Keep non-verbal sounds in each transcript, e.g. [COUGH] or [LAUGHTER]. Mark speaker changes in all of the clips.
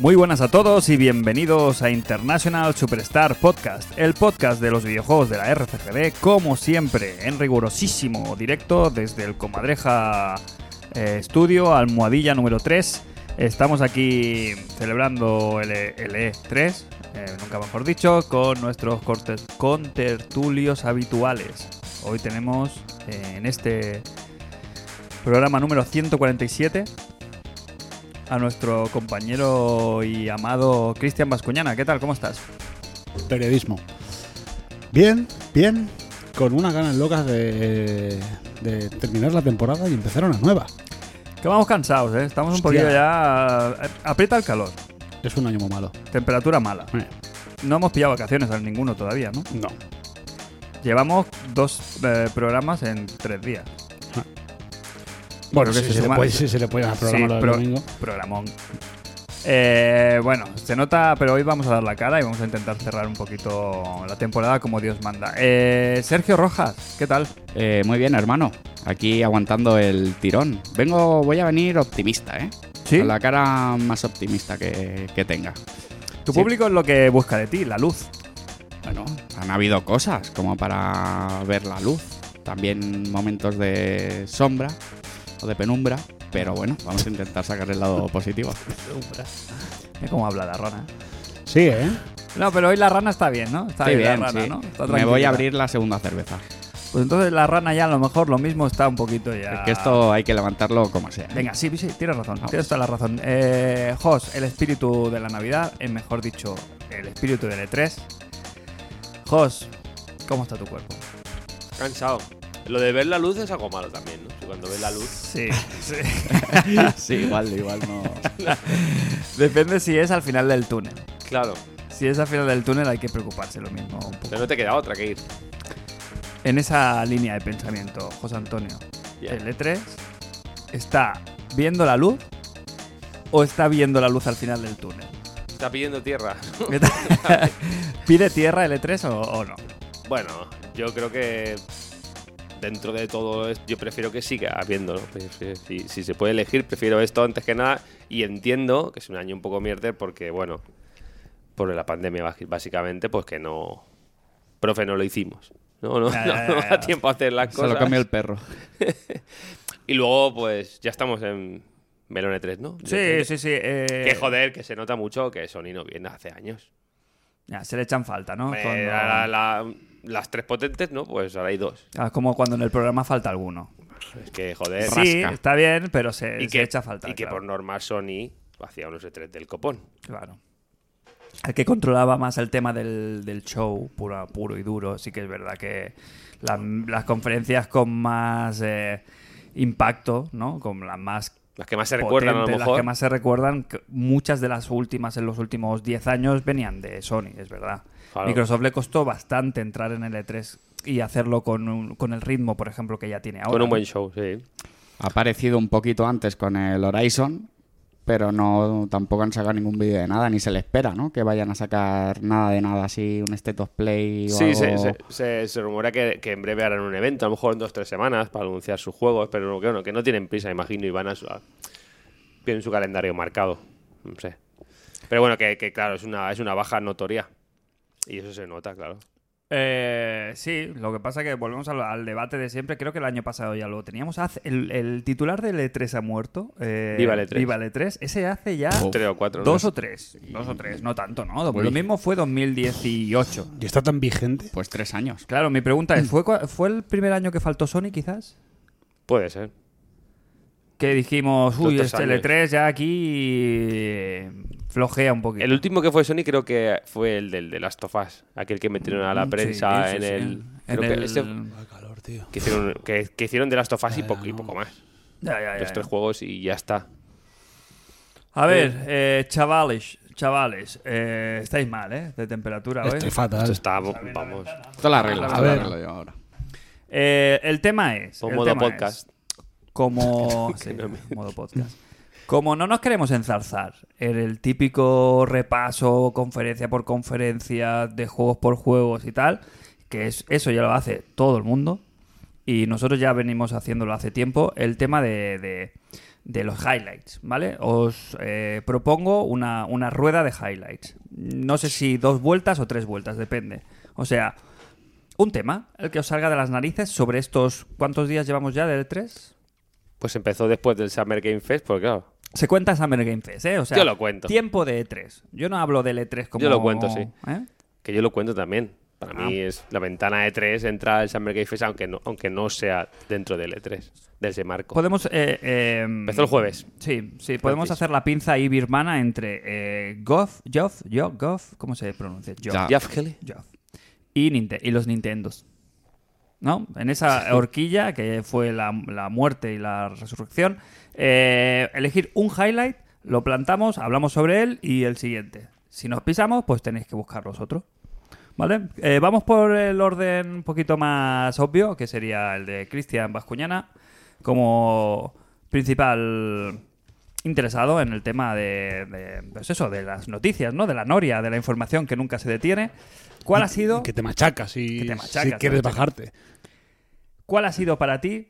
Speaker 1: Muy buenas a todos y bienvenidos a International Superstar Podcast, el podcast de los videojuegos de la RCGB, como siempre, en rigurosísimo directo desde el Comadreja eh, Estudio, almohadilla número 3. Estamos aquí celebrando el, E, el E3, eh, nunca mejor dicho, con nuestros cortes, contertulios habituales. Hoy tenemos eh, en este programa número 147 a nuestro compañero y amado Cristian Bascuñana. ¿Qué tal? ¿Cómo estás?
Speaker 2: periodismo. Bien, bien, con unas ganas locas de, de terminar la temporada y empezar una nueva.
Speaker 1: Que vamos cansados, ¿eh? Estamos un
Speaker 2: Hostia.
Speaker 1: poquillo ya... Aprieta el calor,
Speaker 2: Es un año muy malo.
Speaker 1: temperatura mala.
Speaker 2: Eh,
Speaker 1: No hemos pillado vacaciones a ninguno todavía, ¿no?
Speaker 2: No.
Speaker 1: Llevamos dos eh, programas en tres días.
Speaker 2: Bueno,
Speaker 1: que
Speaker 2: si
Speaker 1: se
Speaker 2: se, le
Speaker 1: suma-
Speaker 2: puede, si se le puede dar programa lo del
Speaker 1: pro-
Speaker 2: domingo.
Speaker 1: programón. Eh, bueno, se nota, pero hoy vamos a dar la cara y vamos a intentar cerrar un poquito la temporada como Dios manda. Eh, Sergio Rojas, ¿qué tal?
Speaker 3: Eh, muy bien, hermano. Aquí aguantando el tirón. Vengo, voy a venir optimista, ¿eh? Con la cara más optimista que, que tenga.
Speaker 1: Tu
Speaker 3: sí.
Speaker 1: público es lo que busca de ti, la luz.
Speaker 3: Bueno, han habido cosas como para ver la luz. También momentos de sombra o de penumbra. Pero bueno, vamos a intentar sacar el
Speaker 1: [LAUGHS]
Speaker 3: lado positivo.
Speaker 1: Es como habla la rana.
Speaker 2: Sí, ¿eh?
Speaker 1: No, pero hoy la rana está bien, ¿no? Está
Speaker 3: Estoy
Speaker 1: bien,
Speaker 3: bien,
Speaker 1: la rana,
Speaker 3: sí.
Speaker 1: ¿no? Está
Speaker 3: Me voy
Speaker 1: tranquilita.
Speaker 3: a abrir la segunda cerveza.
Speaker 1: Pues entonces la rana ya a lo mejor lo mismo está un poquito ya.
Speaker 3: Es que esto hay que levantarlo como sea. ¿eh?
Speaker 1: Venga, sí, sí, tienes razón,
Speaker 3: Vamos.
Speaker 1: tienes toda la razón. Eh, Jos, el espíritu de la Navidad, es mejor dicho, el espíritu del E3. Jos, ¿cómo está tu cuerpo?
Speaker 4: Cansado. Lo de ver la luz es algo malo también, ¿no? Si cuando ves Pues la luz. [LAUGHS]
Speaker 1: Sí, sí.
Speaker 3: [LAUGHS] Sí, igual, igual
Speaker 1: [LAUGHS]
Speaker 3: no.
Speaker 1: Depende si es al final del túnel.
Speaker 4: Claro.
Speaker 1: Si es al final del túnel hay que preocuparse lo mismo un poco.
Speaker 4: Pero no te queda otra que ir.
Speaker 1: En esa línea de pensamiento, José Antonio,
Speaker 4: Ya.
Speaker 1: ¿el E3 está viendo la luz o está viendo la luz al final del [LAUGHS] túnel?
Speaker 4: Está pidiendo tierra. [LAUGHS]
Speaker 1: ¿Pide tierra el E3 o, o no?
Speaker 4: Bueno, yo creo que dentro de todo es- yo prefiero que siga habiéndolo. Prefi- eh, Si, si se puede elegir, prefiero esto antes que nada. Y entiendo que es un año un poco mierder porque, bueno, por la pandemia basi- básicamente, pues que no... Profe, no lo hicimos. No, no,
Speaker 1: Ya,
Speaker 4: [LAUGHS] no,
Speaker 1: ya,
Speaker 4: no
Speaker 1: ya, ya.
Speaker 4: da tiempo a hacer las
Speaker 3: Se
Speaker 4: cosas.
Speaker 3: lo cambió el perro.
Speaker 4: Y luego, pues, ya estamos en Melone 3, ¿no? Yo creo
Speaker 1: Sí,
Speaker 4: que-
Speaker 1: sí, sí. eh,
Speaker 4: Que joder, que se nota mucho que Sony no viene hace años.
Speaker 1: ya, se le echan falta, ¿no?
Speaker 4: Eh,
Speaker 1: Cuando-
Speaker 4: la- la- las tres potentes, ¿no? Pues ahora hay dos.
Speaker 1: Ah, como cuando en el programa falta alguno.
Speaker 4: Es que joder.
Speaker 1: Sí,
Speaker 3: rasca.
Speaker 1: está bien, pero se,
Speaker 4: Eh, y
Speaker 1: se
Speaker 4: que,
Speaker 1: echa falta.
Speaker 4: y que
Speaker 1: claro.
Speaker 4: por norma Sony hacía unos E3 del copón.
Speaker 1: Claro. El que controlaba más el tema del, del show puro, puro y duro, sí que es verdad que las, las conferencias con más eh, impacto, ¿no? Con las más
Speaker 4: Las que más se recuerdan a lo
Speaker 1: potentes,
Speaker 4: mejor.
Speaker 1: las que más se recuerdan, que muchas de las últimas en los últimos 10 años venían de Sony, es verdad.
Speaker 4: Claro.
Speaker 1: Microsoft le costó bastante entrar en el E3 y hacerlo con, un- con el ritmo, por ejemplo, que ya tiene ahora.
Speaker 4: Con un
Speaker 1: ¿no?
Speaker 4: buen show, sí.
Speaker 3: Ha aparecido un poquito antes con el Horizon, pero no tampoco han sacado ningún vídeo de nada, ni se le espera, ¿no? Que vayan a sacar nada de nada, así un State of Play o
Speaker 4: Sí, se,
Speaker 3: algo.
Speaker 4: se- se- se rumora que, que en breve harán un evento, a lo mejor en dos o tres semanas, para anunciar sus juegos, pero que, bueno, que no tienen prisa, imagino, y van a su, a- tienen su calendario marcado. No sé. Pero bueno, que, que, claro, es una, es una baja notoria. Y eso se nota, claro.
Speaker 1: Eh, sí, lo que pasa que volvemos al, al debate de siempre. Creo que el año pasado ya lo teníamos. Hace- el, el titular del E3 ha muerto. eh,
Speaker 4: Viva el E E3.
Speaker 1: Viva el E3. Ese hace ya
Speaker 3: Uf.
Speaker 4: Tres o cuatro.
Speaker 1: dos
Speaker 4: ¿no?
Speaker 1: o tres. Dos o tres, no tanto, ¿no? Lo
Speaker 3: Uy.
Speaker 1: mismo fue 2018.
Speaker 2: ¿Y está tan vigente?
Speaker 3: Pues tres años. Mm.
Speaker 1: Claro, mi pregunta es, ¿fue, cua- ¿fue el primer año que faltó Sony quizás?
Speaker 4: Puede ser.
Speaker 1: Que dijimos, uy,
Speaker 4: tres
Speaker 1: este
Speaker 4: años.
Speaker 1: L3 ya aquí eh, flojea un poquito.
Speaker 4: El último que fue Sony creo que fue el del de Last of Us, aquel que metieron a la
Speaker 1: Mm, Sí,
Speaker 4: prensa
Speaker 1: sí,
Speaker 4: en
Speaker 1: sí,
Speaker 4: el...
Speaker 1: en
Speaker 4: creo
Speaker 1: el-
Speaker 4: Que, este-
Speaker 2: calor, tío.
Speaker 4: que hicieron, que, que hicieron de Last of Us y, poco- y poco más.
Speaker 1: Ya, ya, ya,
Speaker 4: Los
Speaker 1: ya.
Speaker 4: tres juegos y ya está.
Speaker 1: A ver, eh, chavales, chavales, eh, estáis mal, ¿eh? De temperatura hoy.
Speaker 2: Estoy Este fatal.
Speaker 4: Está, vamos.
Speaker 3: Esto lo arreglo,
Speaker 2: A
Speaker 3: esto lo
Speaker 2: ver.
Speaker 3: arreglo yo ahora.
Speaker 1: Eh, el tema es.
Speaker 4: Pon
Speaker 1: el
Speaker 4: modo
Speaker 1: tema es,
Speaker 4: podcast. [LAUGHS]
Speaker 1: como. sí,
Speaker 4: no me-
Speaker 1: modo podcast. Como no nos queremos enzarzar en el típico repaso, conferencia por conferencia, de juegos por juegos y tal, que es, eso ya lo hace todo el mundo, y nosotros ya venimos haciéndolo hace tiempo, el tema de, de, de los highlights, ¿vale? Os eh, propongo una, una rueda de highlights. No sé si dos vueltas o tres vueltas, depende. O sea, un tema, el que os salga de las narices sobre estos... ¿Cuántos días llevamos ya E del 3?
Speaker 4: Pues empezó después del Summer Game Fest, porque claro.
Speaker 1: Se cuenta Summer Game Fest, ¿eh? O sea,
Speaker 4: Yo lo cuento.
Speaker 1: Tiempo de E3. Yo no hablo del E3 como...
Speaker 4: Yo lo cuento, sí.
Speaker 1: ¿eh?
Speaker 4: Que yo lo cuento también. Para mí
Speaker 1: Ah.
Speaker 4: es la ventana de 3 entra el Summer Game Fest, aunque no, aunque no sea dentro del E3, de ese marco.
Speaker 1: Podemos... eh, eh,
Speaker 4: Empezó el jueves.
Speaker 1: Sí, sí, podemos
Speaker 4: Francis.
Speaker 1: hacer la pinza ahí birmana entre eh, Goff, Joff, yo, Goff, ¿cómo se pronuncia? Joff.
Speaker 3: Ya.
Speaker 4: Jeff Kelly.
Speaker 1: Joff. Y, Ninte- y los Nintendos. ¿No? En esa horquilla que fue la, la muerte y la resurrección, eh, elegir un highlight, lo plantamos, hablamos sobre él y el siguiente. Si nos pisamos, pues tenéis que buscar los otros. ¿Vale? Eh, vamos por el orden un poquito más obvio, que sería el de Cristian Bascuñana, como principal interesado en el tema de, de, pues eso, de las noticias, ¿no? De la noria, de la información que nunca se detiene. ¿Cuál ha sido,
Speaker 2: Que te machacas y
Speaker 1: Que te machacas,
Speaker 2: si
Speaker 1: te
Speaker 2: quieres
Speaker 1: machacas.
Speaker 2: bajarte.
Speaker 1: cuál ha sido para ti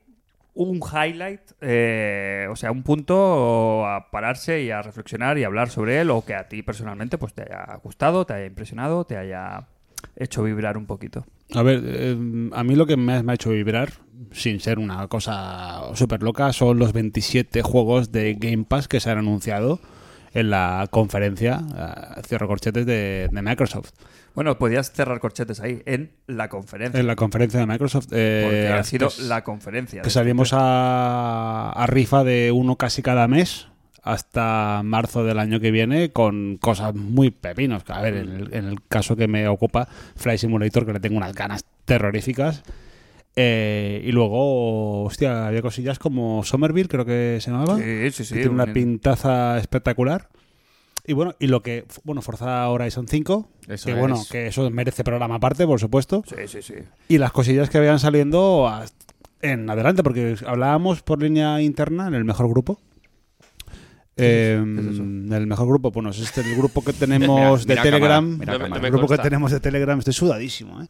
Speaker 1: un highlight, eh, o sea, un punto a pararse y a reflexionar y hablar sobre él o que a ti personalmente pues te haya gustado, te haya impresionado, te haya hecho vibrar un poquito?
Speaker 2: A ver, eh, a mí lo que más me ha hecho vibrar, sin ser una cosa súper loca, son los 27 juegos de Game Pass que se han anunciado en la conferencia, eh, cierro corchetes, de, de Microsoft.
Speaker 1: Bueno, podías cerrar corchetes ahí en la conferencia.
Speaker 2: En la conferencia de Microsoft. eh,
Speaker 1: porque ha sido
Speaker 2: que-
Speaker 1: la conferencia.
Speaker 2: Que salimos a, a rifa de uno casi cada mes hasta marzo del año que viene con cosas muy pepinos. A ver, en el, en el caso que me ocupa, Fly Simulator, que le tengo unas ganas terroríficas. Eh, y luego, hostia, había cosillas como Somerville, creo que se llamaba.
Speaker 1: Sí, sí, sí.
Speaker 2: que tiene una
Speaker 1: un-
Speaker 2: pintaza espectacular. Y bueno, y lo que, bueno, Forza Horizon 5,
Speaker 3: Eso
Speaker 2: que bueno,
Speaker 3: es.
Speaker 2: que eso merece programa aparte, por supuesto
Speaker 1: Sí, sí, sí.
Speaker 2: y las cosillas que vayan saliendo a- en adelante, porque hablábamos por línea interna en el mejor grupo. Eh, el mejor grupo, bueno, es este el grupo
Speaker 3: [LAUGHS]
Speaker 2: que tenemos
Speaker 3: Mira- mira
Speaker 2: de Telegram.
Speaker 3: cámara, mira
Speaker 4: No me-
Speaker 3: cámara.
Speaker 4: no me-
Speaker 2: el grupo
Speaker 4: consta.
Speaker 2: que tenemos de Telegram, estoy
Speaker 4: [LAUGHS]
Speaker 2: sudadísimo, ¿eh?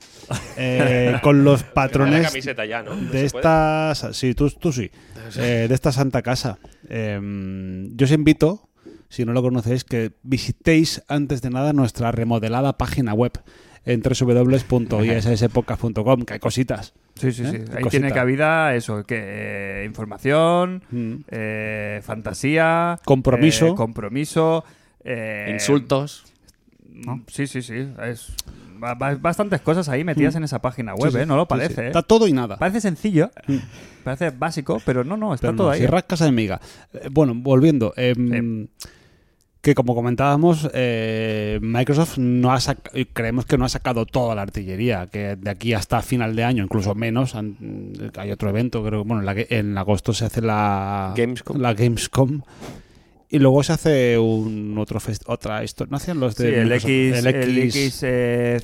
Speaker 2: Eh, con los
Speaker 4: la
Speaker 2: patrones
Speaker 4: camiseta ya, ¿no? No
Speaker 2: de
Speaker 4: se puede.
Speaker 2: esta. Sí, tú, tú sí. Eh, de esta Santa Casa. Eh, yo os invito, si no lo conocéis, que visitéis antes de nada nuestra remodelada página web
Speaker 1: [LAUGHS]
Speaker 2: en www.issepodcast.com, que hay cositas.
Speaker 1: Sí, sí,
Speaker 2: ¿Eh?
Speaker 1: sí.
Speaker 2: Qué
Speaker 1: Ahí
Speaker 2: cosita.
Speaker 1: tiene cabida eso, que eh, información,
Speaker 2: Mm.
Speaker 1: eh, fantasía,
Speaker 2: Compromiso.
Speaker 1: eh, compromiso, eh,
Speaker 3: Insultos.
Speaker 1: ¿no? Sí, sí, sí. Es, ba- ba- bastantes cosas ahí metidas en esa página web,
Speaker 2: Mm. Sí, sí,
Speaker 1: ¿eh? No lo
Speaker 2: sí,
Speaker 1: parece.
Speaker 2: sí.
Speaker 1: ¿eh?
Speaker 2: Está todo y nada.
Speaker 1: Parece sencillo, parece básico, pero no, no, está
Speaker 2: Pero
Speaker 1: todo
Speaker 2: no,
Speaker 1: ahí.
Speaker 2: si rascas de miga. Eh, bueno, volviendo. em, Que como comentábamos, eh, Microsoft no ha sac- creemos que no ha sacado toda la artillería, que de aquí hasta final de año, incluso menos. han- hay otro evento, creo que bueno, en, la que- en agosto se hace la
Speaker 4: Gamescom.
Speaker 2: La Gamescom. Y luego se hace un otro fest- otra historia. ¿No hacían los de
Speaker 1: Sí, el
Speaker 2: Microsoft?
Speaker 1: X,
Speaker 2: El X-
Speaker 1: eh,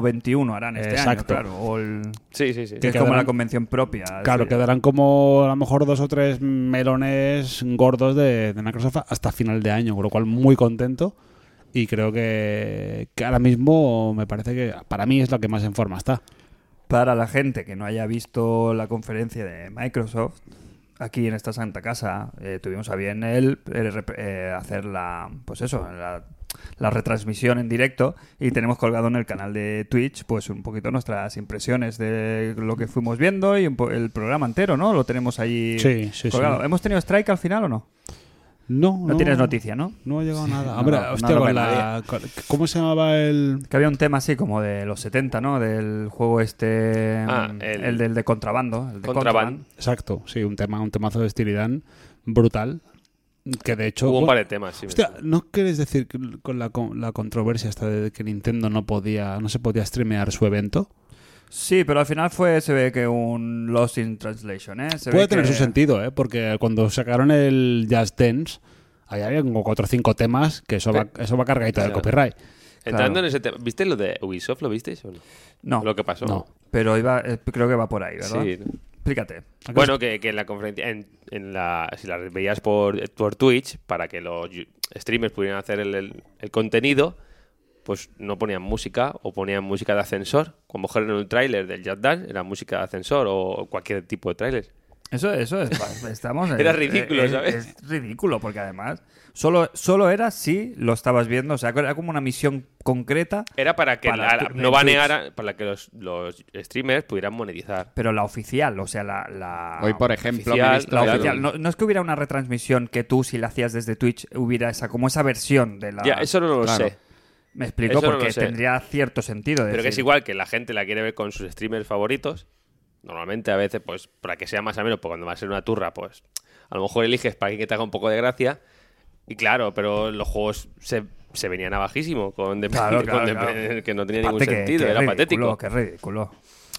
Speaker 1: 021 harán este
Speaker 2: Exacto.
Speaker 1: año, claro. O el-
Speaker 4: Sí, sí, sí.
Speaker 1: que es como
Speaker 2: quedarán-
Speaker 1: la convención propia.
Speaker 2: Claro,
Speaker 1: sí.
Speaker 2: quedarán como a lo mejor dos o tres melones gordos de, de Microsoft hasta final de año, con lo cual muy contento. Y creo que, que ahora mismo me parece que para mí es la que más en forma está.
Speaker 1: Para la gente que no haya visto la conferencia de Microsoft, aquí en esta santa casa eh, tuvimos a bien el, el rep- eh, hacer la, pues eso, la, la retransmisión en directo y tenemos colgado en el canal de Twitch, pues un poquito nuestras impresiones de lo que fuimos viendo y un po- el programa entero, ¿no? Lo tenemos ahí
Speaker 2: Sí, sí, sí.
Speaker 1: colgado. ¿Hemos tenido strike al final o no?
Speaker 2: No,
Speaker 1: No, tienes noticia, ¿no?
Speaker 2: No ha llegado nada.
Speaker 1: no,
Speaker 2: Hombre,
Speaker 1: no
Speaker 2: hostia,
Speaker 1: lo
Speaker 2: con
Speaker 1: ve
Speaker 2: la- con- ¿cómo se llamaba el...?
Speaker 1: Que había un tema así como de los 70, ¿no? Del juego este...
Speaker 4: Ah,
Speaker 1: mm,
Speaker 4: el-
Speaker 1: el del de contrabando. El de
Speaker 4: Contraband.
Speaker 2: Exacto, sí, un tema, un temazo de Stilidan brutal. Que de hecho...
Speaker 4: Hubo un
Speaker 2: bueno,
Speaker 4: par de temas, sí. me
Speaker 2: Hostia,
Speaker 4: suena.
Speaker 2: ¿no quieres decir que l- con la, con la controversia esta de que Nintendo no podía, no se podía streamear su evento?
Speaker 1: Sí, pero al final fue, se ve que un Lost in Translation, ¿eh? Se
Speaker 2: Puede
Speaker 1: ve
Speaker 2: tener
Speaker 1: que-
Speaker 2: su sentido, ¿eh? Porque cuando sacaron el Just Dance, ahí había como cuatro o cinco temas que eso va, eso va cargadito de
Speaker 4: Claro.
Speaker 2: copyright.
Speaker 4: Entrando en ese tema, ¿viste lo de Ubisoft? ¿Lo visteis o no?
Speaker 1: No,
Speaker 4: Lo que pasó.
Speaker 2: No.
Speaker 1: pero iba, eh, creo que va por ahí, ¿verdad?
Speaker 4: Sí.
Speaker 1: Explícate.
Speaker 4: Bueno, que, que en la conferencia, en, en la, si la veías por, por Twitch, para que los yu- streamers pudieran hacer el, el- el contenido, pues no ponían música o ponían música de ascensor. Como mejor en un tráiler del Just Dance, era música de ascensor o cualquier tipo de tráiler.
Speaker 1: Eso, eso es. Estamos,
Speaker 4: [LAUGHS] Era ridículo,
Speaker 1: es-
Speaker 4: ¿sabes?
Speaker 1: Es, ridículo, porque además solo, solo era si lo estabas viendo. O sea, era como una misión concreta,
Speaker 4: Era para que
Speaker 1: Para
Speaker 4: la-
Speaker 1: las tu-
Speaker 4: no
Speaker 1: en
Speaker 4: banearan, para que los, los streamers pudieran monetizar.
Speaker 1: pero la oficial, o sea, la. la
Speaker 3: Hoy, por ejemplo,
Speaker 4: oficial,
Speaker 3: ministro,
Speaker 1: la
Speaker 4: claro.
Speaker 1: oficial. No, no es que hubiera una retransmisión que tú, si la hacías desde Twitch, hubiera esa como esa versión de la.
Speaker 4: Ya, eso no lo
Speaker 3: claro.
Speaker 4: sé.
Speaker 1: Me explico,
Speaker 4: eso no
Speaker 1: porque
Speaker 4: lo sé.
Speaker 1: tendría cierto sentido. de
Speaker 4: Pero que es
Speaker 1: decir,
Speaker 4: igual que la gente la quiere ver con sus streamers favoritos. Normalmente a veces, pues, para que sea más o menos, pues cuando va a ser una turra, pues a lo mejor eliges para que te haga un poco de gracia. Y claro, pero los juegos se, se venían a bajísimo, con Dep-
Speaker 1: Claro,
Speaker 4: [LAUGHS] con
Speaker 1: claro,
Speaker 4: Dep-
Speaker 1: claro.
Speaker 4: que no tenía ningún
Speaker 1: aparte que-
Speaker 4: sentido,
Speaker 1: que
Speaker 4: era
Speaker 1: ridículo,
Speaker 4: patético.
Speaker 1: Que ridículo.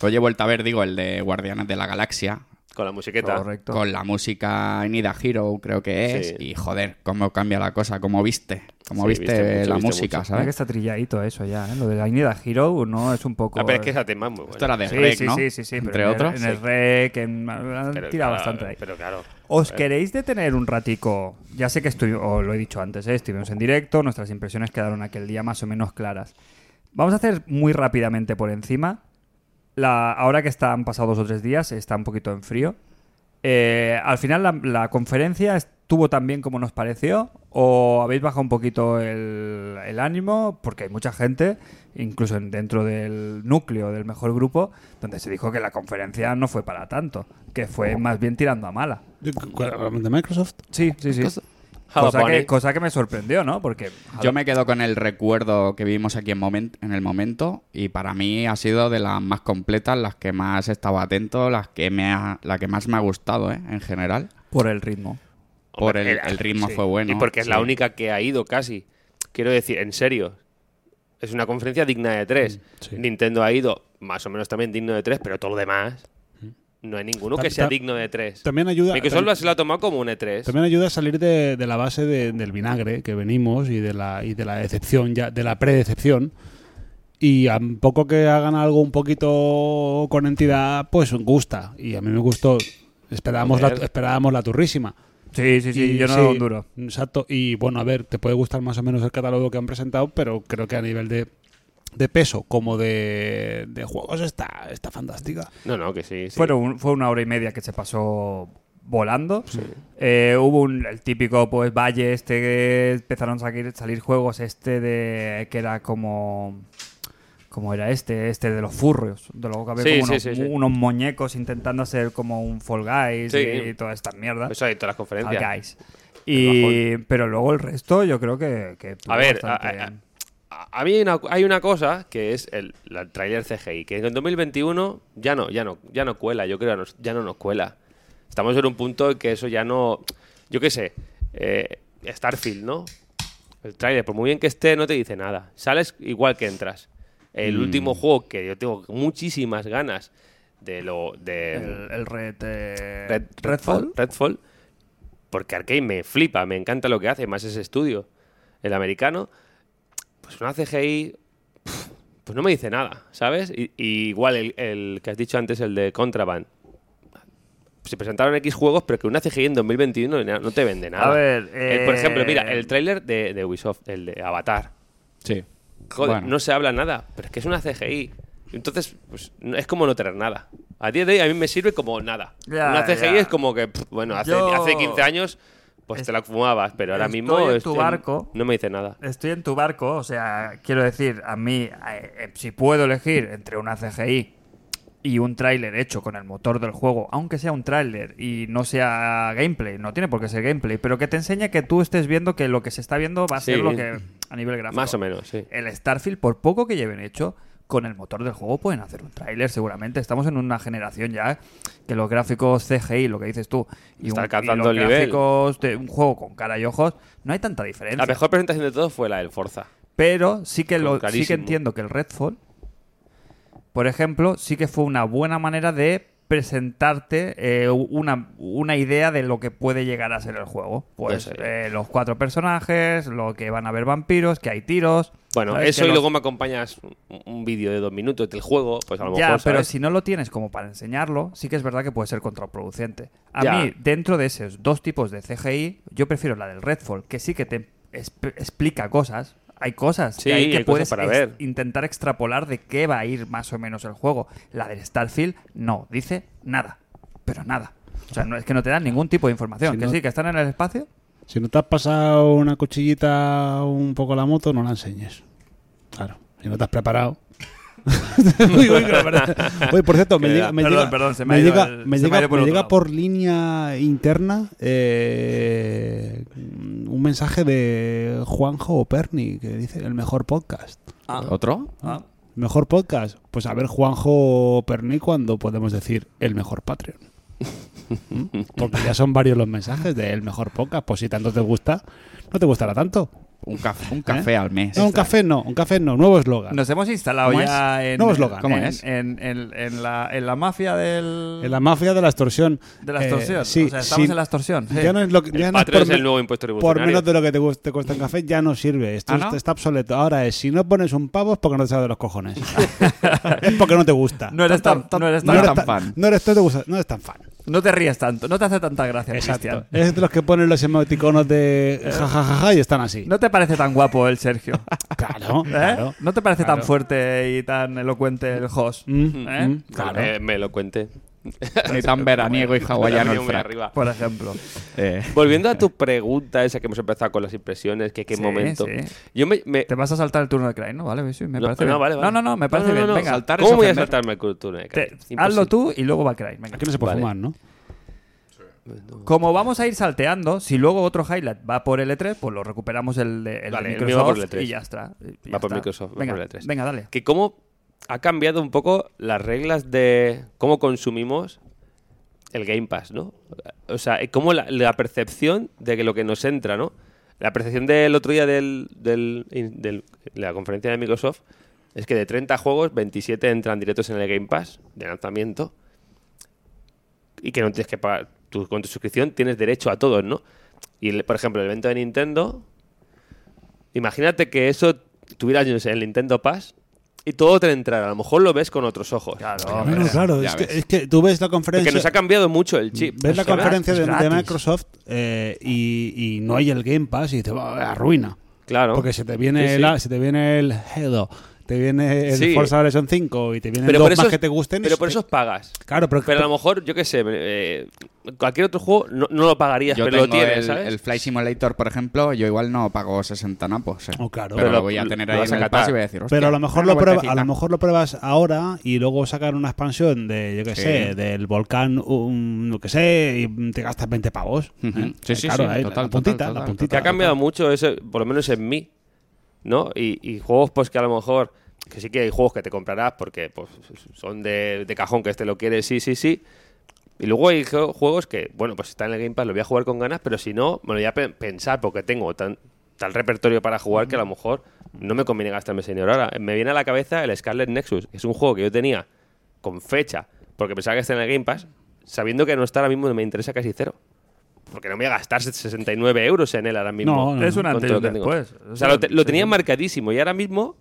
Speaker 3: Hoy he vuelto a ver, digo, el de Guardianes de la Galaxia.
Speaker 4: Con la musiqueta.
Speaker 1: Correcto.
Speaker 3: Con la música Nida Hero, creo que es.
Speaker 4: Sí.
Speaker 3: Y joder, cómo cambia la cosa, cómo viste. Cómo
Speaker 4: Sí,
Speaker 3: viste,
Speaker 4: viste mucho,
Speaker 3: la
Speaker 4: viste
Speaker 3: música,
Speaker 4: mucho.
Speaker 1: Mira que
Speaker 3: ¿sabes?
Speaker 1: está trilladito eso ya, ¿eh? Lo de la Inida Hero no es un poco.
Speaker 4: Ah, pero es que ese tema es muy bueno.
Speaker 3: Esto era de
Speaker 1: Sí,
Speaker 3: Rec,
Speaker 1: sí,
Speaker 3: ¿no?
Speaker 1: sí, sí, sí, pero
Speaker 3: Entre
Speaker 1: en el-
Speaker 3: otros.
Speaker 1: En el rec, en- han tirado
Speaker 4: Pero claro,
Speaker 1: bastante ahí.
Speaker 4: Pero claro.
Speaker 1: ¿Os queréis detener un ratico? Ya sé que estoy, o lo he dicho antes, ¿eh? estuvimos en directo, nuestras impresiones quedaron aquel día más o menos claras. Vamos a hacer muy rápidamente por encima. La, ahora que está, han pasado dos o tres días, está un poquito en frío. Eh, al final la, la conferencia estuvo tan bien como nos pareció o habéis bajado un poquito el, el ánimo porque hay mucha gente, incluso en- dentro del núcleo del mejor grupo, donde se dijo que la conferencia no fue para tanto, que fue más bien tirando a mala.
Speaker 2: ¿De Microsoft?
Speaker 1: Sí, sí, sí.
Speaker 4: Java
Speaker 1: Cosa que,
Speaker 4: Bunny.
Speaker 1: cosa que me sorprendió, ¿no? Porque
Speaker 3: Yo me quedo con el recuerdo que vivimos aquí en, momen- en el momento y para mí ha sido de las más completas, las que más he estado atento, las que me ha- la que más me ha gustado ¿eh? en general.
Speaker 1: por el ritmo.
Speaker 3: Por el,
Speaker 4: Hombre, era-
Speaker 3: el ritmo
Speaker 4: sí.
Speaker 3: fue bueno.
Speaker 4: Y porque es la
Speaker 3: sí.
Speaker 4: única que ha ido casi. Quiero decir, en serio. Es una conferencia digna de
Speaker 3: Mm,
Speaker 4: tres.
Speaker 2: sí.
Speaker 4: Nintendo ha ido más o menos también digno de tres, pero todo lo demás.
Speaker 3: Mm.
Speaker 4: No hay ninguno que
Speaker 2: Ta-
Speaker 4: sea
Speaker 2: ta-
Speaker 4: digno de tres.
Speaker 2: También ayuda.
Speaker 4: Microsoft lo, se lo ha tomado como un E E3.
Speaker 2: También ayuda a salir de, de la base de- del vinagre que venimos y de la, y de la decepción, ya, de la predecepción. Y a poco que hagan algo un poquito con entidad, pues gusta. Y a mí me gustó. Esperábamos, la,
Speaker 4: Joder.
Speaker 2: esperábamos la turrísima.
Speaker 1: Sí, sí, sí,
Speaker 2: Y
Speaker 1: yo no
Speaker 2: sí,
Speaker 1: daba un duro.
Speaker 2: Exacto. Y bueno, a ver, te puede gustar más o menos el catálogo que han presentado, pero creo que a nivel de, de peso como de, de juegos está, está fantástica.
Speaker 4: No, no, que sí. sí.
Speaker 1: Fueron un- fue una hora y media que se pasó volando. Eh, hubo un, el típico pues valle este que empezaron a salir, salir juegos este de que era como como era este este de los furros de lo que había
Speaker 4: Sí,
Speaker 1: como
Speaker 4: sí,
Speaker 1: unos,
Speaker 4: sí, sí.
Speaker 1: unos muñecos intentando hacer como un Fall Guys
Speaker 4: Sí.
Speaker 1: y, todas estas mierdas
Speaker 4: Eso hay en todas las conferencias.
Speaker 1: Fall Guys. y pero luego el resto yo creo que, que estuvo
Speaker 4: A ver, a,
Speaker 1: bastante
Speaker 4: a-
Speaker 1: bien.
Speaker 4: a- a mí hay una, hay una cosa que es el, la- el trailer CGI, que en 2021 ya no, ya no, ya no cuela, yo creo, ya no- ya no nos cuela. Estamos en un punto en que eso ya no. Yo qué sé, eh, Starfield, ¿no? El trailer, por muy bien que esté, no te dice nada. Sales igual que entras. El
Speaker 1: Mm.
Speaker 4: último juego que yo tengo muchísimas ganas de lo. De,
Speaker 1: el, el Red, eh,
Speaker 4: Red-
Speaker 1: Redfall.
Speaker 4: Redfall. Porque Arkane me flipa, me encanta lo que hace, más ese estudio, el americano. Pues una CGI, pf, pues no me dice nada, ¿sabes? Y, y igual el, el que has dicho antes, el de Contraband. Se presentaron X juegos, pero que una CGI en 2021 no te vende nada.
Speaker 1: A ver,
Speaker 4: El- por
Speaker 1: eh,
Speaker 4: ejemplo, mira, el tráiler de, de Ubisoft, el de Avatar.
Speaker 3: Sí.
Speaker 4: Joder,
Speaker 3: Bueno.
Speaker 4: no se habla nada, pero es que es una CGI. Entonces, pues, no- es como no tener nada. A día de hoy a mí me sirve como nada.
Speaker 1: Ya,
Speaker 4: una CGI
Speaker 1: ya.
Speaker 4: es como que, pff, bueno, hace,
Speaker 1: Yo-
Speaker 4: hace 15 años pues te la fumabas, pero ahora
Speaker 1: estoy
Speaker 4: mismo
Speaker 1: en
Speaker 4: este,
Speaker 1: tu barco.
Speaker 4: no me dice nada.
Speaker 1: Estoy en tu barco, o sea, quiero decir, a mí, eh, eh, si puedo elegir entre una CGI y un tráiler hecho con el motor del juego, aunque sea un tráiler y no sea gameplay, no tiene por qué ser gameplay, pero que te enseñe que tú estés viendo que lo que se está viendo va a ser
Speaker 4: Sí.
Speaker 1: lo que a nivel gráfico.
Speaker 4: Más o menos, sí.
Speaker 1: El Starfield, por poco que lleven hecho, con el motor del juego pueden hacer un tráiler seguramente. Estamos en una generación ya que los gráficos CGI, lo que dices tú, y,
Speaker 4: Está
Speaker 1: un-
Speaker 4: alcanzando
Speaker 1: y los
Speaker 4: el nivel.
Speaker 1: gráficos de un juego con cara y ojos, no hay tanta diferencia.
Speaker 4: La mejor presentación de todo fue la del Forza.
Speaker 1: Pero sí que,
Speaker 4: Con
Speaker 1: lo, sí que
Speaker 4: clarísimo.
Speaker 1: entiendo que el Redfall, por ejemplo, sí que fue una buena manera de presentarte eh, una, una idea de lo que puede llegar a ser el juego. Pues
Speaker 4: Puede ser.
Speaker 1: eh, los cuatro personajes, lo que van a haber vampiros, que hay tiros.
Speaker 4: Bueno,
Speaker 1: ¿sabes?
Speaker 4: eso
Speaker 1: Que
Speaker 4: y
Speaker 1: los-
Speaker 4: luego me acompañas un, un vídeo de dos minutos del juego, pues a lo
Speaker 1: ya,
Speaker 4: mejor.
Speaker 1: pero
Speaker 4: ¿sabes?
Speaker 1: si no lo tienes como para enseñarlo, sí que es verdad que puede ser contraproducente. A
Speaker 4: Ya.
Speaker 1: mí, dentro de esos dos tipos de CGI, yo prefiero la del Redfall, que sí que te esp- explica cosas. Hay cosas
Speaker 4: Sí,
Speaker 1: que, hay que
Speaker 4: hay cosas
Speaker 1: puedes
Speaker 4: para
Speaker 1: ex-
Speaker 4: ver.
Speaker 1: intentar extrapolar de qué va a ir más o menos el juego. La del Starfield no dice nada, pero nada. O sea, no, es que no te dan ningún tipo de información.
Speaker 2: Si
Speaker 1: que
Speaker 2: no-
Speaker 1: sí, que están en el espacio.
Speaker 2: Si no te has pasado una cuchillita un poco la moto, no la enseñes. Claro, si no te has preparado. [LAUGHS] uy, uy, que la verdad- Oye, por cierto, me
Speaker 4: Que
Speaker 2: llega,
Speaker 4: da-
Speaker 2: me
Speaker 1: perdón,
Speaker 2: llega-
Speaker 1: perdón, se me
Speaker 2: me
Speaker 1: ha ido
Speaker 2: llega-
Speaker 1: el-
Speaker 2: me
Speaker 1: se me ha
Speaker 2: llega-
Speaker 1: ido por
Speaker 2: me
Speaker 1: otro
Speaker 2: llega
Speaker 1: lado.
Speaker 2: por línea interna eh, un mensaje de Juanjo Operni que dice el mejor podcast.
Speaker 3: ¿Otro?
Speaker 1: Ah,
Speaker 2: ¿Mejor podcast? Pues a ver, Juanjo Operni, cuando podemos decir el mejor
Speaker 4: [LAUGHS]
Speaker 2: Patreon. ¿Mm? Porque ya son varios los mensajes del mejor podcast. Pues si tanto te gusta, no te gustará tanto.
Speaker 3: Un, caf- un café
Speaker 2: ¿Eh?
Speaker 3: al mes.
Speaker 2: No, un café no, un café no, nuevo eslogan.
Speaker 1: Ah. Nos hemos instalado
Speaker 2: ¿Cómo
Speaker 1: ya
Speaker 2: es?
Speaker 1: en.
Speaker 2: Nuevo eslogan.
Speaker 3: ¿Cómo
Speaker 1: en-
Speaker 3: es?
Speaker 1: En, en- en la, en la mafia del.
Speaker 2: En la mafia de la extorsión.
Speaker 1: de la
Speaker 2: Eh,
Speaker 1: extorsión.
Speaker 2: sí,
Speaker 1: o sea, estamos
Speaker 2: sí.
Speaker 1: en la extorsión. sí.
Speaker 2: Ya no es lo que- ya
Speaker 4: El
Speaker 2: no es por
Speaker 4: Patreon es el
Speaker 2: me-
Speaker 4: nuevo impuesto
Speaker 2: Por
Speaker 4: revolucionario.
Speaker 2: menos de lo que te, gust- te cuesta un café, ya no sirve. Esto
Speaker 3: ¿Ah,
Speaker 2: es-
Speaker 3: no?
Speaker 2: está obsoleto. Ahora es, si no pones un pavo es porque no te sale de los cojones. [LAUGHS] es porque no te gusta.
Speaker 1: No eres tan- no eres
Speaker 3: tan
Speaker 2: ta-
Speaker 3: fan.
Speaker 2: No eres, no te gusta- no eres tan fan.
Speaker 1: No te rías tanto, no te hace tanta gracia, Cristian.
Speaker 2: Es de los que ponen los emoticonos de eh, jajajaja y están así.
Speaker 1: No te parece tan guapo el
Speaker 2: [LAUGHS]
Speaker 1: Sergio.
Speaker 2: Claro,
Speaker 1: ¿eh?
Speaker 2: claro.
Speaker 1: No te parece
Speaker 2: Claro.
Speaker 1: tan fuerte y tan elocuente el host.
Speaker 2: Mm,
Speaker 1: ¿Eh?
Speaker 2: mm,
Speaker 4: No,
Speaker 2: claro.
Speaker 4: me, me lo cuente.
Speaker 3: Ni tan veraniego y hawaiano el
Speaker 4: Muy
Speaker 3: frac.
Speaker 4: arriba.
Speaker 1: Por ejemplo.
Speaker 3: Eh,
Speaker 4: Volviendo a tu pregunta, esa que hemos empezado con las impresiones, que qué
Speaker 1: Sí,
Speaker 4: momento.
Speaker 1: sí.
Speaker 4: Yo me. me-
Speaker 1: Te vas a saltar el turno de Crane, ¿no? Vale, sí, me
Speaker 4: no,
Speaker 1: parece
Speaker 4: no,
Speaker 1: bien.
Speaker 4: vale, vale.
Speaker 1: no, no, no, me parece bien. Venga,
Speaker 4: saltar
Speaker 1: es
Speaker 4: ¿Cómo voy a
Speaker 1: ofender.
Speaker 4: saltarme el cultura? de
Speaker 1: Te-
Speaker 4: Kraken?
Speaker 1: hazlo
Speaker 4: Imposible.
Speaker 1: tú y luego va Crane. venga.
Speaker 2: Aquí no se puede
Speaker 4: Vale.
Speaker 2: fumar, ¿no?
Speaker 1: Como vamos a ir salteando, si luego otro highlight va por L3, pues lo recuperamos el de el de
Speaker 4: Vale, el mío va por
Speaker 1: Microsoft
Speaker 4: L3.
Speaker 1: y ya está. Y ya
Speaker 4: Va por
Speaker 1: está.
Speaker 4: Microsoft, va
Speaker 1: venga,
Speaker 4: por E L3.
Speaker 1: Venga, dale.
Speaker 4: Que cómo ha cambiado un poco las reglas de cómo consumimos el Game Pass, ¿no? O sea, eh, cómo la, la percepción de que lo que nos entra, ¿no? La percepción del otro día del, del- in- del- de la conferencia de Microsoft es que de 30 juegos, 27 entran directos en el Game Pass de lanzamiento y que no tienes que pagar. Tú, con tu suscripción tienes derecho a todos, ¿no? Y, el- por ejemplo, el evento de Nintendo, Imagínate que eso tuvieras yo no sé, el Nintendo Pass y todo te entrara. A lo mejor lo ves con otros ojos.
Speaker 1: Claro,
Speaker 2: No,
Speaker 1: hombre.
Speaker 2: no, claro.
Speaker 3: ya
Speaker 2: Es que,
Speaker 3: ves.
Speaker 2: es que tú ves la
Speaker 4: Porque
Speaker 2: conferencia.
Speaker 4: nos ha cambiado mucho el chip.
Speaker 2: Ves la
Speaker 4: Es que,
Speaker 2: conferencia
Speaker 1: es
Speaker 2: de, de
Speaker 1: gratis.
Speaker 2: Microsoft eh, y, y no hay el Game Pass y te va arruina.
Speaker 4: Claro.
Speaker 2: Porque se te viene
Speaker 4: Sí, sí.
Speaker 2: el A- se te viene el Halo, te viene el
Speaker 4: Sí.
Speaker 2: Forza Horizon 5 y te vienen
Speaker 4: Pero
Speaker 2: dos
Speaker 4: por eso,
Speaker 2: más que te gusten. y
Speaker 4: Pero
Speaker 2: se
Speaker 4: por
Speaker 2: te-
Speaker 4: eso pagas.
Speaker 2: Claro, pero,
Speaker 4: Pero a lo mejor, yo qué sé, eh, cualquier otro juego no, no lo pagarías,
Speaker 3: yo
Speaker 4: pero lo
Speaker 3: tengo
Speaker 4: tienes,
Speaker 3: el,
Speaker 4: ¿sabes?
Speaker 3: el Fly Simulator, por ejemplo, yo igual no pago 60 napos. eh.
Speaker 2: Oh, claro.
Speaker 3: Pero,
Speaker 4: Pero
Speaker 3: lo voy a
Speaker 4: lo-
Speaker 3: tener
Speaker 4: lo
Speaker 3: ahí
Speaker 4: vas
Speaker 3: en
Speaker 4: a
Speaker 3: el
Speaker 4: catar.
Speaker 3: pass y voy a decir, hostia,
Speaker 2: Pero a lo mejor
Speaker 3: una
Speaker 2: lo pruebas, a
Speaker 3: vueltecita.
Speaker 2: lo mejor lo pruebas ahora y luego sacar una expansión de, yo qué
Speaker 3: Sí.
Speaker 2: sé, del volcán, un, lo que sé, y te gastas 20 pavos.
Speaker 3: Ujú.
Speaker 2: ¿eh?
Speaker 3: Sí, sí,
Speaker 2: claro,
Speaker 3: sí,
Speaker 2: ahí,
Speaker 3: total,
Speaker 2: la puntita,
Speaker 3: total,
Speaker 2: la
Speaker 3: total,
Speaker 2: puntita.
Speaker 4: Que ha cambiado mucho, eso, por lo menos en mí, ¿no? Y, y juegos, pues que a lo mejor, que sí que hay juegos que te comprarás porque pues, son de, de cajón, que este lo quiere, sí, sí, sí. Y luego hay jo- juegos que, bueno, pues si está en el Game Pass, lo voy a jugar con ganas, pero si no, me lo voy a pe- pensar porque tengo tan, tal repertorio para jugar que a lo mejor no me conviene gastarme ese dinero. Ahora, me viene a la cabeza el Scarlet Nexus, que es un juego que yo tenía con fecha, porque pensaba que está en el Game Pass, sabiendo que no está ahora mismo, me interesa casi cero. Porque no me voy a gastar 69 euros en él ahora mismo.
Speaker 2: No, no,
Speaker 1: Es un
Speaker 4: Con
Speaker 1: antes y
Speaker 4: todo
Speaker 1: un
Speaker 4: lo que tengo.
Speaker 1: después.
Speaker 4: O sea, lo, te- lo
Speaker 1: sí.
Speaker 4: tenía marcadísimo y ahora mismo,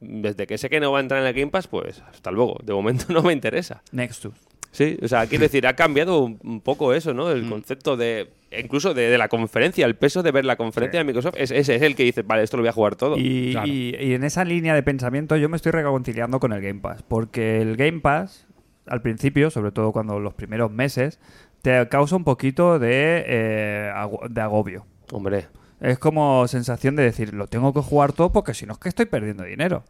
Speaker 4: desde que sé que no va a entrar en el Game Pass, pues hasta luego. De momento [LAUGHS] no me interesa.
Speaker 1: Next to.
Speaker 4: Sí, o sea, quiero decir, ha cambiado un, un poco eso, ¿no?
Speaker 2: Mm.
Speaker 4: El concepto de. Incluso de, de la conferencia, el peso de ver la conferencia de Microsoft, es- ese es el que dice, vale, esto lo voy a jugar todo.
Speaker 1: Y,
Speaker 2: Claro.
Speaker 1: y- y en esa línea de pensamiento yo me estoy reconciliando con el Game Pass, porque el Game Pass, al principio, sobre todo cuando los primeros meses, te causa un poquito de, eh, ago- de agobio.
Speaker 4: Hombre,
Speaker 1: Es como sensación de decir, lo tengo que jugar todo porque si no es que estoy perdiendo dinero.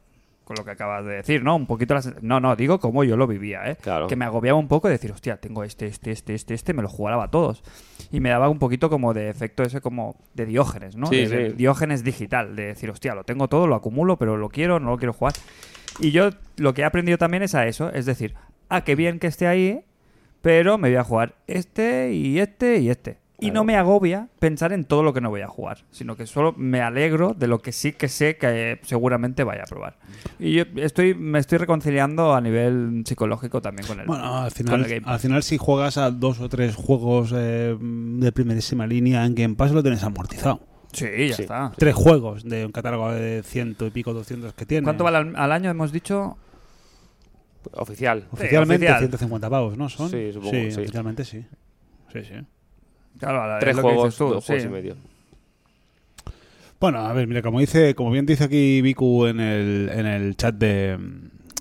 Speaker 1: Con lo que acabas de decir, ¿no? Un poquito la sen- No, no, digo como yo lo vivía, ¿eh?
Speaker 4: Claro.
Speaker 1: Que me agobiaba un poco de decir, hostia, tengo este, este, este, este, este, me lo jugaba todos. Y me daba un poquito como de efecto ese como de Diógenes, ¿no? de,
Speaker 4: Sí,
Speaker 1: de
Speaker 4: sí.
Speaker 1: Diógenes digital, de decir, hostia, lo tengo todo, lo acumulo, pero lo quiero, no lo quiero jugar. Y yo lo que he aprendido también es a eso, es decir, ah, qué bien que esté ahí, pero me voy a jugar este y este y este. Y
Speaker 4: Claro.
Speaker 1: no me agobia pensar en todo lo que no voy a jugar, sino que solo me alegro de lo que sí que sé que eh, seguramente vaya a probar. Y yo estoy, me estoy reconciliando a nivel psicológico también con el,
Speaker 2: Bueno, al
Speaker 1: con
Speaker 2: final,
Speaker 1: el Game Pass.
Speaker 2: al final si juegas a dos o tres juegos eh, de primerísima línea en Game Pass lo tienes amortizado.
Speaker 1: Sí, ya
Speaker 4: Sí.
Speaker 3: Ah.
Speaker 1: está.
Speaker 2: Tres juegos de un catálogo de ciento y pico, 200 que tiene.
Speaker 1: ¿Cuánto vale al, al año? Hemos dicho.
Speaker 4: oficial.
Speaker 2: Oficialmente
Speaker 1: Sí, oficial.
Speaker 2: 150 pavos, ¿no? ¿Son?
Speaker 4: Sí, supongo que sí.
Speaker 2: oficialmente sí. Sí, sí.
Speaker 1: Claro, a la-
Speaker 4: Tres
Speaker 1: es lo que
Speaker 4: juegos,
Speaker 1: dices tú,
Speaker 4: dos juegos
Speaker 1: sí.
Speaker 4: y medio.
Speaker 2: Bueno, a ver, mira, como dice, como bien dice aquí Viku en el, en el chat de,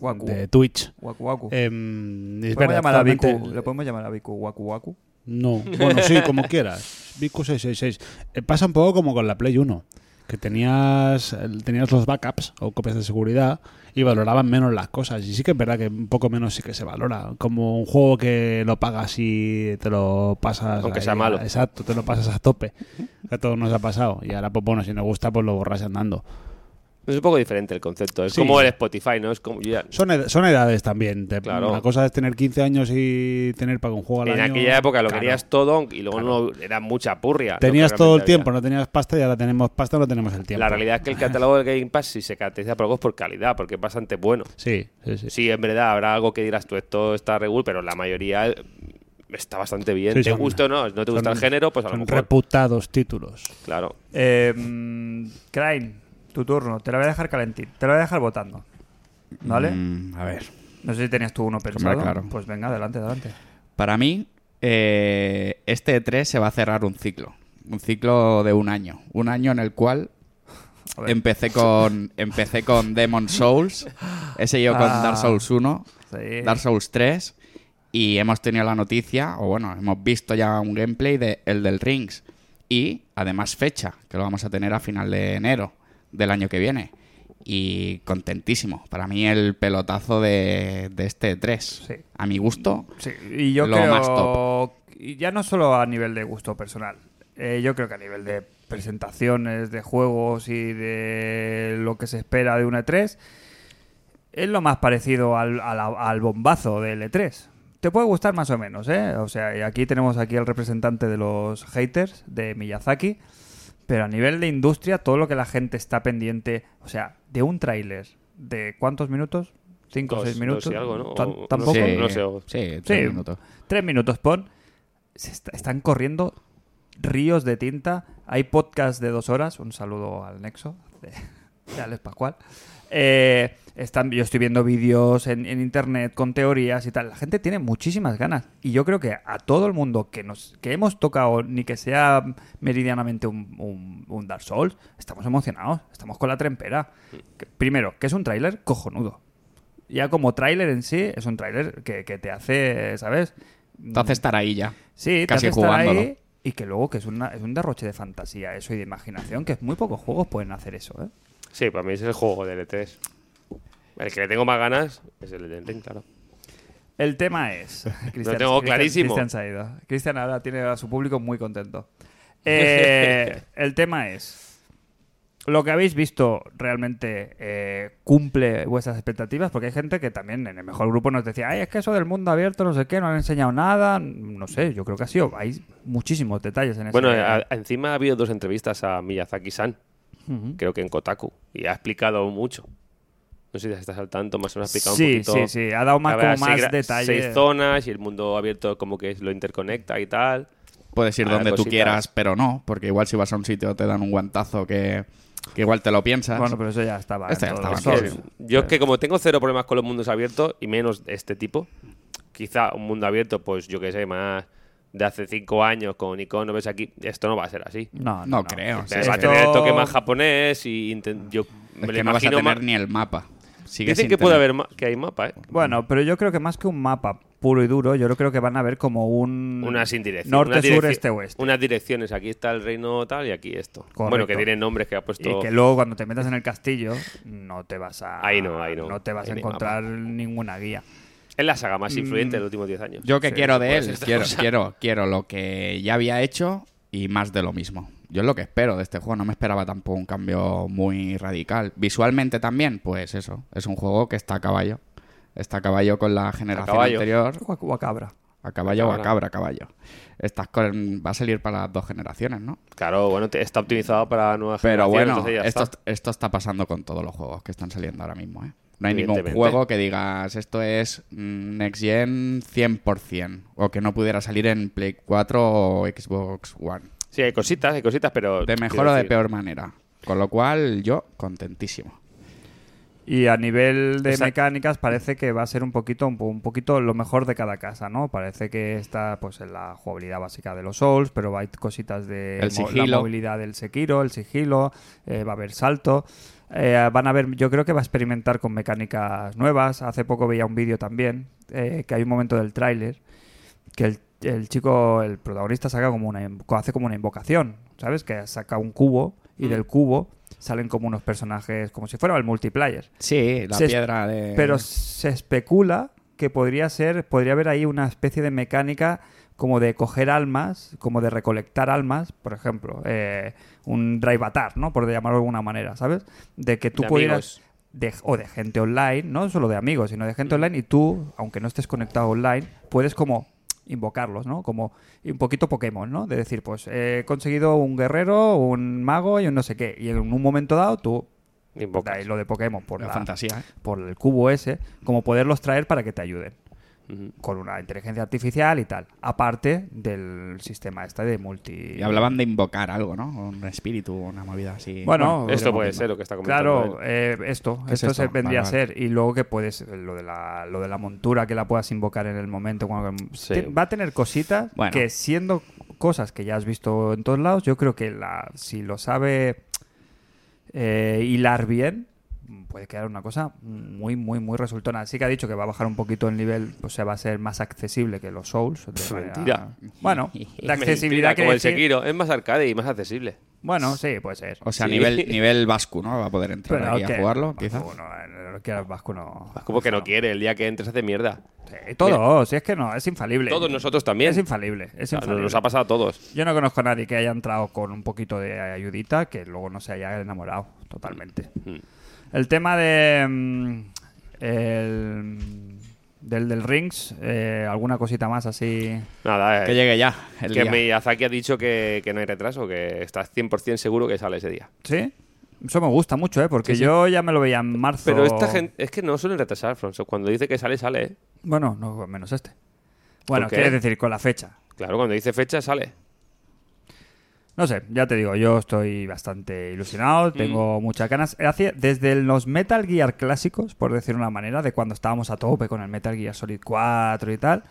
Speaker 1: Waku.
Speaker 2: de Twitch.
Speaker 1: Waku Waku.
Speaker 2: em, es
Speaker 1: ¿Podemos
Speaker 2: verdad,
Speaker 1: llamar a
Speaker 2: actualmente-
Speaker 1: Biku- ¿Le podemos llamar a Biku Waku Waku?
Speaker 2: No, bueno, sí, como
Speaker 4: [LAUGHS]
Speaker 2: quieras. Vicu 666. Eh, Pasa un poco como con la Play 1, que tenías, el- tenías los backups o copias de seguridad y valoraban menos las cosas. Y sí que es verdad que un poco menos sí que se valora. Como un juego que lo pagas y te lo pasas.
Speaker 4: Aunque sea malo.
Speaker 2: Exacto, te lo pasas a tope. Que a todos nos ha pasado. Y ahora, pues bueno, si nos gusta, pues lo borras andando.
Speaker 4: Es un poco diferente el concepto. Es
Speaker 2: Sí.
Speaker 4: como el Spotify, ¿no? Es como. ya-
Speaker 2: Son, ed- son edades también. Te-
Speaker 4: Claro.
Speaker 2: Una cosa es tener 15 años y tener para un juego al
Speaker 4: en
Speaker 2: año.
Speaker 4: aquella época lo
Speaker 2: Claro.
Speaker 4: querías todo y luego no era mucha purria. lo que
Speaker 2: Tenías todo el
Speaker 4: realmente
Speaker 2: tiempo,
Speaker 4: había.
Speaker 2: no tenías pasta y ahora tenemos pasta, no tenemos el tiempo.
Speaker 4: La
Speaker 2: [LAUGHS]
Speaker 4: realidad es que el catálogo del Game Pass sí se caracteriza por algo por calidad, porque es bastante bueno.
Speaker 2: Sí, sí, sí.
Speaker 4: Sí, en verdad, habrá algo que dirás tú, esto está regular, pero la mayoría eh, está bastante bien.
Speaker 2: Sí,
Speaker 4: ¿Te
Speaker 2: son-
Speaker 4: gusta o no? No te gusta
Speaker 2: son-
Speaker 4: el género, pues a lo
Speaker 2: son
Speaker 4: mejor.
Speaker 2: reputados títulos.
Speaker 4: Claro.
Speaker 1: Eh, mm, Crane, tu turno. Te lo voy a dejar calentito. Te lo voy a dejar votando. ¿Vale?
Speaker 3: Mm, a ver.
Speaker 1: No sé si tenías tú uno pensado.
Speaker 3: claro.
Speaker 1: Pues venga, adelante, adelante.
Speaker 3: Para mí, eh, este E3 se va a cerrar un ciclo. Un ciclo de un año. Un año en el cual
Speaker 1: A ver.
Speaker 3: empecé
Speaker 1: [LAUGHS]
Speaker 3: con, empecé con Demon Souls. He seguido con
Speaker 1: Ah. Eh.
Speaker 3: Dark Souls 1,
Speaker 1: Sí.
Speaker 3: Dark Souls 3. Y hemos tenido la noticia, o bueno, hemos visto ya un gameplay de el del Rings. Y además fecha, que lo vamos a tener a final de enero del año que viene. Y contentísimo. Para mí el pelotazo de, de este 3.
Speaker 1: Sí.
Speaker 3: A mi gusto,
Speaker 1: Sí, y yo
Speaker 3: Lo
Speaker 1: creo.
Speaker 3: más top.
Speaker 1: y ya no solo a nivel de gusto personal. eh, yo creo que a nivel de presentaciones, de juegos y de lo que se espera de un E3, es lo más parecido al, a la- al bombazo del E3. Te puede gustar más o menos, ¿eh? O sea, y aquí tenemos aquí al representante de los haters de Miyazaki. Pero a nivel de industria, todo lo que la gente está pendiente, o sea, de un tráiler, ¿de cuántos minutos? ¿Cinco o
Speaker 4: Dos-
Speaker 1: seis
Speaker 4: dos
Speaker 1: minutos?
Speaker 4: y algo, ¿no? O-
Speaker 1: Tan-
Speaker 4: no sé.
Speaker 1: tampoco.
Speaker 4: Sí. No sé, o-
Speaker 3: sí, tres
Speaker 1: Sí.
Speaker 3: minutos.
Speaker 1: Tres minutos, pon. Se está- están corriendo ríos de tinta. Hay podcast de dos horas. Un saludo al Nexo, de, de Alex Pascual. Eh, están, yo estoy viendo vídeos en, en internet con teorías y tal. La gente tiene muchísimas ganas. Y yo creo que a todo el mundo que nos que hemos tocado, ni que sea meridianamente un, un- un Dark Souls, estamos emocionados. Estamos con la trempera. Que- primero, que es un tráiler cojonudo. Ya como tráiler en sí, es un tráiler que, que te hace, ¿sabes?
Speaker 3: Te hace estar ahí ya.
Speaker 1: Sí,
Speaker 3: casi
Speaker 1: te hace estar
Speaker 3: jugándolo.
Speaker 1: ahí y que luego que es, una- es un derroche de fantasía eso y de imaginación, que muy pocos juegos pueden hacer eso, ¿eh?
Speaker 4: Sí, para mí es el juego del E3. El que le tengo más ganas es el del E3, claro.
Speaker 1: El tema es... Cristian,
Speaker 4: [LAUGHS] Lo tengo
Speaker 1: Cristian-
Speaker 4: clarísimo.
Speaker 1: Cristian se ha ido. Cristian ahora tiene a su público muy
Speaker 4: [LAUGHS]
Speaker 1: contento. Eh, el tema es... ¿Lo que habéis visto realmente eh, cumple vuestras expectativas? Porque hay gente que también en el mejor grupo nos decía, ay, es que eso del mundo abierto, no sé qué, no han enseñado nada, no sé, yo creo que ha sido, hay muchísimos detalles en ese
Speaker 4: Bueno, a- encima ha habido dos entrevistas a Miyazaki-san,
Speaker 1: Ujú.
Speaker 4: creo que en Kotaku, y ha explicado mucho. No sé si estás al tanto, más o menos ha explicado
Speaker 1: sí,
Speaker 4: un poquito.
Speaker 1: Sí, sí, ha dado más,
Speaker 4: Habrá
Speaker 1: como más
Speaker 4: seis gra-
Speaker 1: detalle.
Speaker 4: Seis zonas y el mundo abierto como que lo interconecta y tal.
Speaker 3: Puedes ir
Speaker 4: Ah,
Speaker 3: donde tú
Speaker 4: cositas.
Speaker 3: quieras, pero no, porque igual si vas a un sitio te dan un guantazo que, que igual te lo piensas.
Speaker 1: Bueno, pero eso ya estaba. en
Speaker 3: Este ya
Speaker 1: todos los
Speaker 3: estaba,
Speaker 1: Souls.
Speaker 4: Que- Yo es que como tengo cero problemas con los mundos abiertos, y menos de este tipo, quizá un mundo abierto, pues yo qué sé, más de hace cinco años con icono, ves aquí, esto no va a ser así.
Speaker 1: No, no,
Speaker 3: no,
Speaker 1: no.
Speaker 3: creo. sí,
Speaker 4: Va
Speaker 3: es
Speaker 4: a
Speaker 3: que-
Speaker 4: tener el toque más japonés y inten- yo
Speaker 3: es
Speaker 4: me lo
Speaker 3: que no vas a
Speaker 4: imagino
Speaker 3: tener
Speaker 4: más-
Speaker 3: ni el mapa. Sigue
Speaker 4: Dicen
Speaker 3: sin
Speaker 4: que puede
Speaker 3: tener-
Speaker 4: haber ma- que hay mapa, ¿eh?
Speaker 1: Bueno, pero yo creo que más que un mapa puro y duro, yo creo que van a ver como
Speaker 3: Mm.
Speaker 1: un.
Speaker 4: Unas indirecciones.
Speaker 1: Norte,
Speaker 4: unas
Speaker 1: sur,
Speaker 4: direcci-
Speaker 1: este, oeste.
Speaker 4: Unas direcciones. Aquí está el reino tal y aquí esto.
Speaker 1: Correcto.
Speaker 4: Bueno, que tienen nombres que ha puesto.
Speaker 1: Y que luego cuando te metas en el castillo, no te vas a.
Speaker 4: Ahí no, ahí no.
Speaker 1: te vas
Speaker 4: Ahí
Speaker 1: a
Speaker 4: no hay
Speaker 1: encontrar ninguna guía.
Speaker 4: Es la saga más influyente de los últimos 10 años.
Speaker 3: Mm. Yo que
Speaker 1: Sí,
Speaker 3: quiero
Speaker 4: se puede
Speaker 3: de
Speaker 4: hacer
Speaker 3: él,
Speaker 4: esta
Speaker 3: quiero,
Speaker 4: cosa.
Speaker 3: quiero, quiero lo que ya había hecho y más de lo mismo. Yo es lo que espero de este juego, no me esperaba tampoco un cambio muy radical. Visualmente también, pues eso, es un juego que está a caballo. Está a caballo con la generación
Speaker 4: caballo.
Speaker 3: anterior.
Speaker 1: Guac- Guacabra.
Speaker 3: A caballo o a
Speaker 4: Cabra.
Speaker 3: cabra, caballo. Estas con- va a salir para las dos generaciones, ¿no?
Speaker 4: Claro, bueno, te- está optimizado para nuevas
Speaker 3: Pero
Speaker 4: generaciones,
Speaker 3: bueno,
Speaker 4: entonces ya
Speaker 3: esto,
Speaker 4: está.
Speaker 3: esto está pasando con todos los juegos que están saliendo ahora mismo, ¿eh? No hay ningún
Speaker 4: Evidentemente.
Speaker 3: juego que digas esto es mm, Next Gen 100% o que no pudiera salir en Play 4 o Xbox One.
Speaker 4: Sí, hay cositas, hay cositas, pero.
Speaker 3: De mejor
Speaker 4: Pues, quiero
Speaker 3: o de
Speaker 4: decir,
Speaker 3: peor manera. Con lo cual, yo contentísimo.
Speaker 1: Y a nivel de
Speaker 4: Esa-
Speaker 1: mecánicas parece que va a ser un poquito, un, po- un poquito lo mejor de cada casa, ¿no? Parece que está pues en la jugabilidad básica de los Souls, pero hay cositas de
Speaker 3: El
Speaker 1: mo- la
Speaker 3: sigilo.
Speaker 1: movilidad del Sekiro, el sigilo, eh, va a haber salto. Eh, van a ver, yo creo que va a experimentar con mecánicas nuevas. Hace poco veía un vídeo también, eh, que hay un momento del tráiler, que el el chico, el protagonista saca como una in- hace como una invocación, ¿sabes? Que saca un cubo
Speaker 3: Mm.
Speaker 1: y del cubo salen como unos personajes como si fuera el multiplayer.
Speaker 3: Sí, la
Speaker 1: Se-
Speaker 3: piedra de.
Speaker 1: Pero se especula que podría ser, podría haber ahí una especie de mecánica como de coger almas, como de recolectar almas, por ejemplo, eh, un drivatar, ¿no? Por llamarlo de alguna manera, ¿sabes? De que tú
Speaker 4: De
Speaker 1: pudieras de- o de gente online, no solo de amigos, sino de gente online y tú, aunque no estés conectado online, puedes como invocarlos, ¿no? Como un poquito Pokémon, ¿no? De decir, pues he conseguido un guerrero, un mago y un no sé qué. Y en un momento dado tú,
Speaker 4: Invoca.
Speaker 1: de ahí lo de Pokémon, por
Speaker 3: La
Speaker 1: la,
Speaker 3: fantasía. ¿eh?
Speaker 1: por el cubo ese, como poderlos traer para que te ayuden
Speaker 4: Ujú.
Speaker 1: con una inteligencia artificial y tal, aparte del sistema este de multi...
Speaker 3: Y hablaban de invocar algo, ¿no? Un espíritu, una movida así.
Speaker 1: Bueno,
Speaker 4: Esto
Speaker 1: veremos
Speaker 4: puede
Speaker 1: bien,
Speaker 4: ser lo que está comentando.
Speaker 1: Claro,
Speaker 4: él.
Speaker 1: eh, esto,
Speaker 3: ¿Qué es
Speaker 1: esto, se
Speaker 3: esto?
Speaker 1: vendría
Speaker 3: Vale,
Speaker 1: a ser y luego que puedes lo de la lo de la montura que la puedas invocar en el momento cuando
Speaker 4: Sí.
Speaker 1: Te- va a tener cositas
Speaker 3: Bueno.
Speaker 1: que siendo cosas que ya has visto en todos lados, yo creo que la si lo sabe eh, hilar bien puede quedar una cosa muy muy muy resultona. Así que ha dicho que va a bajar un poquito el nivel, o sea, va a ser más accesible que los Souls. de
Speaker 4: Pff,
Speaker 1: manera-
Speaker 4: mentira. [LAUGHS]
Speaker 1: Bueno, la accesibilidad
Speaker 4: Mentira,
Speaker 1: que
Speaker 4: como el Sekiro. Es más arcade y más accesible.
Speaker 1: Bueno, sí, puede ser.
Speaker 3: O sea,
Speaker 4: Sí.
Speaker 3: nivel, nivel vasco, ¿no? Va a poder entrar
Speaker 1: Pero
Speaker 3: aquí
Speaker 1: que- Ah,
Speaker 3: a jugarlo,
Speaker 1: Vasco
Speaker 3: quizás.
Speaker 1: No, no quieras Vasco no.
Speaker 4: Es como que no quiere. El día que entres hace mierda.
Speaker 1: Sí, todos, si es que no, es infalible.
Speaker 4: Todos nosotros también.
Speaker 1: Es infalible, es
Speaker 4: O sea,
Speaker 1: infalible.
Speaker 4: nos ha pasado a todos.
Speaker 1: Yo no conozco a nadie que haya entrado con un poquito de ayudita que luego no se haya enamorado totalmente.
Speaker 4: Mm.
Speaker 1: El tema de mm, el, del del Rings, eh, alguna cosita más así.
Speaker 4: Nada, eh,
Speaker 3: Que llegue ya. El
Speaker 4: que
Speaker 3: día.
Speaker 4: Miyazaki ha dicho que, que no hay retraso, que estás 100% seguro que sale ese día.
Speaker 1: ¿Sí? Eso me gusta mucho, ¿eh? Porque yo ya me lo veía en marzo.
Speaker 4: Pero esta gente es que no suelen retrasar, Fronso. Cuando dice que sale, sale. ¿eh?
Speaker 1: Bueno, no, menos este. Bueno,
Speaker 4: ¿Por qué?
Speaker 1: quieres decir, con la fecha.
Speaker 4: Claro, cuando dice fecha, sale.
Speaker 1: No sé, ya te digo, yo estoy bastante ilusionado, tengo muchas ganas. Hace- Desde los Metal Gear clásicos, por decir una manera, de cuando estábamos a tope con el Metal Gear Solid 4 y tal,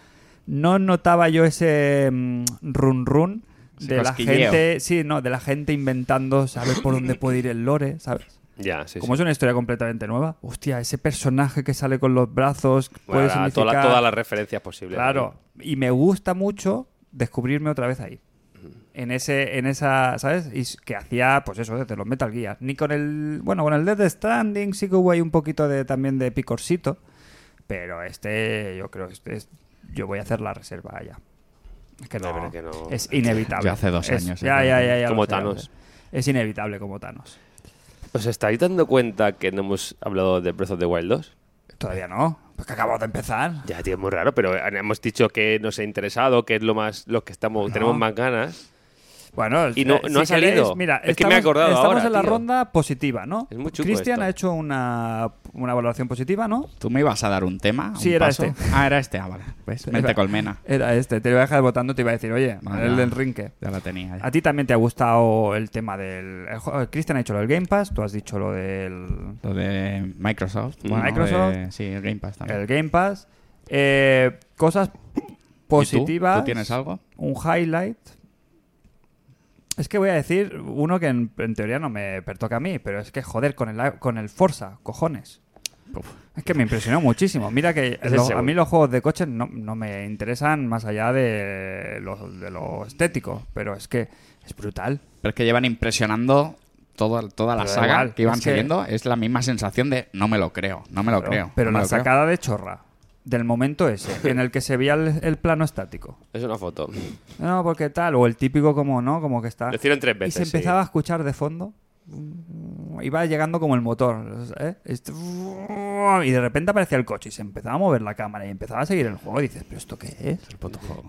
Speaker 1: no notaba yo ese mm, run run
Speaker 3: Ese
Speaker 1: de la
Speaker 3: cosquilleo.
Speaker 1: gente, sí, no, de la gente inventando saber por dónde puede ir el lore, ¿sabes?
Speaker 4: Ya, sí.
Speaker 1: Como es
Speaker 4: sí.
Speaker 1: una historia completamente nueva, hostia, ese personaje que sale con los brazos puede
Speaker 4: Bueno, ahora
Speaker 1: significar
Speaker 4: todas, todas las referencias posibles.
Speaker 1: Claro, y me gusta mucho descubrirme otra vez ahí. En ese, en esa, ¿sabes? Y s- que hacía, pues eso, desde los Metal Gear. Ni con el, bueno, con el Dead Stranding sí que hubo ahí un poquito de, también de picorcito, pero este, yo creo, que este es- yo voy a hacer la reserva ya. Es que
Speaker 4: No,
Speaker 1: no,
Speaker 4: pero que no.
Speaker 1: es inevitable.
Speaker 3: Yo hace dos
Speaker 1: Es-
Speaker 3: años,
Speaker 1: ya,
Speaker 3: eh,
Speaker 1: ya, ya, ya
Speaker 4: como
Speaker 1: lo sé, ya lo
Speaker 4: Thanos.
Speaker 1: sé. Es inevitable como Thanos.
Speaker 4: ¿Os estáis dando cuenta que no hemos hablado de Breath of the Wild 2?
Speaker 1: Todavía no, porque acabamos de empezar.
Speaker 4: Ya, tío, es muy raro, pero hemos dicho que nos ha interesado, que es lo más, lo que estamos, tenemos más ganas.
Speaker 1: Bueno,
Speaker 4: Y no-
Speaker 1: eh,
Speaker 4: no ha salido.
Speaker 1: mira,
Speaker 4: Es que me he acordado
Speaker 1: estamos
Speaker 4: ahora,
Speaker 1: en la
Speaker 4: tío.
Speaker 1: ronda positiva, ¿no?
Speaker 4: Es muy chulo
Speaker 1: Cristian
Speaker 4: esto.
Speaker 1: ha hecho una, una valoración positiva, ¿no?
Speaker 3: ¿Tú me ibas a dar un tema?
Speaker 1: Sí,
Speaker 3: un
Speaker 1: era
Speaker 3: paso?
Speaker 1: este.
Speaker 3: Ah, era este. Ah, vale. ¿Ves? Mente
Speaker 1: Era-
Speaker 3: colmena.
Speaker 1: Era este, te lo iba a dejar votando, te iba a decir, oye,
Speaker 3: No,
Speaker 1: el
Speaker 3: ya.
Speaker 1: del rinque.
Speaker 3: Ya la tenía. ya.
Speaker 1: A ti también te ha gustado el tema del... el jo- Cristian ha hecho lo del Game Pass, tú has dicho lo del
Speaker 3: Lo de Microsoft.
Speaker 1: Mm.
Speaker 3: bueno,
Speaker 1: Microsoft.
Speaker 3: eh, sí, el Game Pass también.
Speaker 1: el Game Pass. Eh, cosas positivas.
Speaker 3: ¿Tú tienes algo?
Speaker 1: un highlight. Es que voy a decir uno que en, en teoría no me pertoca a mí, pero es que joder con el, con el Forza, cojones. Es que me impresionó muchísimo. Mira
Speaker 3: [LAUGHS]
Speaker 1: que
Speaker 4: el
Speaker 1: lo- a
Speaker 4: segundo.
Speaker 1: mí los juegos de coches no, no me interesan más allá de lo, de lo estético, pero es que es brutal.
Speaker 3: Pero es que llevan impresionando toda, toda la
Speaker 1: Pero da
Speaker 3: saga
Speaker 1: igual,
Speaker 3: que iban
Speaker 1: es que-
Speaker 3: siguiendo. Es la misma sensación de no me lo creo, no me lo
Speaker 1: Pero,
Speaker 3: creo.
Speaker 1: pero
Speaker 3: no
Speaker 1: la
Speaker 3: me lo creo.
Speaker 1: sacada de chorra del momento ese, en el que se veía el, el plano estático.
Speaker 4: Es una foto.
Speaker 1: No, porque tal, o el típico como no, como que está...
Speaker 4: Decirlo en tres
Speaker 1: Y se
Speaker 4: veces. sí.
Speaker 1: empezaba a escuchar de fondo. mm, Iba llegando como el motor. ¿eh? Este- Y de repente aparecía el coche y se empezaba a mover la cámara y empezaba a seguir el juego. Y dices, ¿pero esto qué es?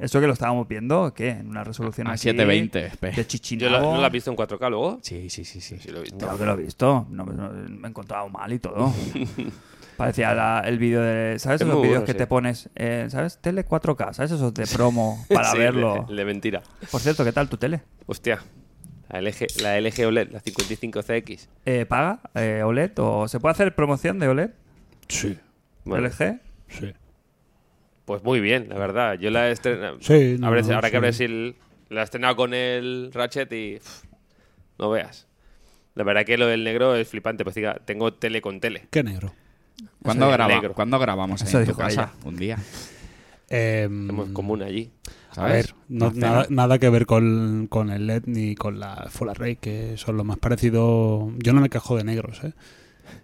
Speaker 1: Eso que lo estábamos viendo, ¿qué? En una resolución
Speaker 3: A
Speaker 1: así
Speaker 3: 720, espe.
Speaker 1: De
Speaker 4: Yo la-
Speaker 1: chichinabo.
Speaker 4: ¿No la has visto en 4K luego?
Speaker 3: Sí, sí, sí, sí.
Speaker 4: Sí, lo he visto.
Speaker 1: Claro que lo he visto. No, no, me he encontrado mal y
Speaker 4: [LAUGHS]
Speaker 1: todo. Parecía la- el vídeo de. ¿Sabes
Speaker 4: Es
Speaker 1: los
Speaker 4: muy
Speaker 1: vídeos
Speaker 4: bueno,
Speaker 1: que
Speaker 4: sí.
Speaker 1: te pones? eh, ¿Sabes? Tele 4K, ¿sabes? Esos de
Speaker 4: [LAUGHS]
Speaker 1: promo [LAUGHS] para
Speaker 4: Sí,
Speaker 1: verlo.
Speaker 4: De, de mentira.
Speaker 1: Por cierto, ¿qué tal tu tele?
Speaker 4: Hostia. La LG, la LG OLED, E la 55CX.
Speaker 1: Eh, ¿Paga eh, OLED? ¿O se puede hacer promoción de E OLED?
Speaker 2: Sí,
Speaker 4: Bueno,
Speaker 1: LG.
Speaker 2: sí.
Speaker 4: Pues muy bien, la verdad. Yo la he estrenado.
Speaker 2: Sí, no,
Speaker 4: Habré-
Speaker 2: no,
Speaker 4: ahora
Speaker 2: sí.
Speaker 4: que habré sido- La he estrenado con el Ratchet y. pff, no veas. La verdad que lo del negro es flipante. Pues diga, tengo tele con tele.
Speaker 2: Qué negro.
Speaker 3: ¿Cuándo,
Speaker 4: Eso ya
Speaker 3: graba-
Speaker 4: negro.
Speaker 3: ¿Cuándo grabamos
Speaker 1: Eso
Speaker 3: en tu
Speaker 1: dijo
Speaker 3: casa?
Speaker 1: ella.
Speaker 3: Un día.
Speaker 2: Em,
Speaker 4: Tenemos común allí.
Speaker 2: A
Speaker 3: ¿sabes?
Speaker 2: ver, no-
Speaker 3: Una cena.
Speaker 2: nada, nada que ver con, con el LED ni con la Full Array, que son lo más parecido. Yo no me quejo de negros, ¿eh?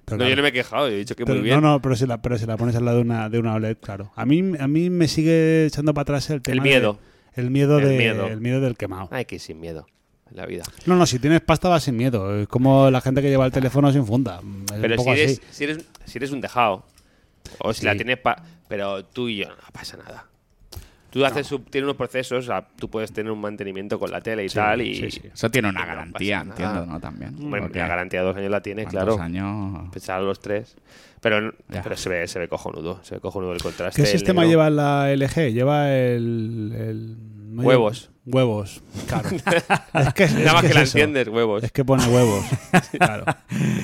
Speaker 2: Pero
Speaker 4: No, yo
Speaker 2: claro,
Speaker 4: no me he quejado, he dicho que
Speaker 2: pero-
Speaker 4: muy bien.
Speaker 2: No, no, pero si, la, pero si la pones al lado de una, de una OLED, claro. A mí, a mí me sigue echando para atrás el tema.
Speaker 4: El miedo.
Speaker 2: de- el miedo,
Speaker 4: El
Speaker 2: de-
Speaker 4: miedo.
Speaker 2: el miedo del quemado.
Speaker 4: Hay que ir sin miedo en la vida.
Speaker 2: No, no, si tienes pasta vas sin miedo. Es como la gente que lleva el teléfono sin funda. Es un
Speaker 4: Pero si
Speaker 2: poco así.
Speaker 4: eres, si, eres, si eres un dejado, o si la
Speaker 2: Sí.
Speaker 4: tienes pa- Pero tú y yo, no pasa nada. Tú haces, un- tienes unos procesos, o sea, tú puedes tener un mantenimiento con la tele y tal, y
Speaker 2: sí, sí.
Speaker 3: Eso tiene una
Speaker 4: No pasa
Speaker 3: garantía,
Speaker 4: nada.
Speaker 3: entiendo, ¿no? También.
Speaker 4: Bueno,
Speaker 3: Porque
Speaker 4: la garantía de dos años la tiene,
Speaker 3: ¿cuántos
Speaker 4: claro. Pues,
Speaker 3: años?
Speaker 4: Pensar a los tres. Pero,
Speaker 3: Ya.
Speaker 4: pero se, ve, se ve cojonudo, se ve cojonudo el contraste.
Speaker 2: ¿Qué
Speaker 4: el
Speaker 2: sistema
Speaker 4: negro.
Speaker 2: lleva la LG? Lleva el. el- no lleva-
Speaker 4: Huevos.
Speaker 2: Huevos,
Speaker 4: [LAUGHS]
Speaker 2: claro. es que, es
Speaker 4: Nada más que,
Speaker 2: es
Speaker 4: la
Speaker 2: eso.
Speaker 4: entiendes, huevos.
Speaker 2: Es que pone
Speaker 4: [LAUGHS]
Speaker 2: huevos. claro.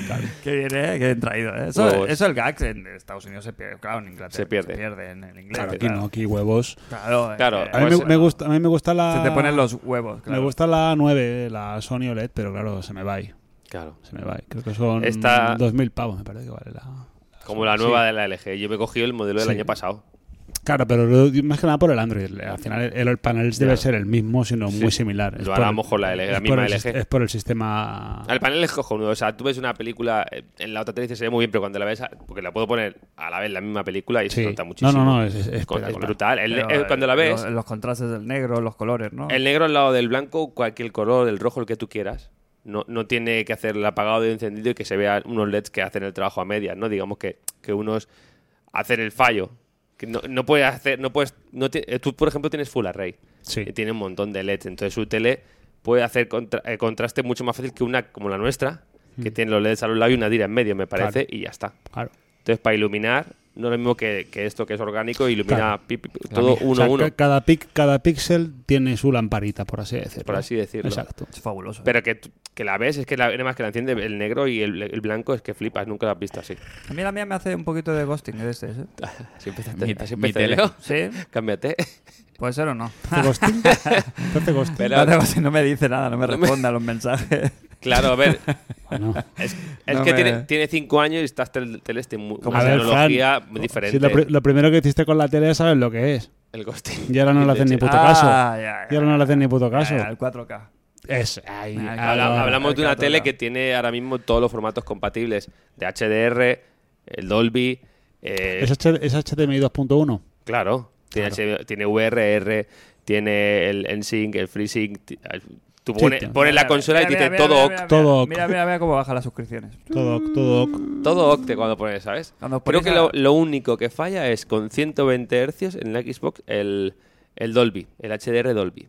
Speaker 2: claro.
Speaker 1: Qué bien, ¿eh? Qué bien traído. ¿eh? Eso,
Speaker 4: Huevos.
Speaker 1: eso el gag en Estados Unidos se pierde, claro, en Inglaterra.
Speaker 4: Pues Se pierde.
Speaker 1: en el inglés.
Speaker 2: Claro, aquí no, aquí huevos.
Speaker 1: Claro, eh,
Speaker 4: Claro,
Speaker 1: eh,
Speaker 2: A mí, me,
Speaker 4: Pues,
Speaker 2: me gusta, a mí me gusta la.
Speaker 1: Se te ponen los huevos, claro.
Speaker 2: Me gusta la 9, la Sony OLED, pero claro, se me va ahí.
Speaker 4: Claro.
Speaker 2: Se me va ahí. Creo que son
Speaker 4: Esta-
Speaker 2: 2.000 pavos, me parece que vale la.
Speaker 4: Como la nueva de la LG. Yo me he cogido el modelo del
Speaker 2: Sí.
Speaker 4: año pasado.
Speaker 2: Claro, pero lo- más que nada por el Android. Al final el, el panel debe ser el mismo, sino muy similar.
Speaker 4: Lo
Speaker 2: por-
Speaker 4: hará a lo mejor la LG, la
Speaker 2: es
Speaker 4: misma Ah.
Speaker 2: por el
Speaker 4: LG.
Speaker 2: sis- Es por el sistema...
Speaker 4: El panel es cojonudo. O sea, tú ves una película eh, en la otra tele y dices, se ve muy bien, pero cuando la ves, a- porque la puedo poner a la vez la misma película y se
Speaker 2: Sí.
Speaker 4: nota muchísimo.
Speaker 2: No, no, no, es- es
Speaker 4: Con-
Speaker 2: espectacular.
Speaker 4: brutal. El-
Speaker 1: Pero,
Speaker 4: eh,
Speaker 1: eh,
Speaker 4: cuando la ves,
Speaker 1: Los, los contrastes del negro, los colores, ¿no?
Speaker 4: el negro al lado del blanco, cualquier color, el rojo, el que tú quieras. No, no tiene que hacer el apagado de encendido y que se vean unos LEDs que hacen el trabajo a medias, ¿no? Digamos que, que unos hacen el fallo. Que no, no puedes hacer, no puedes, no ti- eh, tú por ejemplo tienes Full Array.
Speaker 2: Sí.
Speaker 4: que tiene un montón de LEDs. Entonces su tele puede hacer contra- eh, contraste mucho más fácil que una como la nuestra, que
Speaker 2: Mm.
Speaker 4: tiene los LEDs a los lados y una tira en medio, me parece, y ya está.
Speaker 2: Claro.
Speaker 4: Entonces para iluminar, no es lo mismo que, que esto que es orgánico, ilumina
Speaker 2: Claro.
Speaker 4: pi- pi- pi- todo
Speaker 2: O
Speaker 4: uno
Speaker 2: sea,
Speaker 4: a uno,
Speaker 2: ca- Cada, pic- cada píxel tiene su lamparita, por así decirlo.
Speaker 4: por así decirlo.
Speaker 2: Exacto.
Speaker 1: Es fabuloso.
Speaker 4: Pero que, tú- que la ves, es que la, además que la enciende el negro y el, el blanco es que flipas, nunca la has
Speaker 2: [LAUGHS]
Speaker 4: visto así.
Speaker 1: A mí la mía me hace un poquito de ghosting de este,
Speaker 4: [LAUGHS]
Speaker 1: ¿eh?
Speaker 4: Así empezaste,
Speaker 3: Mi-
Speaker 4: así
Speaker 3: mi
Speaker 4: empezaste,
Speaker 3: tele.
Speaker 4: Leo.
Speaker 1: Sí,
Speaker 4: Cámbiate.
Speaker 1: puede ser o no.
Speaker 2: ¿Te ghosting? ¿Te hace ghosting?
Speaker 4: [LAUGHS] Pero-
Speaker 1: [LAUGHS] No, tengo- no me dice nada,
Speaker 4: [LAUGHS]
Speaker 1: no me responde a los mensajes.
Speaker 4: Claro,
Speaker 2: [LAUGHS]
Speaker 4: a ver,
Speaker 2: Bueno.
Speaker 4: es, es
Speaker 1: No
Speaker 4: que
Speaker 1: me-
Speaker 4: tiene, tiene cinco años y estás tel, tel este mu-
Speaker 1: Como
Speaker 4: una
Speaker 1: a ver,
Speaker 4: tecnología
Speaker 2: Fran,
Speaker 4: muy diferente.
Speaker 2: si lo, pri- lo primero que hiciste con la tele ya sabes lo que es.
Speaker 4: El ghosting.
Speaker 2: Y ahora no le hacen ni puto
Speaker 1: Ah,
Speaker 2: caso.
Speaker 1: ya, ya,
Speaker 2: y ahora no le hacen ni puto
Speaker 1: Ya,
Speaker 2: caso.
Speaker 1: ya,
Speaker 4: Ah,
Speaker 1: el 4K.
Speaker 2: Es... ahí,
Speaker 1: Ah,
Speaker 2: ah,
Speaker 4: Habla-
Speaker 1: no,
Speaker 4: hablamos de una
Speaker 1: Mercado,
Speaker 4: tele
Speaker 1: no.
Speaker 4: que tiene ahora mismo todos los formatos compatibles de HDR, el Dolby, eh,
Speaker 2: ¿Es, H- es HDMI 2.1?
Speaker 4: claro, tiene, HDR, tiene VRR, tiene el NSYNC, el FreeSync. ti- al- Tú
Speaker 2: Sí,
Speaker 4: pones
Speaker 2: tío.
Speaker 4: pones la
Speaker 1: Mira,
Speaker 4: consola
Speaker 1: mira,
Speaker 4: y dice
Speaker 1: mira,
Speaker 4: todo
Speaker 1: mira,
Speaker 4: ok,
Speaker 1: mira,
Speaker 2: todo ok.
Speaker 1: Mira, mira, mira, cómo bajan las suscripciones.
Speaker 2: Todo, todo. ok.
Speaker 4: todo octe cuando pones, ¿sabes?
Speaker 1: Cuando
Speaker 4: Creo
Speaker 1: pones
Speaker 4: que
Speaker 1: a-
Speaker 4: lo, lo único que falla es con 120 Hz en la Xbox el, el Dolby, el HDR Dolby.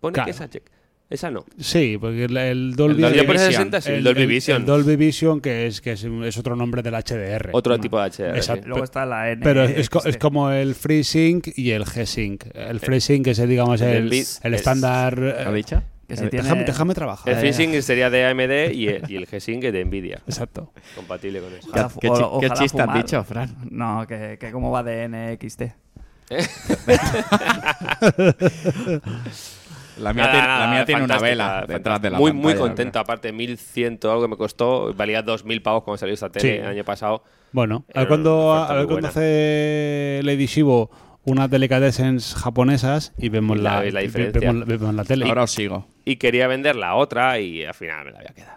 Speaker 4: Pone
Speaker 2: Claro.
Speaker 4: que esa, check- esa no.
Speaker 2: Sí, porque el, el Dolby,
Speaker 4: Dolby
Speaker 2: el-
Speaker 4: Vision.
Speaker 2: el-
Speaker 4: 60, sí, el Dolby Vision.
Speaker 2: el Dolby Vision, que es, que es, un- es otro nombre del HDR.
Speaker 4: Otro
Speaker 2: Bueno,
Speaker 4: tipo de HDR,
Speaker 2: exacto.
Speaker 1: Luego está la N.
Speaker 2: Pero es, es co- es como el FreeSync y el G-Sync. El FreeSync es, el, digamos,
Speaker 4: el
Speaker 2: el,
Speaker 4: bit-
Speaker 2: el
Speaker 4: es-
Speaker 2: estándar...
Speaker 3: ¿Lo
Speaker 2: eh,
Speaker 3: ha dicho?
Speaker 1: Que si
Speaker 2: déjame,
Speaker 1: tiene-
Speaker 2: déjame trabajar.
Speaker 4: El FreeSync sería de AMD y el, y el G-Sync
Speaker 3: [LAUGHS]
Speaker 4: de Nvidia,
Speaker 2: Exacto.
Speaker 4: compatible con eso.
Speaker 1: Ojalá
Speaker 3: ¿Qué-
Speaker 1: fu-
Speaker 3: qué chi-
Speaker 1: o-
Speaker 3: qué
Speaker 1: ojalá
Speaker 3: chiste has
Speaker 1: fumar.
Speaker 3: dicho, Fran?
Speaker 1: No, que, que cómo va de NXT.
Speaker 4: [LAUGHS]
Speaker 3: La mía,
Speaker 4: Nada,
Speaker 3: tiene,
Speaker 4: nada,
Speaker 3: la mía tiene una
Speaker 4: fantástica,
Speaker 3: vela detrás de la
Speaker 4: Muy, muy
Speaker 3: pantalla,
Speaker 4: contento, aparte, 1100 algo que me costó, valía 2000 pavos cuando salió esta tele
Speaker 2: Sí.
Speaker 4: el año pasado.
Speaker 2: Bueno, a
Speaker 4: Era
Speaker 2: ver cuando,
Speaker 4: una oferta
Speaker 2: a ver
Speaker 4: muy
Speaker 2: cuando
Speaker 4: buena.
Speaker 2: hace Lady Shivo unas delicadescens japonesas y vemos
Speaker 4: Y
Speaker 2: la,
Speaker 4: la- y la
Speaker 2: y
Speaker 4: diferencia.
Speaker 2: vemos la- vemos la tele.
Speaker 3: Ahora os sigo.
Speaker 2: Eh,
Speaker 4: Y quería vender la otra y al final me la voy a quedar.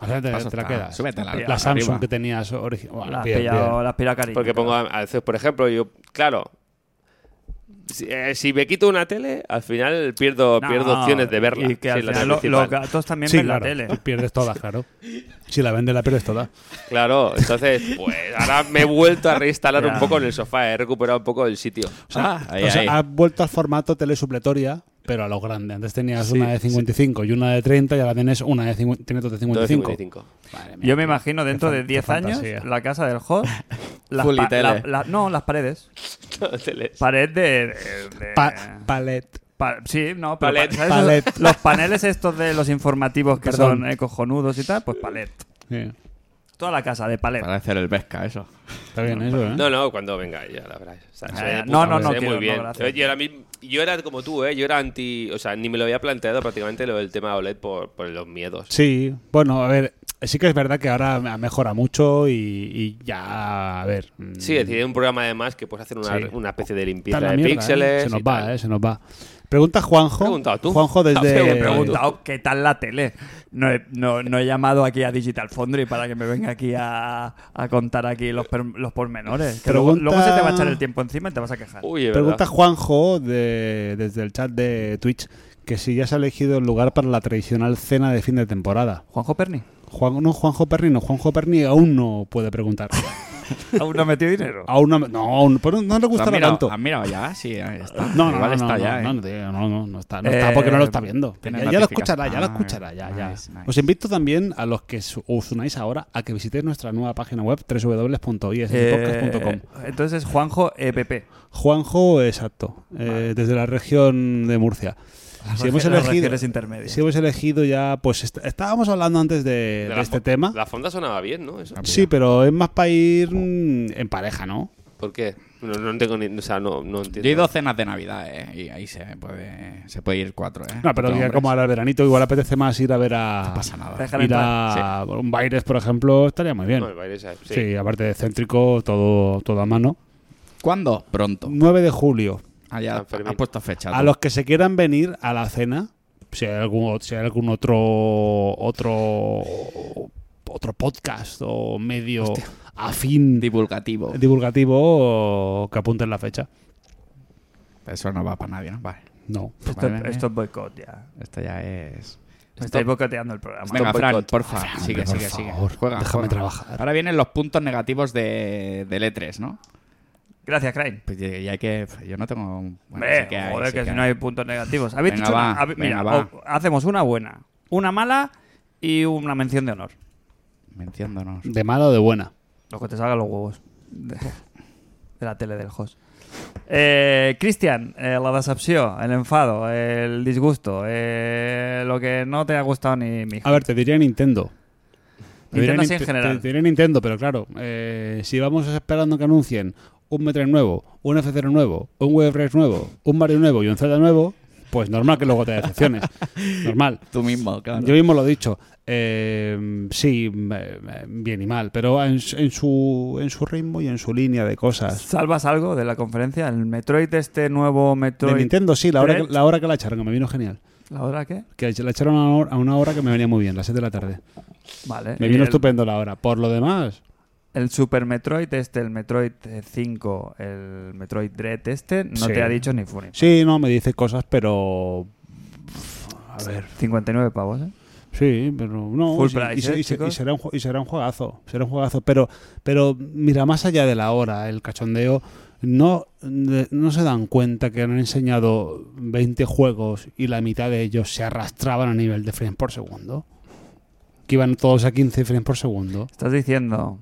Speaker 2: O sea, te,
Speaker 3: Paso
Speaker 2: te la
Speaker 3: está.
Speaker 2: quedas.
Speaker 3: Súbete la-
Speaker 2: la,
Speaker 3: arriba.
Speaker 2: Samsung que tenías original.
Speaker 1: la has pillado, la has pillado cariño.
Speaker 4: Porque pongo, a a veces, por ejemplo, yo, claro, si, eh, si me quito una tele, al final pierdo,
Speaker 1: No,
Speaker 4: pierdo opciones de verla.
Speaker 1: Y que
Speaker 4: si
Speaker 1: al
Speaker 4: es la
Speaker 1: final lo-
Speaker 4: principal.
Speaker 1: los gatos también
Speaker 2: Sí,
Speaker 1: ven
Speaker 2: claro.
Speaker 1: la tele.
Speaker 2: Pierdes todas, claro. Si la vendes, la pierdes toda.
Speaker 4: Claro, entonces, pues ahora me he vuelto a reinstalar
Speaker 1: Ya.
Speaker 4: un poco en el sofá, he recuperado un poco el sitio.
Speaker 2: O sea,
Speaker 3: Ah, ahí,
Speaker 2: o sea,
Speaker 3: ahí.
Speaker 2: has vuelto al formato telesupletoria, pero a lo grande. Antes tenías una de 55 y una de 30 y ahora tienes una de 50, tienes dos de 55.
Speaker 4: 2,55.
Speaker 2: Madre mía.
Speaker 1: Yo me imagino dentro de
Speaker 2: Qué fan-
Speaker 1: 10
Speaker 2: qué
Speaker 1: años
Speaker 2: fantasía.
Speaker 1: la casa del host. Las
Speaker 3: Full y
Speaker 1: pa-
Speaker 3: tele.
Speaker 1: la- la- no, las paredes.
Speaker 4: [LAUGHS] Teles.
Speaker 1: Pared de. de- de-
Speaker 2: Pa- palet.
Speaker 1: pa- sí, no, pero
Speaker 4: Palet.
Speaker 1: pa- ¿sabes?
Speaker 2: Palet.
Speaker 1: Los paneles estos de los informativos que
Speaker 2: Perdón.
Speaker 1: son eh, cojonudos y tal, pues palet.
Speaker 2: Sí,
Speaker 1: Toda la casa de palet.
Speaker 3: Para hacer el Vesca, eso.
Speaker 2: Está bien eso, ¿eh?
Speaker 4: No, no, cuando venga, ya la verdad. O sea, se
Speaker 1: Ah,
Speaker 4: ve
Speaker 1: ya.
Speaker 4: de
Speaker 1: No,
Speaker 4: puta
Speaker 1: no,
Speaker 4: madre,
Speaker 1: no
Speaker 4: se ve
Speaker 1: quiero,
Speaker 4: muy bien.
Speaker 1: no, gracias.
Speaker 4: yo, era mi- yo era como tú, ¿eh? Yo era anti. O sea, ni me lo había planteado prácticamente lo del tema OLED por, por los miedos.
Speaker 2: Sí, bueno, a ver, Sí que es verdad que ahora ha mejorado mucho y, y ya, a ver. mm,
Speaker 4: Sí, es decir, hay un programa además que puedes hacer una,
Speaker 2: Sí.
Speaker 4: una especie de
Speaker 2: está
Speaker 4: limpieza
Speaker 2: en la
Speaker 4: de
Speaker 2: mierda, ¿eh?
Speaker 4: píxeles.
Speaker 2: Se nos
Speaker 4: y
Speaker 2: va,
Speaker 4: tal.
Speaker 2: eh, se nos va. Pregunta Juanjo.
Speaker 4: ¿Has preguntado tú? [LAUGHS] Ah,
Speaker 2: Juanjo desde.
Speaker 1: Te he preguntado qué tal la tele. No he, no- no he llamado aquí a Digital Foundry para que me venga aquí a, a contar aquí los, per- los pormenores. Que luego,
Speaker 2: Pregunta-
Speaker 1: luego se te va a echar el tiempo encima y te vas a quejar.
Speaker 4: Uy, es
Speaker 2: Pregunta
Speaker 4: verdad.
Speaker 2: Juanjo de- desde el chat de Twitch que si ya se ha elegido el lugar para la tradicional cena de fin de temporada.
Speaker 1: Juanjo Perni,
Speaker 2: Juan, no, Juanjo Perni, no, Juanjo Perni aún no puede
Speaker 3: [LAUGHS]
Speaker 2: preguntar.
Speaker 1: aún no ha metido dinero.
Speaker 2: aún no, no, aún- pero no le
Speaker 3: ¿Has
Speaker 2: gustará
Speaker 3: mirado,
Speaker 2: tanto.
Speaker 3: has mirado ya? Sí, ahí está.
Speaker 2: No, no,
Speaker 3: Igual
Speaker 2: no,
Speaker 3: está
Speaker 2: no,
Speaker 3: ya.
Speaker 2: no,
Speaker 3: ¿eh?
Speaker 2: no, tío, no, no, no está, no está porque no lo está viendo.
Speaker 3: Tiene
Speaker 2: Ya, ya lo
Speaker 3: notificaciones.
Speaker 2: escuchará, ya lo
Speaker 3: Ah,
Speaker 2: escuchará, ya, ya.
Speaker 3: nice, nice.
Speaker 2: Os invito también a los que su- os unáis ahora a que visitéis nuestra nueva página web www.isspodcast.com.
Speaker 1: Eh, entonces, Juanjo E EPP.
Speaker 2: Pues Juanjo, exacto, eh, desde la región de Murcia. Si hemos,
Speaker 1: Las
Speaker 2: elegido,
Speaker 1: regiones intermedias.
Speaker 2: si hemos elegido ya, pues est- estábamos hablando antes de, de
Speaker 4: De la
Speaker 2: este
Speaker 4: fo-
Speaker 2: tema.
Speaker 4: La fonda sonaba bien, ¿no?
Speaker 3: Ah.
Speaker 4: Eso.
Speaker 2: Sí, pero es más para ir mm, en pareja, ¿no?
Speaker 4: ¿Por qué? No, no tengo ni. O sea, no, no entiendo.
Speaker 3: Yo he ido a cenas de Navidad, ¿eh? Y ahí se puede, se puede ir cuatro,
Speaker 1: Ah,
Speaker 3: ¿eh?
Speaker 2: No, pero
Speaker 3: Cuatro
Speaker 2: que
Speaker 3: hombres.
Speaker 2: como ahora el veranito igual apetece más ir a ver a...
Speaker 3: No pasa nada.
Speaker 1: Dejar en
Speaker 2: ir
Speaker 1: paz.
Speaker 2: a un Baires, por ejemplo, estaría muy bien.
Speaker 4: No, el baile, o sea, sí.
Speaker 2: sí. aparte de céntrico, todo, todo a mano.
Speaker 3: ¿Cuándo? Pronto.
Speaker 2: 9 de julio.
Speaker 3: Allá
Speaker 4: San Fermín.
Speaker 3: has puesto fecha.
Speaker 2: A
Speaker 3: tú.
Speaker 2: los que se quieran venir a la cena, si hay algún, si hay algún otro, otro, otro podcast o medio afín
Speaker 3: divulgativo.
Speaker 2: divulgativo que apunten la fecha.
Speaker 3: Eso no va para nadie, ¿no? Vale.
Speaker 2: No.
Speaker 1: Esto,
Speaker 3: Madre mía.
Speaker 1: esto es boicot ya.
Speaker 3: Esto ya es.
Speaker 1: Me estáis boicoteando el programa.
Speaker 3: Venga,
Speaker 4: boicot.
Speaker 3: Fran, porfa. sigue,
Speaker 2: Hombre, por
Speaker 3: sigue, sigue.
Speaker 2: favor,
Speaker 3: Juega,
Speaker 2: déjame
Speaker 3: juega.
Speaker 2: trabajar.
Speaker 3: Ahora vienen los puntos negativos de, del E3, ¿no?
Speaker 1: Gracias, Crane.
Speaker 3: Pues y y hay que. Yo no tengo. bueno,
Speaker 1: Hombre,
Speaker 3: sí que hay,
Speaker 1: joder,
Speaker 3: sí
Speaker 1: que,
Speaker 3: que
Speaker 1: si no hay puntos negativos. Habéis
Speaker 3: Venga,
Speaker 1: dicho una-
Speaker 3: va,
Speaker 1: habe- mira,
Speaker 3: venga,
Speaker 1: o- hacemos una buena, una mala y una mención de honor.
Speaker 3: Me entiendo, ¿no?
Speaker 2: De mala o de buena.
Speaker 1: Lo que te salga los huevos de, de la tele del host. Eh, Cristian, eh, la decepció, el enfado, el disgusto, eh, lo que no te ha gustado ni mi
Speaker 2: A ver, te diría Nintendo. Te diría
Speaker 1: Nintendo así en
Speaker 2: Nint- te-
Speaker 1: general.
Speaker 2: Te, diría Nintendo, pero claro, eh, si vamos esperando que anuncien un Metroid nuevo, un F0 nuevo, un Wave Race nuevo, un Mario nuevo y un Zelda nuevo, pues normal que luego
Speaker 1: [LAUGHS]
Speaker 2: te decepciones. normal.
Speaker 3: Tú mismo, claro.
Speaker 2: Yo mismo lo he dicho. Eh, sí, me- me- bien y mal, pero en, su- en su, en su ritmo y en su línea de cosas.
Speaker 1: ¿Salvas algo de la conferencia? ¿El Metroid, este nuevo Metroid?
Speaker 2: De Nintendo, sí, la hora, que,
Speaker 1: Dread.
Speaker 2: la hora que la echaron, que me vino genial.
Speaker 1: ¿La hora qué?
Speaker 2: Que la echaron a una hora, a una hora que me venía muy bien, las 7 de la tarde.
Speaker 1: Vale.
Speaker 2: Me
Speaker 1: Y
Speaker 2: vino
Speaker 1: el-
Speaker 2: estupendo la hora. Por lo demás,
Speaker 1: El Super Metroid este, el Metroid eh, 5, el Metroid Dread este, no
Speaker 2: Sí.
Speaker 1: te ha dicho ni Funi.
Speaker 2: sí, no, me dice cosas, pero. A ver,
Speaker 1: 59 pavos, ¿eh?
Speaker 2: sí, pero no.
Speaker 1: Full
Speaker 2: sí,
Speaker 1: price,
Speaker 2: y, se-
Speaker 1: ¿eh,
Speaker 2: y se-
Speaker 1: chicos?
Speaker 2: y será un, ju- y será un juegazo. Será un juegazo. Pero, pero mira, más allá de la hora, el cachondeo, no, de- no se dan cuenta que han enseñado 20 juegos y la mitad de ellos se arrastraban a nivel de frames por segundo. Que iban todos a 15 frames por segundo.
Speaker 1: ¿Estás diciendo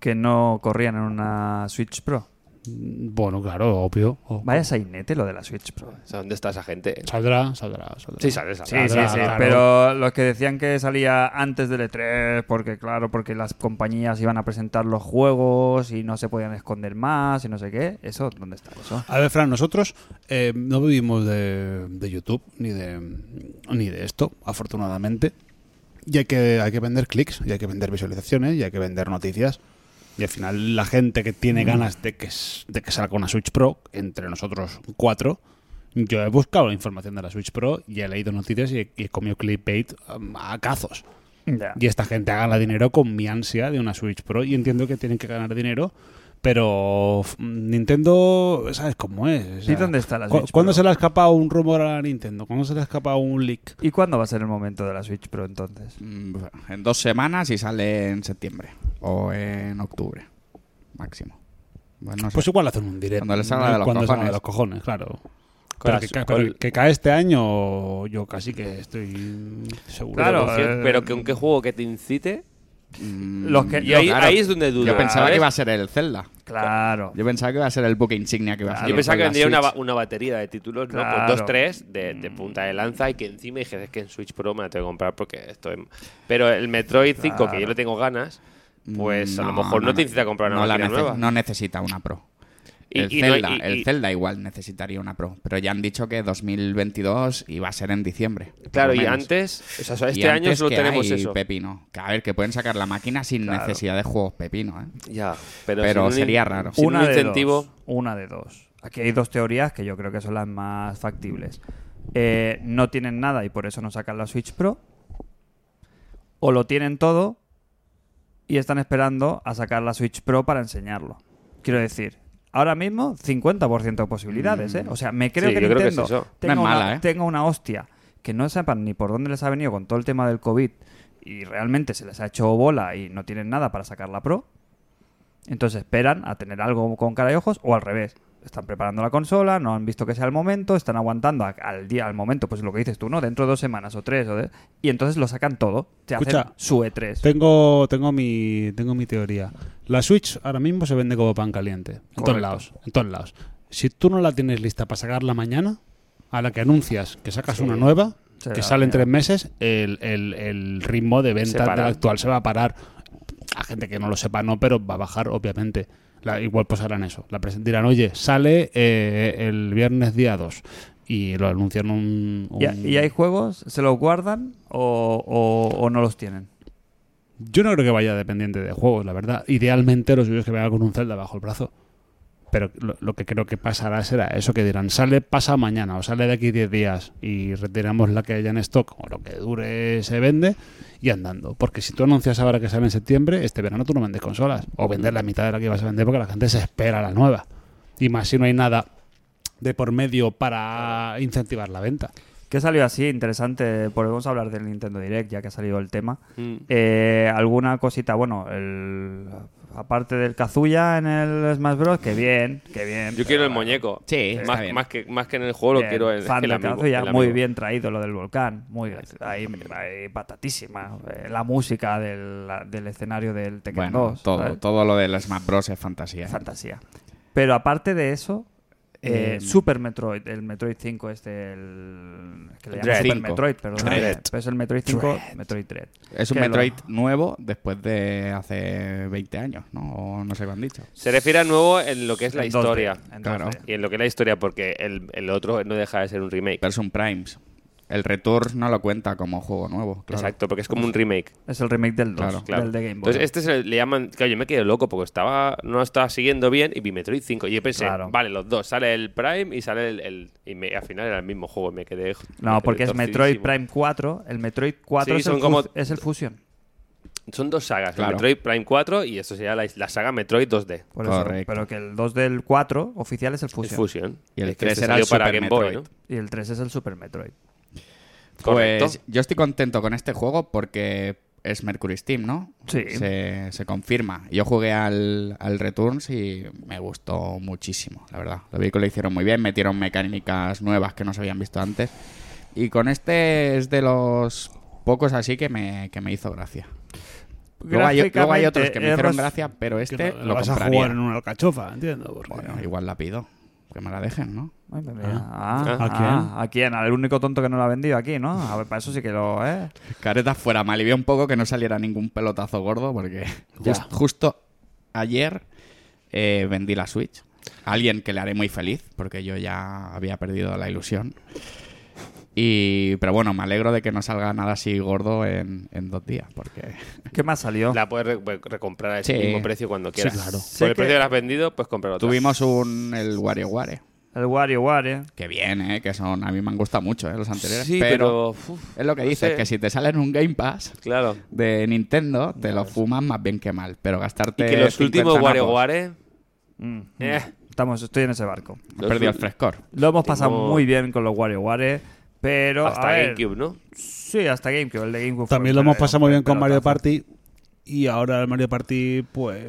Speaker 1: que no corrían en una Switch Pro?
Speaker 2: Bueno, claro, obvio. O-
Speaker 1: Vaya sainete lo de la Switch Pro. ¿eh?
Speaker 4: O sea, ¿Dónde está esa gente?
Speaker 2: Saldrá, saldrá, saldrá.
Speaker 4: Sí, sale, sale.
Speaker 1: Sí,
Speaker 2: Claro,
Speaker 1: sí,
Speaker 2: claro,
Speaker 1: sí.
Speaker 2: claro.
Speaker 1: Pero los que decían que salía antes del E3, porque claro, porque las compañías iban a presentar los juegos y no se podían esconder más y no sé qué. Eso, ¿dónde está eso?
Speaker 2: A ver, Fran, nosotros eh, no vivimos de, de YouTube ni de, ni de esto, afortunadamente. Y hay que, hay que vender clics, y hay que vender visualizaciones, y hay que vender noticias. Y al final la gente que tiene ganas de que, s- de que salga una Switch Pro, entre nosotros cuatro, yo he buscado la información de la Switch Pro y he leído noticias y he, y he comido clickbait um, a cazos.
Speaker 1: Ya.
Speaker 2: Y esta gente gana dinero con mi ansia de una Switch Pro. Y entiendo que tienen que ganar dinero, pero f- Nintendo, ¿sabes cómo es? O sea,
Speaker 1: ¿Y dónde está la
Speaker 2: cu-
Speaker 1: Switch
Speaker 2: ¿Cuándo
Speaker 1: Pro?
Speaker 2: se le ha escapado un rumor a la Nintendo? ¿Cuándo se le ha escapado un leak?
Speaker 1: ¿Y cuándo va a ser el momento de la Switch Pro entonces?
Speaker 3: Mm, En dos semanas y sale en septiembre. O en octubre. Máximo. Bueno, no sé.
Speaker 2: Pues igual hacen un directo.
Speaker 3: Cuando le salga de los
Speaker 2: Cuando salga
Speaker 3: cojones.
Speaker 2: de los cojones, claro.
Speaker 4: Con
Speaker 2: Pero
Speaker 4: la
Speaker 2: que,
Speaker 4: su-
Speaker 2: ca-
Speaker 4: con-
Speaker 2: pero que cae este año, yo casi que estoy seguro.
Speaker 1: Claro,
Speaker 4: Pero,
Speaker 1: eh,
Speaker 4: pero que aunque juego que te incite.
Speaker 3: Mm,
Speaker 1: los que-
Speaker 3: yo,
Speaker 4: Y ahí, ahí es donde dudo.
Speaker 3: Yo pensaba que iba a ser el Zelda.
Speaker 1: Claro.
Speaker 3: Yo pensaba que iba a ser el buque insignia que iba a
Speaker 1: Claro.
Speaker 3: salir
Speaker 1: Yo
Speaker 4: Yo pensaba
Speaker 3: con
Speaker 4: que
Speaker 3: la
Speaker 4: vendría una,
Speaker 3: Switch. Mm.
Speaker 4: ba- una batería de títulos, ¿no? Pues
Speaker 1: Claro.
Speaker 4: dos, tres de, de punta de lanza y que encima dije, es que en Switch Pro me la tengo que comprar porque esto es... Pero el Metroid 5, que yo le tengo ganas, pues a lo
Speaker 3: No,
Speaker 4: mejor no, te incita a comprar una
Speaker 3: no la
Speaker 4: máquina
Speaker 3: nece-
Speaker 4: nueva.
Speaker 3: No necesita una Pro.
Speaker 4: Y-
Speaker 3: el,
Speaker 4: y no-
Speaker 3: Zelda,
Speaker 4: y- y-
Speaker 3: el Zelda igual necesitaría una Pro, pero ya han dicho que 2022 iba a ser en diciembre. por
Speaker 4: Claro,
Speaker 3: lo
Speaker 4: y
Speaker 3: menos.
Speaker 4: antes, o sea,
Speaker 3: Y
Speaker 4: este año
Speaker 3: antes
Speaker 4: solo
Speaker 3: que
Speaker 4: tenemos
Speaker 3: hay
Speaker 4: eso.
Speaker 3: Pepino. Que, a ver, que pueden sacar la máquina sin
Speaker 1: Claro.
Speaker 3: necesidad de juegos Pepino, ¿eh?
Speaker 4: Ya, pero,
Speaker 3: Pero
Speaker 4: sin un in-
Speaker 3: sería raro.
Speaker 4: sin un
Speaker 1: de
Speaker 4: incentivo.
Speaker 1: dos, una de dos. Aquí hay dos teorías que yo creo que son las más factibles. Eh, no tienen nada y por eso no sacan la Switch Pro. O lo tienen todo y están esperando a sacar la Switch Pro para enseñarlo. Quiero decir, ahora mismo 50% de posibilidades, ¿eh? O sea, me creo
Speaker 4: Sí,
Speaker 1: que
Speaker 4: yo creo que es
Speaker 1: Nintendo
Speaker 4: eso.
Speaker 1: tenga,
Speaker 3: No es
Speaker 1: una,
Speaker 3: mala, ¿eh?
Speaker 1: tenga una hostia que no sepan ni por dónde les ha venido con todo el tema del COVID y realmente se les ha hecho bola y no tienen nada para sacar la Pro. Entonces esperan a tener algo con cara y ojos o al revés. Están preparando la consola, no han visto que sea el momento, están aguantando a- al día, al momento, pues lo que dices tú, ¿no? Dentro de dos semanas o tres, o de- y entonces lo sacan todo. Te hacen
Speaker 2: Escucha,
Speaker 1: su E E3.
Speaker 2: Tengo, tengo, mi, tengo mi teoría. La Switch ahora mismo se vende como pan caliente. En
Speaker 1: Correcto.
Speaker 2: todos lados. En todos lados. Si tú no la tienes lista para sacarla mañana, a la que anuncias que sacas una nueva,
Speaker 1: Se
Speaker 2: que
Speaker 1: da
Speaker 2: sale en
Speaker 1: miedo.
Speaker 2: tres meses, el, el- el ritmo de
Speaker 4: Se
Speaker 2: venta
Speaker 4: para.
Speaker 2: del actual se va a parar. A gente que no lo sepa, no, pero va a bajar, obviamente. La- igual pues harán eso. La presen- dirán, oye, sale eh, el viernes día 2. Y lo anuncian un.
Speaker 1: ¿Y,
Speaker 2: un-
Speaker 1: y hay juegos? ¿Se los guardan o, o- o no los tienen?
Speaker 2: Yo no creo que vaya dependiente de juegos, la verdad. Idealmente los suyo es que venga con un Zelda bajo el brazo. Pero lo, lo que creo que pasará será eso que dirán, sale, pasa mañana o sale de aquí 10 días y retiramos la que haya en stock o lo que dure se vende y andando. Porque si tú anuncias ahora que sale en septiembre, este verano tú no vendes consolas o vendes la mitad de la que ibas a vender porque la gente se espera la nueva. Y más si no hay nada de por medio para incentivar la venta.
Speaker 1: ¿Qué salió así? Interesante. Podemos hablar del Nintendo Direct, ya que ha salido el tema.
Speaker 4: Mm.
Speaker 1: Eh, ¿Alguna cosita? Bueno, el- aparte del Kazuya en el Smash Bros., que bien, que bien.
Speaker 4: Yo
Speaker 1: pero
Speaker 4: quiero el
Speaker 1: bueno.
Speaker 4: muñeco. Eh,
Speaker 3: Sí, está
Speaker 4: más,
Speaker 3: bien.
Speaker 4: más que, más que en el juego lo
Speaker 1: Bien,
Speaker 4: quiero en
Speaker 1: fan
Speaker 4: el
Speaker 1: de
Speaker 4: amigo,
Speaker 1: Kazuya,
Speaker 4: el
Speaker 1: muy
Speaker 4: amigo.
Speaker 1: bien traído lo del volcán, muy gra- ahí, ahí patatísima, Eh, la música del, la- del escenario del Tekken
Speaker 3: Bueno,
Speaker 1: 2,
Speaker 3: todo,
Speaker 1: ¿sabes?
Speaker 3: todo lo de las Smash Bros. es fantasía. ¿eh?
Speaker 1: fantasía. Pero aparte de eso, eh,
Speaker 4: Em,
Speaker 3: Eh,
Speaker 1: Super Metroid, el Metroid 5 este, el que le llaman
Speaker 3: Dread.
Speaker 1: Super
Speaker 3: Cinco.
Speaker 1: Metroid, perdón,
Speaker 3: Dread.
Speaker 1: pero es el Metroid 5, Metroid 3.
Speaker 3: Es un
Speaker 1: Que lo-
Speaker 3: Metroid nuevo después de hace 20 años, ¿no? O no sé cuán dicho.
Speaker 4: Se refiere a nuevo en lo que es la
Speaker 1: en 2D,
Speaker 4: historia.
Speaker 1: en
Speaker 3: Claro.
Speaker 1: 2D.
Speaker 4: Y en lo que es la historia, porque el, el otro no deja de ser un remake.
Speaker 3: Person Primes. El Returns no lo cuenta como juego nuevo, claro.
Speaker 4: Exacto, porque es como un remake.
Speaker 1: Es el remake del 2,
Speaker 3: Claro,
Speaker 4: Claro.
Speaker 1: del de Game Boy.
Speaker 4: Entonces, este es el- le llaman. Claro, yo me quedé loco porque estaba no lo estaba siguiendo bien y vi Metroid 5. Y yo pensé,
Speaker 1: Claro.
Speaker 4: vale, los dos. Sale el Prime y sale el. el- y me- al final era el mismo juego. y Me quedé. me
Speaker 1: no,
Speaker 4: quedé
Speaker 1: porque es Metroid
Speaker 4: torcidísimo.
Speaker 1: Prime 4, el Metroid 4
Speaker 4: Sí,
Speaker 1: es, el
Speaker 4: son como-
Speaker 1: fu- es el Fusion.
Speaker 4: Son dos sagas,
Speaker 3: Claro.
Speaker 4: el Metroid Prime 4 y esto sería la, la saga Metroid 2D.
Speaker 1: Por eso,
Speaker 3: Correcto.
Speaker 1: pero que el 2 del 4 oficial es el
Speaker 4: Es
Speaker 1: Fusion.
Speaker 4: Fusion.
Speaker 3: Y el
Speaker 4: Es que
Speaker 3: 3
Speaker 4: este
Speaker 3: era
Speaker 4: salió
Speaker 3: el
Speaker 4: para
Speaker 3: Super
Speaker 4: Game Boy,
Speaker 3: Metroid.
Speaker 4: ¿no?
Speaker 1: Y el 3 es el Super Metroid.
Speaker 4: Correcto.
Speaker 3: Pues yo estoy contento con este juego porque es Mercury Steam, ¿no?
Speaker 1: Sí.
Speaker 3: Se, se confirma. Yo jugué al, al Returns y me gustó muchísimo, la verdad. Lo vi que lo hicieron muy bien, metieron mecánicas nuevas que no se habían visto antes. Y con este es de los pocos así que me, que me hizo gracia. Luego hay, luego hay otros que me
Speaker 1: es
Speaker 3: hicieron
Speaker 1: res-
Speaker 3: gracia, pero este
Speaker 2: Que
Speaker 3: lo
Speaker 2: vas a
Speaker 3: compraría.
Speaker 2: jugar en una alcachofa, entiendo. porque-
Speaker 3: Bueno, igual la pido. Que me la dejen, ¿no?
Speaker 1: Ay, me mira. Ah,
Speaker 4: Ah.
Speaker 1: ah,
Speaker 2: ¿A quién?
Speaker 1: ¿A quién? Al único tonto que no lo ha vendido aquí, ¿no? A ver, para eso sí que lo. ¿eh?
Speaker 3: Caretas fuera, me alivió un poco que no saliera ningún pelotazo gordo porque
Speaker 1: Ya.
Speaker 3: [LAUGHS] jus- justo ayer eh, vendí la Switch. A Alguien que le haré muy feliz porque yo ya había perdido la ilusión. Y, pero bueno, me alegro de que no salga nada así gordo en, en dos días porque
Speaker 1: ¿Qué más salió?
Speaker 4: La puedes re- recomprar a ese
Speaker 3: Sí.
Speaker 4: mismo precio cuando
Speaker 2: Sí,
Speaker 4: quieras.
Speaker 2: claro.
Speaker 1: Sé
Speaker 4: Por el
Speaker 1: que-
Speaker 4: precio que lo has vendido, pues comprar otra.
Speaker 3: tuvimos un el WarioWare.
Speaker 1: El WarioWare.
Speaker 3: Que bien, ¿eh? Que son, a mí me han gustado mucho ¿eh? los anteriores.
Speaker 4: Sí, pero. uf,
Speaker 3: es lo que
Speaker 4: no
Speaker 3: dices,
Speaker 4: sé.
Speaker 3: que si te salen un Game Pass
Speaker 4: Claro.
Speaker 3: de Nintendo, te lo fumas más bien que mal. Pero gastarte...
Speaker 4: Y que los
Speaker 3: 50
Speaker 4: últimos
Speaker 3: napos-
Speaker 4: WarioWare.
Speaker 1: Mm.
Speaker 4: eh,
Speaker 1: Estamos, estoy en ese barco.
Speaker 3: He perdido el frescor.
Speaker 1: Lo hemos pasado
Speaker 4: Tengo-
Speaker 1: muy bien con los WarioWare, pero.
Speaker 4: hasta
Speaker 1: a ver,
Speaker 4: GameCube, ¿no?
Speaker 1: Sí, hasta GameCube. El de GameCube. fue
Speaker 2: También lo
Speaker 1: un
Speaker 2: hemos
Speaker 1: verdadero
Speaker 2: pasado muy bien con Mario
Speaker 1: pelotazo.
Speaker 2: Party. Y ahora el Mario Party, pues.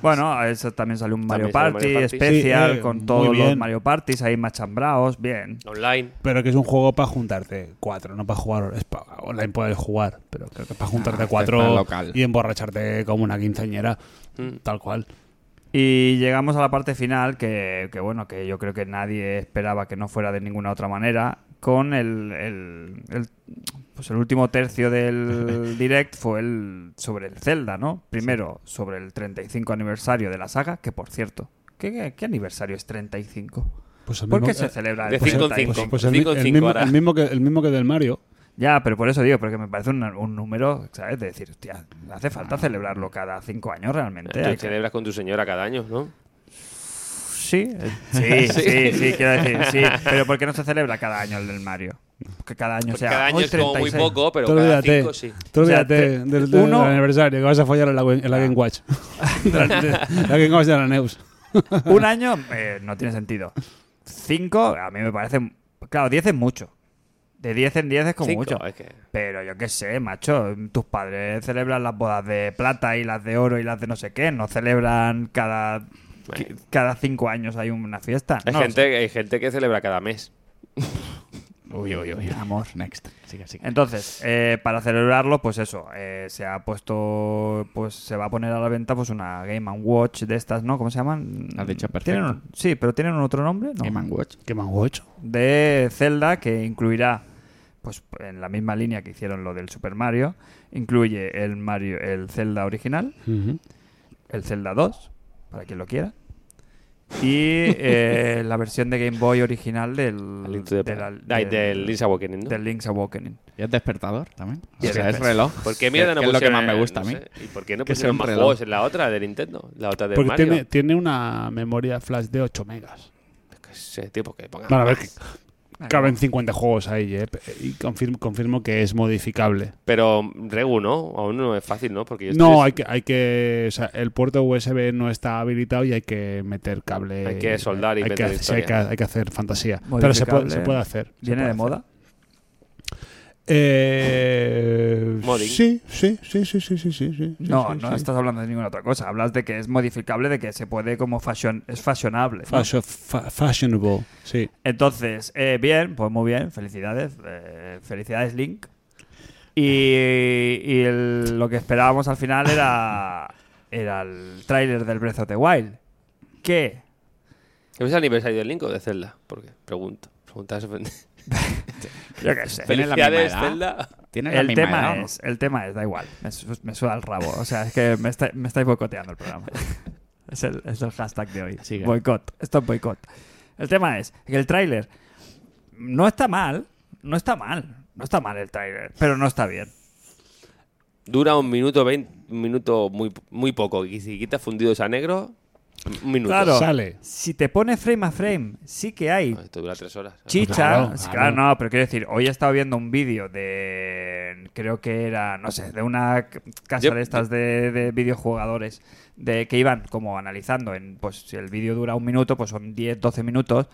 Speaker 1: Bueno, a eso también salió un Mario
Speaker 4: También salió
Speaker 1: Party,
Speaker 4: Mario Party.
Speaker 1: especial
Speaker 2: Sí, eh,
Speaker 1: con
Speaker 2: muy
Speaker 1: todos los
Speaker 2: bien.
Speaker 1: Mario Parties ahí machambraos. Bien.
Speaker 4: Online.
Speaker 2: Pero que es un juego para juntarte cuatro, no para jugar. Es pa- online puedes jugar, pero creo que para juntarte
Speaker 3: este es para
Speaker 2: cuatro
Speaker 3: local.
Speaker 2: y emborracharte como una quinceañera.
Speaker 4: Mm.
Speaker 2: Tal cual.
Speaker 1: Y llegamos a la parte final que, que, bueno, que yo creo que nadie esperaba que no fuera de ninguna otra manera. Con el, el- el- pues el último tercio del
Speaker 4: [LAUGHS]
Speaker 1: direct fue el sobre el Zelda, ¿no? Primero sobre el 35 aniversario de la saga, que por cierto, ¿Qué, qué, qué aniversario es 35?
Speaker 2: Pues el
Speaker 1: ¿Por
Speaker 2: mismo-
Speaker 1: qué se
Speaker 2: eh,
Speaker 1: celebra
Speaker 4: de
Speaker 1: el
Speaker 4: cinco en
Speaker 1: 35?
Speaker 4: cinco.
Speaker 2: Pues el, mi-
Speaker 4: Cinco en
Speaker 2: el
Speaker 4: cinco
Speaker 2: mismo,
Speaker 4: ahora.
Speaker 2: el mismo que, el mismo que del Mario.
Speaker 1: Ya, pero por eso digo, porque me parece un, un número, ¿sabes? De decir, hostia, hace
Speaker 4: Ah.
Speaker 1: falta celebrarlo cada cinco años realmente. Hay
Speaker 4: Tú
Speaker 1: que-
Speaker 4: celebras con tu señora cada año, ¿no?
Speaker 1: Sí, eh, [LAUGHS] sí, sí, sí, quiero decir, sí. Pero ¿por qué no se celebra cada año el del Mario? Que cada año
Speaker 4: Porque
Speaker 1: sea.
Speaker 4: Pues cada año
Speaker 1: hoy
Speaker 4: es como muy
Speaker 1: 36.
Speaker 4: poco, pero
Speaker 2: Tú
Speaker 4: cada
Speaker 2: olvídate,
Speaker 4: cinco sí.
Speaker 2: tú
Speaker 1: O sea,
Speaker 2: olvídate
Speaker 1: tre-
Speaker 2: del, del-
Speaker 1: uno-
Speaker 2: del aniversario que vas a follar en la, en
Speaker 4: Ah.
Speaker 2: la Game
Speaker 4: [LAUGHS]
Speaker 2: Watch. [LAUGHS] la Game Watch de la Neus.
Speaker 1: [LAUGHS] Un año eh, no tiene sentido. Cinco, a mí me parece. Claro, diez es mucho. De diez en diez es como
Speaker 4: Cinco, eh.
Speaker 1: mucho.
Speaker 4: es que-
Speaker 1: Pero yo qué sé, macho. Tus padres celebran las bodas de plata y las de oro y las de no sé qué. No celebran cada.
Speaker 4: Bueno.
Speaker 1: Cada cinco años hay una fiesta.
Speaker 4: Hay,
Speaker 1: No lo
Speaker 4: gente, hay gente que celebra cada mes.
Speaker 3: Uy, uy, uy.
Speaker 1: Amor.
Speaker 3: Next. Sigue, sigue.
Speaker 1: Entonces, eh, para celebrarlo, pues eso, eh, se ha puesto, pues se va a poner a la venta pues una Game and Watch de estas, ¿no? ¿Cómo se llaman?
Speaker 3: Has dicho perfecto.
Speaker 1: Tienen un- sí, pero tienen un otro nombre, ¿no?
Speaker 3: Game and Watch.
Speaker 2: ¿Qué más Watch?
Speaker 1: De Zelda que incluirá, pues en la misma línea que hicieron lo del Super Mario, incluye el Mario, el Zelda original, el Zelda 2, para quien lo quiera. Y
Speaker 4: [LAUGHS]
Speaker 1: eh, la versión de Game Boy original del,
Speaker 4: Al Into the
Speaker 1: de la-
Speaker 4: Past. Ay, del Link's Awakening, ¿no?
Speaker 1: del Link's Awakening.
Speaker 3: ¿Y es despertador también?
Speaker 1: Y
Speaker 3: o
Speaker 1: es
Speaker 3: sea, es
Speaker 1: despertador.
Speaker 3: reloj.
Speaker 4: ¿Por qué mierda
Speaker 3: Que-
Speaker 4: no
Speaker 3: que es lo que más
Speaker 4: pusieron,
Speaker 3: me
Speaker 4: eh,
Speaker 3: gusta
Speaker 4: no
Speaker 3: a mí.
Speaker 4: sé, ¿Y por qué no
Speaker 3: Que sea
Speaker 4: pusieron
Speaker 3: un
Speaker 4: más
Speaker 3: reloj.
Speaker 4: juegos en la otra de Nintendo? La otra de
Speaker 2: Porque
Speaker 4: Mario.
Speaker 2: tiene, tiene una memoria flash de 8 megas.
Speaker 4: Que sé, Pues tío, porque pongan
Speaker 2: Van a ver que
Speaker 4: más.
Speaker 2: caben 50 juegos ahí, ¿eh? Y confirmo, confirmo que es modificable.
Speaker 4: Pero Regu, ¿no? Aún no este es fácil, ¿no? Porque yo
Speaker 2: No, hay
Speaker 4: estoy-
Speaker 2: que, hay que. O sea, el puerto USB no está habilitado y hay que meter cable.
Speaker 4: Hay que soldar y
Speaker 2: hay que,
Speaker 4: meter
Speaker 2: hacer- sí, hay, que,
Speaker 4: historia.
Speaker 2: hay que hacer fantasía. Pero se puede,
Speaker 1: Modificable.
Speaker 2: se puede hacer. se
Speaker 1: ¿Viene
Speaker 2: puede
Speaker 1: de
Speaker 2: hacer.
Speaker 1: moda?
Speaker 2: Eh,
Speaker 4: Modding.
Speaker 2: sí, sí, sí, sí, sí, sí, sí, sí.
Speaker 1: No,
Speaker 2: sí,
Speaker 1: no
Speaker 2: sí.
Speaker 1: estás hablando de ninguna otra cosa. Hablas de que es modificable, de que se puede como fashion, es fashionable. ¿no?
Speaker 2: Fashion- fa- fashionable, sí.
Speaker 1: Entonces, eh, bien, pues muy bien, felicidades, eh, felicidades Link. Y, y el- lo que esperábamos al final era, era el tráiler del Breath of the Wild. Que
Speaker 4: ¿Es el aniversario del Link o de Zelda? Porque pregunto. Preguntas.
Speaker 1: yo qué sé.
Speaker 3: Tiene la misma
Speaker 4: Felicidades,
Speaker 3: edad.
Speaker 4: Zelda.
Speaker 3: Tiene la
Speaker 1: El
Speaker 3: misma
Speaker 1: tema
Speaker 3: edad, ¿no?
Speaker 1: es, el tema es, da igual, me, su- me suda el rabo. O sea, es que me, está- me estáis boicoteando el
Speaker 3: [LAUGHS]
Speaker 1: programa. Es el, es el hashtag de hoy.
Speaker 3: Sigue.
Speaker 1: Boicot. Esto es boicot. El tema es que el tráiler no está mal, no está mal, no está mal el tráiler, pero no está bien.
Speaker 4: Dura un minuto, veinte, un minuto muy, muy poco. Y si quitas fundidos a negro, un minuto.
Speaker 1: Claro.
Speaker 2: Sale.
Speaker 1: Si te pones frame a frame, sí que hay
Speaker 4: Ah, Esto dura tres horas.
Speaker 1: chicha.
Speaker 2: Claro,
Speaker 1: Claro,
Speaker 2: claro.
Speaker 1: no, pero quiero decir, hoy he estado viendo un vídeo de. Creo que era, no sé, de una c- casa
Speaker 4: Yo-
Speaker 1: de estas de, de videojugadores de que iban como analizando. En, pues si el vídeo dura un minuto, pues son 10, 12 minutos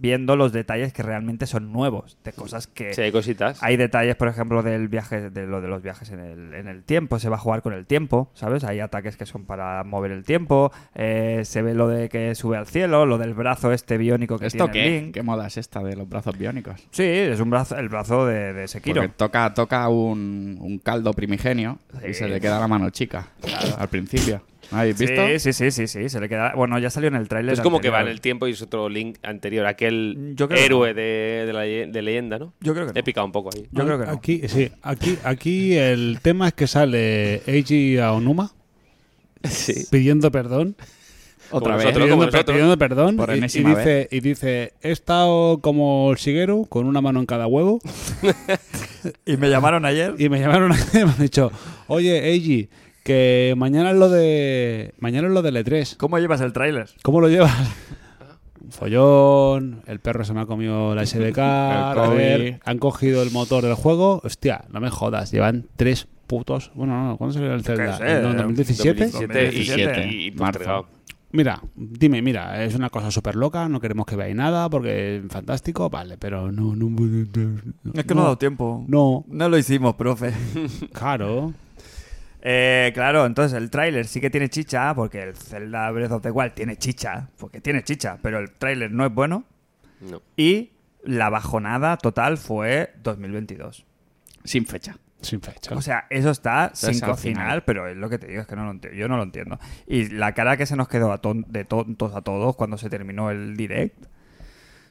Speaker 1: viendo los detalles que realmente son nuevos, de cosas que.
Speaker 4: Sí, hay cositas.
Speaker 1: Hay detalles, por ejemplo, del viaje, de lo de los viajes en el, en el tiempo. Se va a jugar con el tiempo, ¿sabes? Hay ataques que son para mover el tiempo. eh, se ve lo de que sube al cielo, lo del brazo este biónico que
Speaker 3: ¿Esto
Speaker 1: tiene
Speaker 3: qué?
Speaker 1: Link.
Speaker 3: ¿Qué moda es esta de los brazos biónicos?
Speaker 1: Sí, es un brazo, el brazo de, de Sekiro.
Speaker 3: Porque toca, toca un, un caldo primigenio y se le queda la mano chica al principio. ¿No habéis visto?
Speaker 1: Sí, sí, sí, sí, sí, se le queda. Bueno, ya salió en el tráiler.
Speaker 4: Es como Pues que va
Speaker 1: anterior.
Speaker 4: en el tiempo y es otro Link anterior. Aquel
Speaker 1: Yo creo que
Speaker 4: héroe de, de la, de leyenda, ¿no?
Speaker 1: Yo creo que no.
Speaker 4: He picado un poco ahí.
Speaker 1: Yo creo que no.
Speaker 2: Aquí, sí, aquí, aquí el tema es que sale Eiji Aonuma
Speaker 4: [LAUGHS] Sí.
Speaker 2: pidiendo perdón.
Speaker 3: Otra
Speaker 4: Como
Speaker 3: vez.
Speaker 4: nosotros.
Speaker 2: pidiendo,
Speaker 4: como nosotros.
Speaker 2: pidiendo perdón.
Speaker 3: pues, Por
Speaker 2: y- y,
Speaker 3: enésima
Speaker 2: dice, y dice, he estado como el Shigeru, con una mano en cada huevo.
Speaker 1: Y me llamaron ayer.
Speaker 2: Y me [LAUGHS] llamaron y me han dicho, oye, Eiji, que mañana es lo de mañana es lo del E3.
Speaker 1: ¿Cómo llevas el tráiler?
Speaker 2: ¿Cómo lo llevas? Un follón, el perro se me ha comido la SDK,
Speaker 3: [LAUGHS]
Speaker 2: a
Speaker 3: COVID.
Speaker 2: ver, han cogido el motor del juego. Hostia, no me jodas, llevan tres putos... Bueno, no, ¿cuándo salió el Zelda?
Speaker 1: sé,
Speaker 2: ¿En 2017?
Speaker 4: 2017 y-
Speaker 3: 2017,
Speaker 4: y, y
Speaker 3: marzo.
Speaker 4: postergado.
Speaker 2: Mira, dime, mira, es una cosa súper loca, no queremos que veáis nada porque es fantástico, vale, pero no... no,
Speaker 1: Es que no, ha dado tiempo.
Speaker 2: No,
Speaker 1: No lo hicimos, profe.
Speaker 2: claro.
Speaker 1: [LAUGHS] Eh, claro, entonces el tráiler sí que tiene chicha, porque el Zelda Breath of the Wild tiene chicha, porque tiene chicha, pero el tráiler no es bueno.
Speaker 4: No.
Speaker 1: Y la bajonada total fue 2022.
Speaker 3: Sin fecha.
Speaker 2: Sin fecha.
Speaker 1: O sea, eso está
Speaker 3: Eso es
Speaker 1: sin
Speaker 3: al
Speaker 1: cocinar,
Speaker 3: final.
Speaker 1: pero es lo que te digo, es que no lo entiendo, yo no lo entiendo. Y la cara que se nos quedó a ton- de tontos a todos cuando se terminó el direct,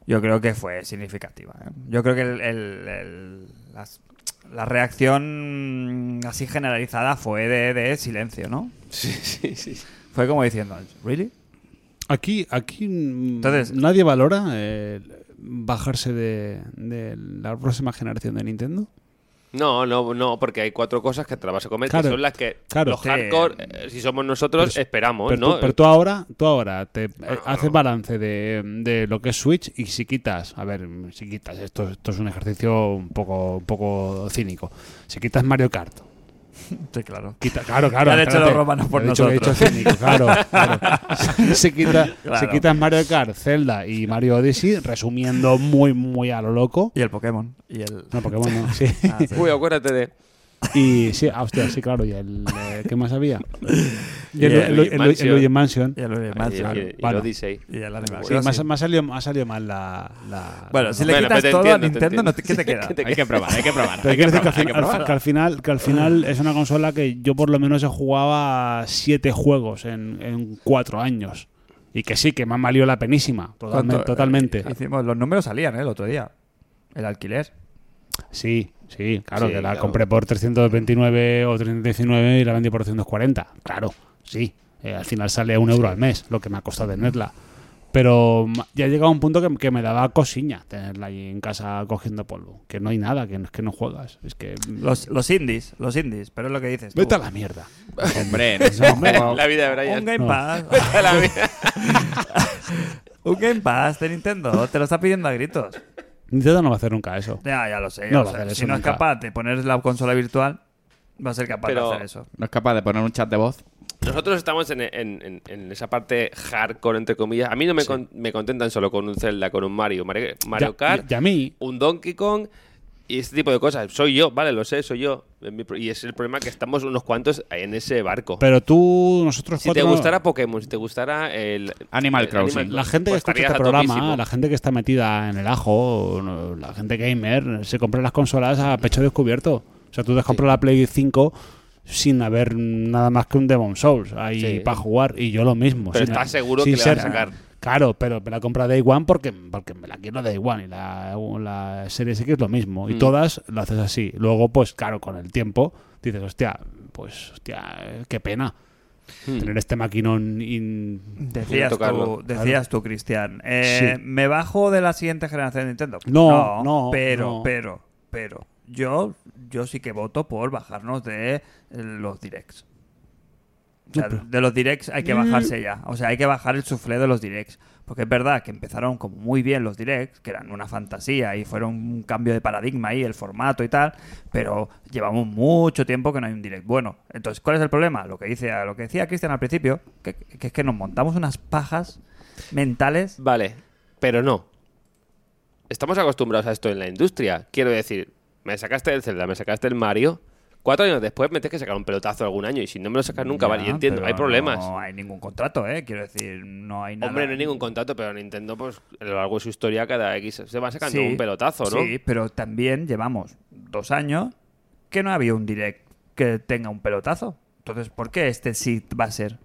Speaker 1: yo creo que fue significativa. ¿eh? Yo creo que el- el- el- las- la reacción así generalizada fue de, de silencio, ¿no?
Speaker 4: Sí, sí, sí.
Speaker 1: Fue como diciendo, ¿really?
Speaker 2: Aquí, aquí mm,
Speaker 1: Entonces-
Speaker 2: nadie valora eh, bajarse de, de la próxima generación de Nintendo.
Speaker 4: No, no, no, porque hay cuatro cosas que Trabas se comete.
Speaker 2: Claro,
Speaker 4: son las que
Speaker 2: claro.
Speaker 4: los
Speaker 1: Sí.
Speaker 4: hardcore, eh, si somos nosotros,
Speaker 2: Pero-
Speaker 4: esperamos,
Speaker 2: Pero,
Speaker 4: ¿no? eh.
Speaker 2: tú, pero tú ahora, tú ahora te eh, haces balance de, de lo que es Switch y si quitas, a ver, si quitas, esto, esto es un ejercicio un poco, un poco cínico. Si quitas Mario Kart,
Speaker 1: Sí, claro.
Speaker 2: quita, claro, claro.
Speaker 1: Ya han hecho
Speaker 2: espérate,
Speaker 1: los romanos por
Speaker 2: he dicho que he
Speaker 1: nosotros.
Speaker 2: dicho cínico, claro, claro.
Speaker 1: [LAUGHS]
Speaker 2: Si- Si, quita-
Speaker 1: Claro.
Speaker 2: si quitas Mario Kart, Zelda y Mario Odyssey, resumiendo muy, muy a lo loco.
Speaker 1: Y el Pokémon. Y el.
Speaker 2: No, Pokémon
Speaker 1: [LAUGHS]
Speaker 2: no, sí.
Speaker 1: Ah, sí.
Speaker 4: Uy, acuérdate de.
Speaker 2: Y sí, ah, hostia, sí, claro, y el. eh, ¿Qué más había? Y el,
Speaker 1: Y el
Speaker 2: el- el-
Speaker 4: Luigi
Speaker 2: el-
Speaker 4: Mansion.
Speaker 2: el Luigi Mansion.
Speaker 1: Y el Luigi
Speaker 4: Y, y-
Speaker 1: Mansion.
Speaker 4: y el
Speaker 2: Bueno.
Speaker 4: Odyssey. [LAUGHS]
Speaker 1: Y el Animal
Speaker 2: Sí, me ha, me ha salido, me ha salido mal la. la-
Speaker 1: Bueno,
Speaker 2: la-
Speaker 1: si le
Speaker 4: Bueno,
Speaker 1: quitas
Speaker 4: pero te
Speaker 1: todo a
Speaker 4: entiendo, te
Speaker 1: Nintendo, no te- ¿qué te
Speaker 4: entiendo.
Speaker 1: queda?
Speaker 4: ¿Qué te
Speaker 3: Hay que probar, hay que probar.
Speaker 2: Pero
Speaker 3: hay que
Speaker 2: quiero decir que
Speaker 3: probar,
Speaker 2: al, fin-
Speaker 3: hay que probar.
Speaker 2: al- que al final, que al final es una consola que yo por lo menos he jugaba siete juegos en, en cuatro años. Y que sí, que me ha valido la penísima. Totalme-
Speaker 1: ¿Cuánto? Eh,
Speaker 2: totalmente.
Speaker 1: Hicimos, los números salían ¿eh? el otro día. El alquiler.
Speaker 2: Sí, sí, claro,
Speaker 4: Sí,
Speaker 2: que la
Speaker 4: claro.
Speaker 2: compré por 329 o 319 y la vendí por 240. Claro, sí. Eh, al final sale a un euro al mes, lo que me ha costado tenerla. Pero ma- ya ha llegado un punto que, que me daba cosiña tenerla ahí en casa cogiendo polvo. Que no hay nada, que no, es que no juegas. Es que.
Speaker 1: Los, los indies, los indies, pero es lo que dices. tú.
Speaker 2: Vete a la mierda.
Speaker 3: Hombre, no sé,
Speaker 4: La vida de
Speaker 1: Un
Speaker 4: Brian.
Speaker 1: Game
Speaker 2: No.
Speaker 1: Pass. [LAUGHS]
Speaker 4: [LAUGHS] La vida-
Speaker 1: un Game Pass de Nintendo. Te lo está pidiendo a gritos.
Speaker 2: Nintendo no va a hacer nunca eso.
Speaker 1: Ya, ya lo sé. ya
Speaker 2: No
Speaker 1: lo
Speaker 2: va a
Speaker 1: sé.
Speaker 2: hacer
Speaker 1: si
Speaker 2: eso
Speaker 1: no
Speaker 2: nunca.
Speaker 1: es capaz de poner la consola virtual, va a ser capaz
Speaker 4: Pero-
Speaker 1: de hacer eso.
Speaker 3: No es capaz de poner un chat de voz.
Speaker 4: Nosotros estamos en, en- en- en esa parte hardcore, entre comillas. A mí no me, con- me contentan solo con un Zelda, con un Mario. Mario, Mario
Speaker 2: Ya-
Speaker 4: Kart,
Speaker 2: Y, y a mí.
Speaker 4: un Donkey Kong y este tipo de cosas. Soy yo, vale, lo sé, soy yo. Es mi pro- Y es el problema que estamos unos cuantos en ese barco.
Speaker 2: Pero tú, nosotros
Speaker 4: si te
Speaker 2: cuatro-
Speaker 4: gustara Pokémon, si te gustara el
Speaker 3: Animal
Speaker 4: el
Speaker 3: Crossing.
Speaker 2: La gente que
Speaker 4: pues
Speaker 2: escucha
Speaker 4: estarías
Speaker 2: este
Speaker 4: a
Speaker 2: programa,
Speaker 4: topísimo.
Speaker 2: la gente que está metida en el ajo, no, la gente gamer, se compra las consolas a pecho descubierto. O sea, tú te has comprado la Play 5 sin haber nada más que un Demon Souls ahí
Speaker 4: Sí.
Speaker 2: para jugar. Y yo lo mismo.
Speaker 4: Pero
Speaker 2: sin-
Speaker 4: estás seguro
Speaker 2: sin
Speaker 4: que le van a
Speaker 2: ser-
Speaker 4: sacar.
Speaker 2: Claro, pero me la compra Day One porque, porque me la quiero Day One y la, la Series X es lo mismo. Y
Speaker 4: Mm.
Speaker 2: todas lo haces así. Luego, pues claro, con el tiempo dices, hostia, pues hostia, eh, qué pena
Speaker 4: Mm.
Speaker 2: tener este maquinón in-
Speaker 4: Sin
Speaker 1: Decías
Speaker 4: tocarlo.
Speaker 1: tú, decías tú, Cristian. eh,
Speaker 2: Sí.
Speaker 1: ¿Me bajo de la siguiente generación de Nintendo?
Speaker 2: No, no,
Speaker 1: Pero,
Speaker 2: no.
Speaker 1: pero, pero. Yo, yo sí que voto por bajarnos de eh, los directs. O sea,
Speaker 2: No, pero-
Speaker 1: de los directs hay que bajarse ya. O sea, hay que bajar el suflé de los directs. Porque es verdad que empezaron como muy bien los directs, que eran una fantasía y fueron un cambio de paradigma ahí, el formato y tal, pero llevamos mucho tiempo que no hay un direct bueno. Entonces, ¿cuál es el problema? Lo que dice, lo que decía Cristian al principio, que, que es que nos montamos unas pajas mentales.
Speaker 4: Vale, pero no. Estamos acostumbrados a esto en la industria. Quiero decir, me sacaste del Zelda, me sacaste el Mario. Cuatro años después me tienes que sacar un pelotazo algún año y si no me lo sacas nunca, vale,
Speaker 1: Ya,
Speaker 4: y entiendo,
Speaker 1: pero
Speaker 4: hay problemas.
Speaker 1: No hay ningún contrato, ¿eh? Quiero decir, no hay nada.
Speaker 4: Hombre, no hay ningún contrato, pero Nintendo, pues, a lo largo de su historia, cada X se va sacando
Speaker 1: Sí,
Speaker 4: un pelotazo, ¿no?
Speaker 1: Sí, pero también llevamos dos años que no había un direct que tenga un pelotazo. Entonces, ¿por qué este sí va a ser?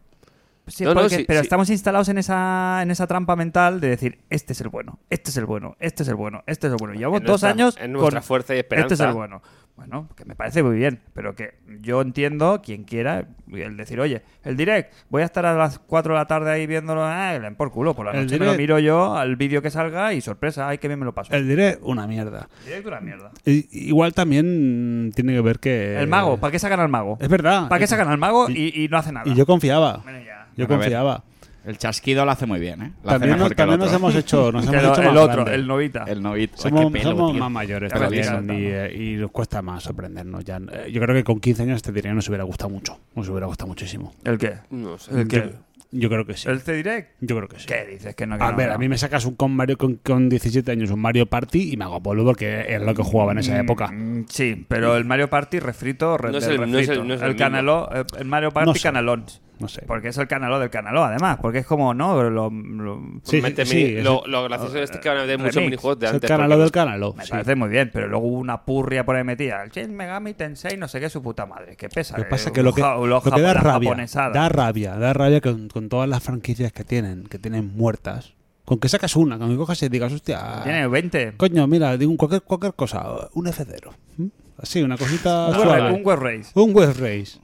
Speaker 1: Sí,
Speaker 4: No, no,
Speaker 1: porque-
Speaker 4: sí,
Speaker 1: pero
Speaker 4: sí.
Speaker 1: estamos instalados en esa, en esa trampa mental de decir, este es el bueno, este es el bueno, este es el bueno, este es el bueno. Llevamos
Speaker 4: En
Speaker 1: dos
Speaker 4: nuestra-
Speaker 1: años
Speaker 4: en nuestra fuerza y
Speaker 1: Este es el
Speaker 4: esperanza".
Speaker 1: bueno. Bueno, que me parece muy bien, pero que yo entiendo, quien quiera, el decir, oye, el direct, voy a estar a las 4 de la tarde ahí viéndolo, ah, le den por culo, por la
Speaker 2: El
Speaker 1: noche me lo
Speaker 2: direct-
Speaker 1: miro yo al vídeo que salga y sorpresa, ay, que bien me lo paso.
Speaker 2: El diré una mierda.
Speaker 1: Directo una mierda.
Speaker 2: I- Igual también tiene que ver que.
Speaker 1: El Eh, mago, ¿para qué sacan al mago?
Speaker 2: Es verdad.
Speaker 1: ¿Para qué sacan al mago y, y no hace nada?
Speaker 2: Y yo confiaba.
Speaker 1: Bueno, ya.
Speaker 2: Yo
Speaker 3: Bueno, a ver.
Speaker 2: confiaba.
Speaker 3: El chasquido lo hace muy bien, ¿eh? Lo hace
Speaker 2: También,
Speaker 3: mejor
Speaker 2: nos,
Speaker 3: que el
Speaker 2: también nos
Speaker 3: otro.
Speaker 2: hemos
Speaker 1: [LAUGHS]
Speaker 2: hecho. Nos
Speaker 1: Que
Speaker 2: hemos
Speaker 1: lo-
Speaker 2: hecho más
Speaker 1: el otro,
Speaker 2: grandes.
Speaker 1: el novita.
Speaker 3: El novito.
Speaker 2: Somos,
Speaker 3: Ay, qué pelo,
Speaker 2: somos
Speaker 3: tío.
Speaker 2: más mayores
Speaker 1: Qué
Speaker 2: también
Speaker 1: pelo,
Speaker 2: y, eh, y nos cuesta más sorprendernos. Ya, Eh, yo creo que con 15 años este diré nos hubiera gustado mucho. Nos hubiera gustado muchísimo.
Speaker 1: ¿El qué?
Speaker 4: No sé.
Speaker 1: ¿El
Speaker 2: Yo,
Speaker 1: qué?
Speaker 2: yo creo que sí.
Speaker 1: ¿El C-Direct?
Speaker 2: Yo creo que sí.
Speaker 1: ¿Qué dices? Que no, que
Speaker 2: A
Speaker 1: no,
Speaker 2: ver,
Speaker 1: no.
Speaker 2: a mí me sacas un con Mario con, con 17 años, un Mario Party y me hago boludo porque era lo que jugaba en esa época.
Speaker 1: Mm, Sí, pero el Mario Party refrito, re-
Speaker 4: No es
Speaker 1: del
Speaker 4: el- no es el-
Speaker 1: refrito.
Speaker 4: no es el mismo.
Speaker 1: canaló, eh, el Mario Party
Speaker 2: No sé.
Speaker 1: canalón.
Speaker 2: No sé.
Speaker 1: Porque es el canaló del canaló, además. Porque es como, ¿no? Lo- lo-
Speaker 2: Sí,
Speaker 4: Mete
Speaker 2: sí,
Speaker 4: mini-
Speaker 2: es-
Speaker 4: lo, lo gracioso este es que van a haber muchos
Speaker 1: remix.
Speaker 4: minijuegos de
Speaker 2: Es el
Speaker 4: antes.
Speaker 2: canalo
Speaker 4: porque
Speaker 2: del
Speaker 4: los-
Speaker 2: canalo.
Speaker 1: Me
Speaker 2: sí.
Speaker 1: parece muy bien, pero luego hubo una purria por ahí metida. El Shin Megami Tensei, no sé qué, su puta madre. Qué pesa.
Speaker 2: Lo que
Speaker 1: eh,
Speaker 2: pasa es que lo que,
Speaker 1: ja- lo
Speaker 2: lo que da
Speaker 1: japo- la
Speaker 2: rabia,
Speaker 1: japonesada.
Speaker 2: da rabia, da rabia con, con todas las franquicias que tienen, que tienen muertas. Con que sacas una, con que cojas y digas, hostia,
Speaker 1: Tiene 20.
Speaker 2: coño, mira, digo, cualquier, cualquier cosa, un F0. ¿m? ¿Mm? Así, una cosita
Speaker 1: Un
Speaker 2: suave.
Speaker 1: Web- un web race.
Speaker 2: Un Web Race.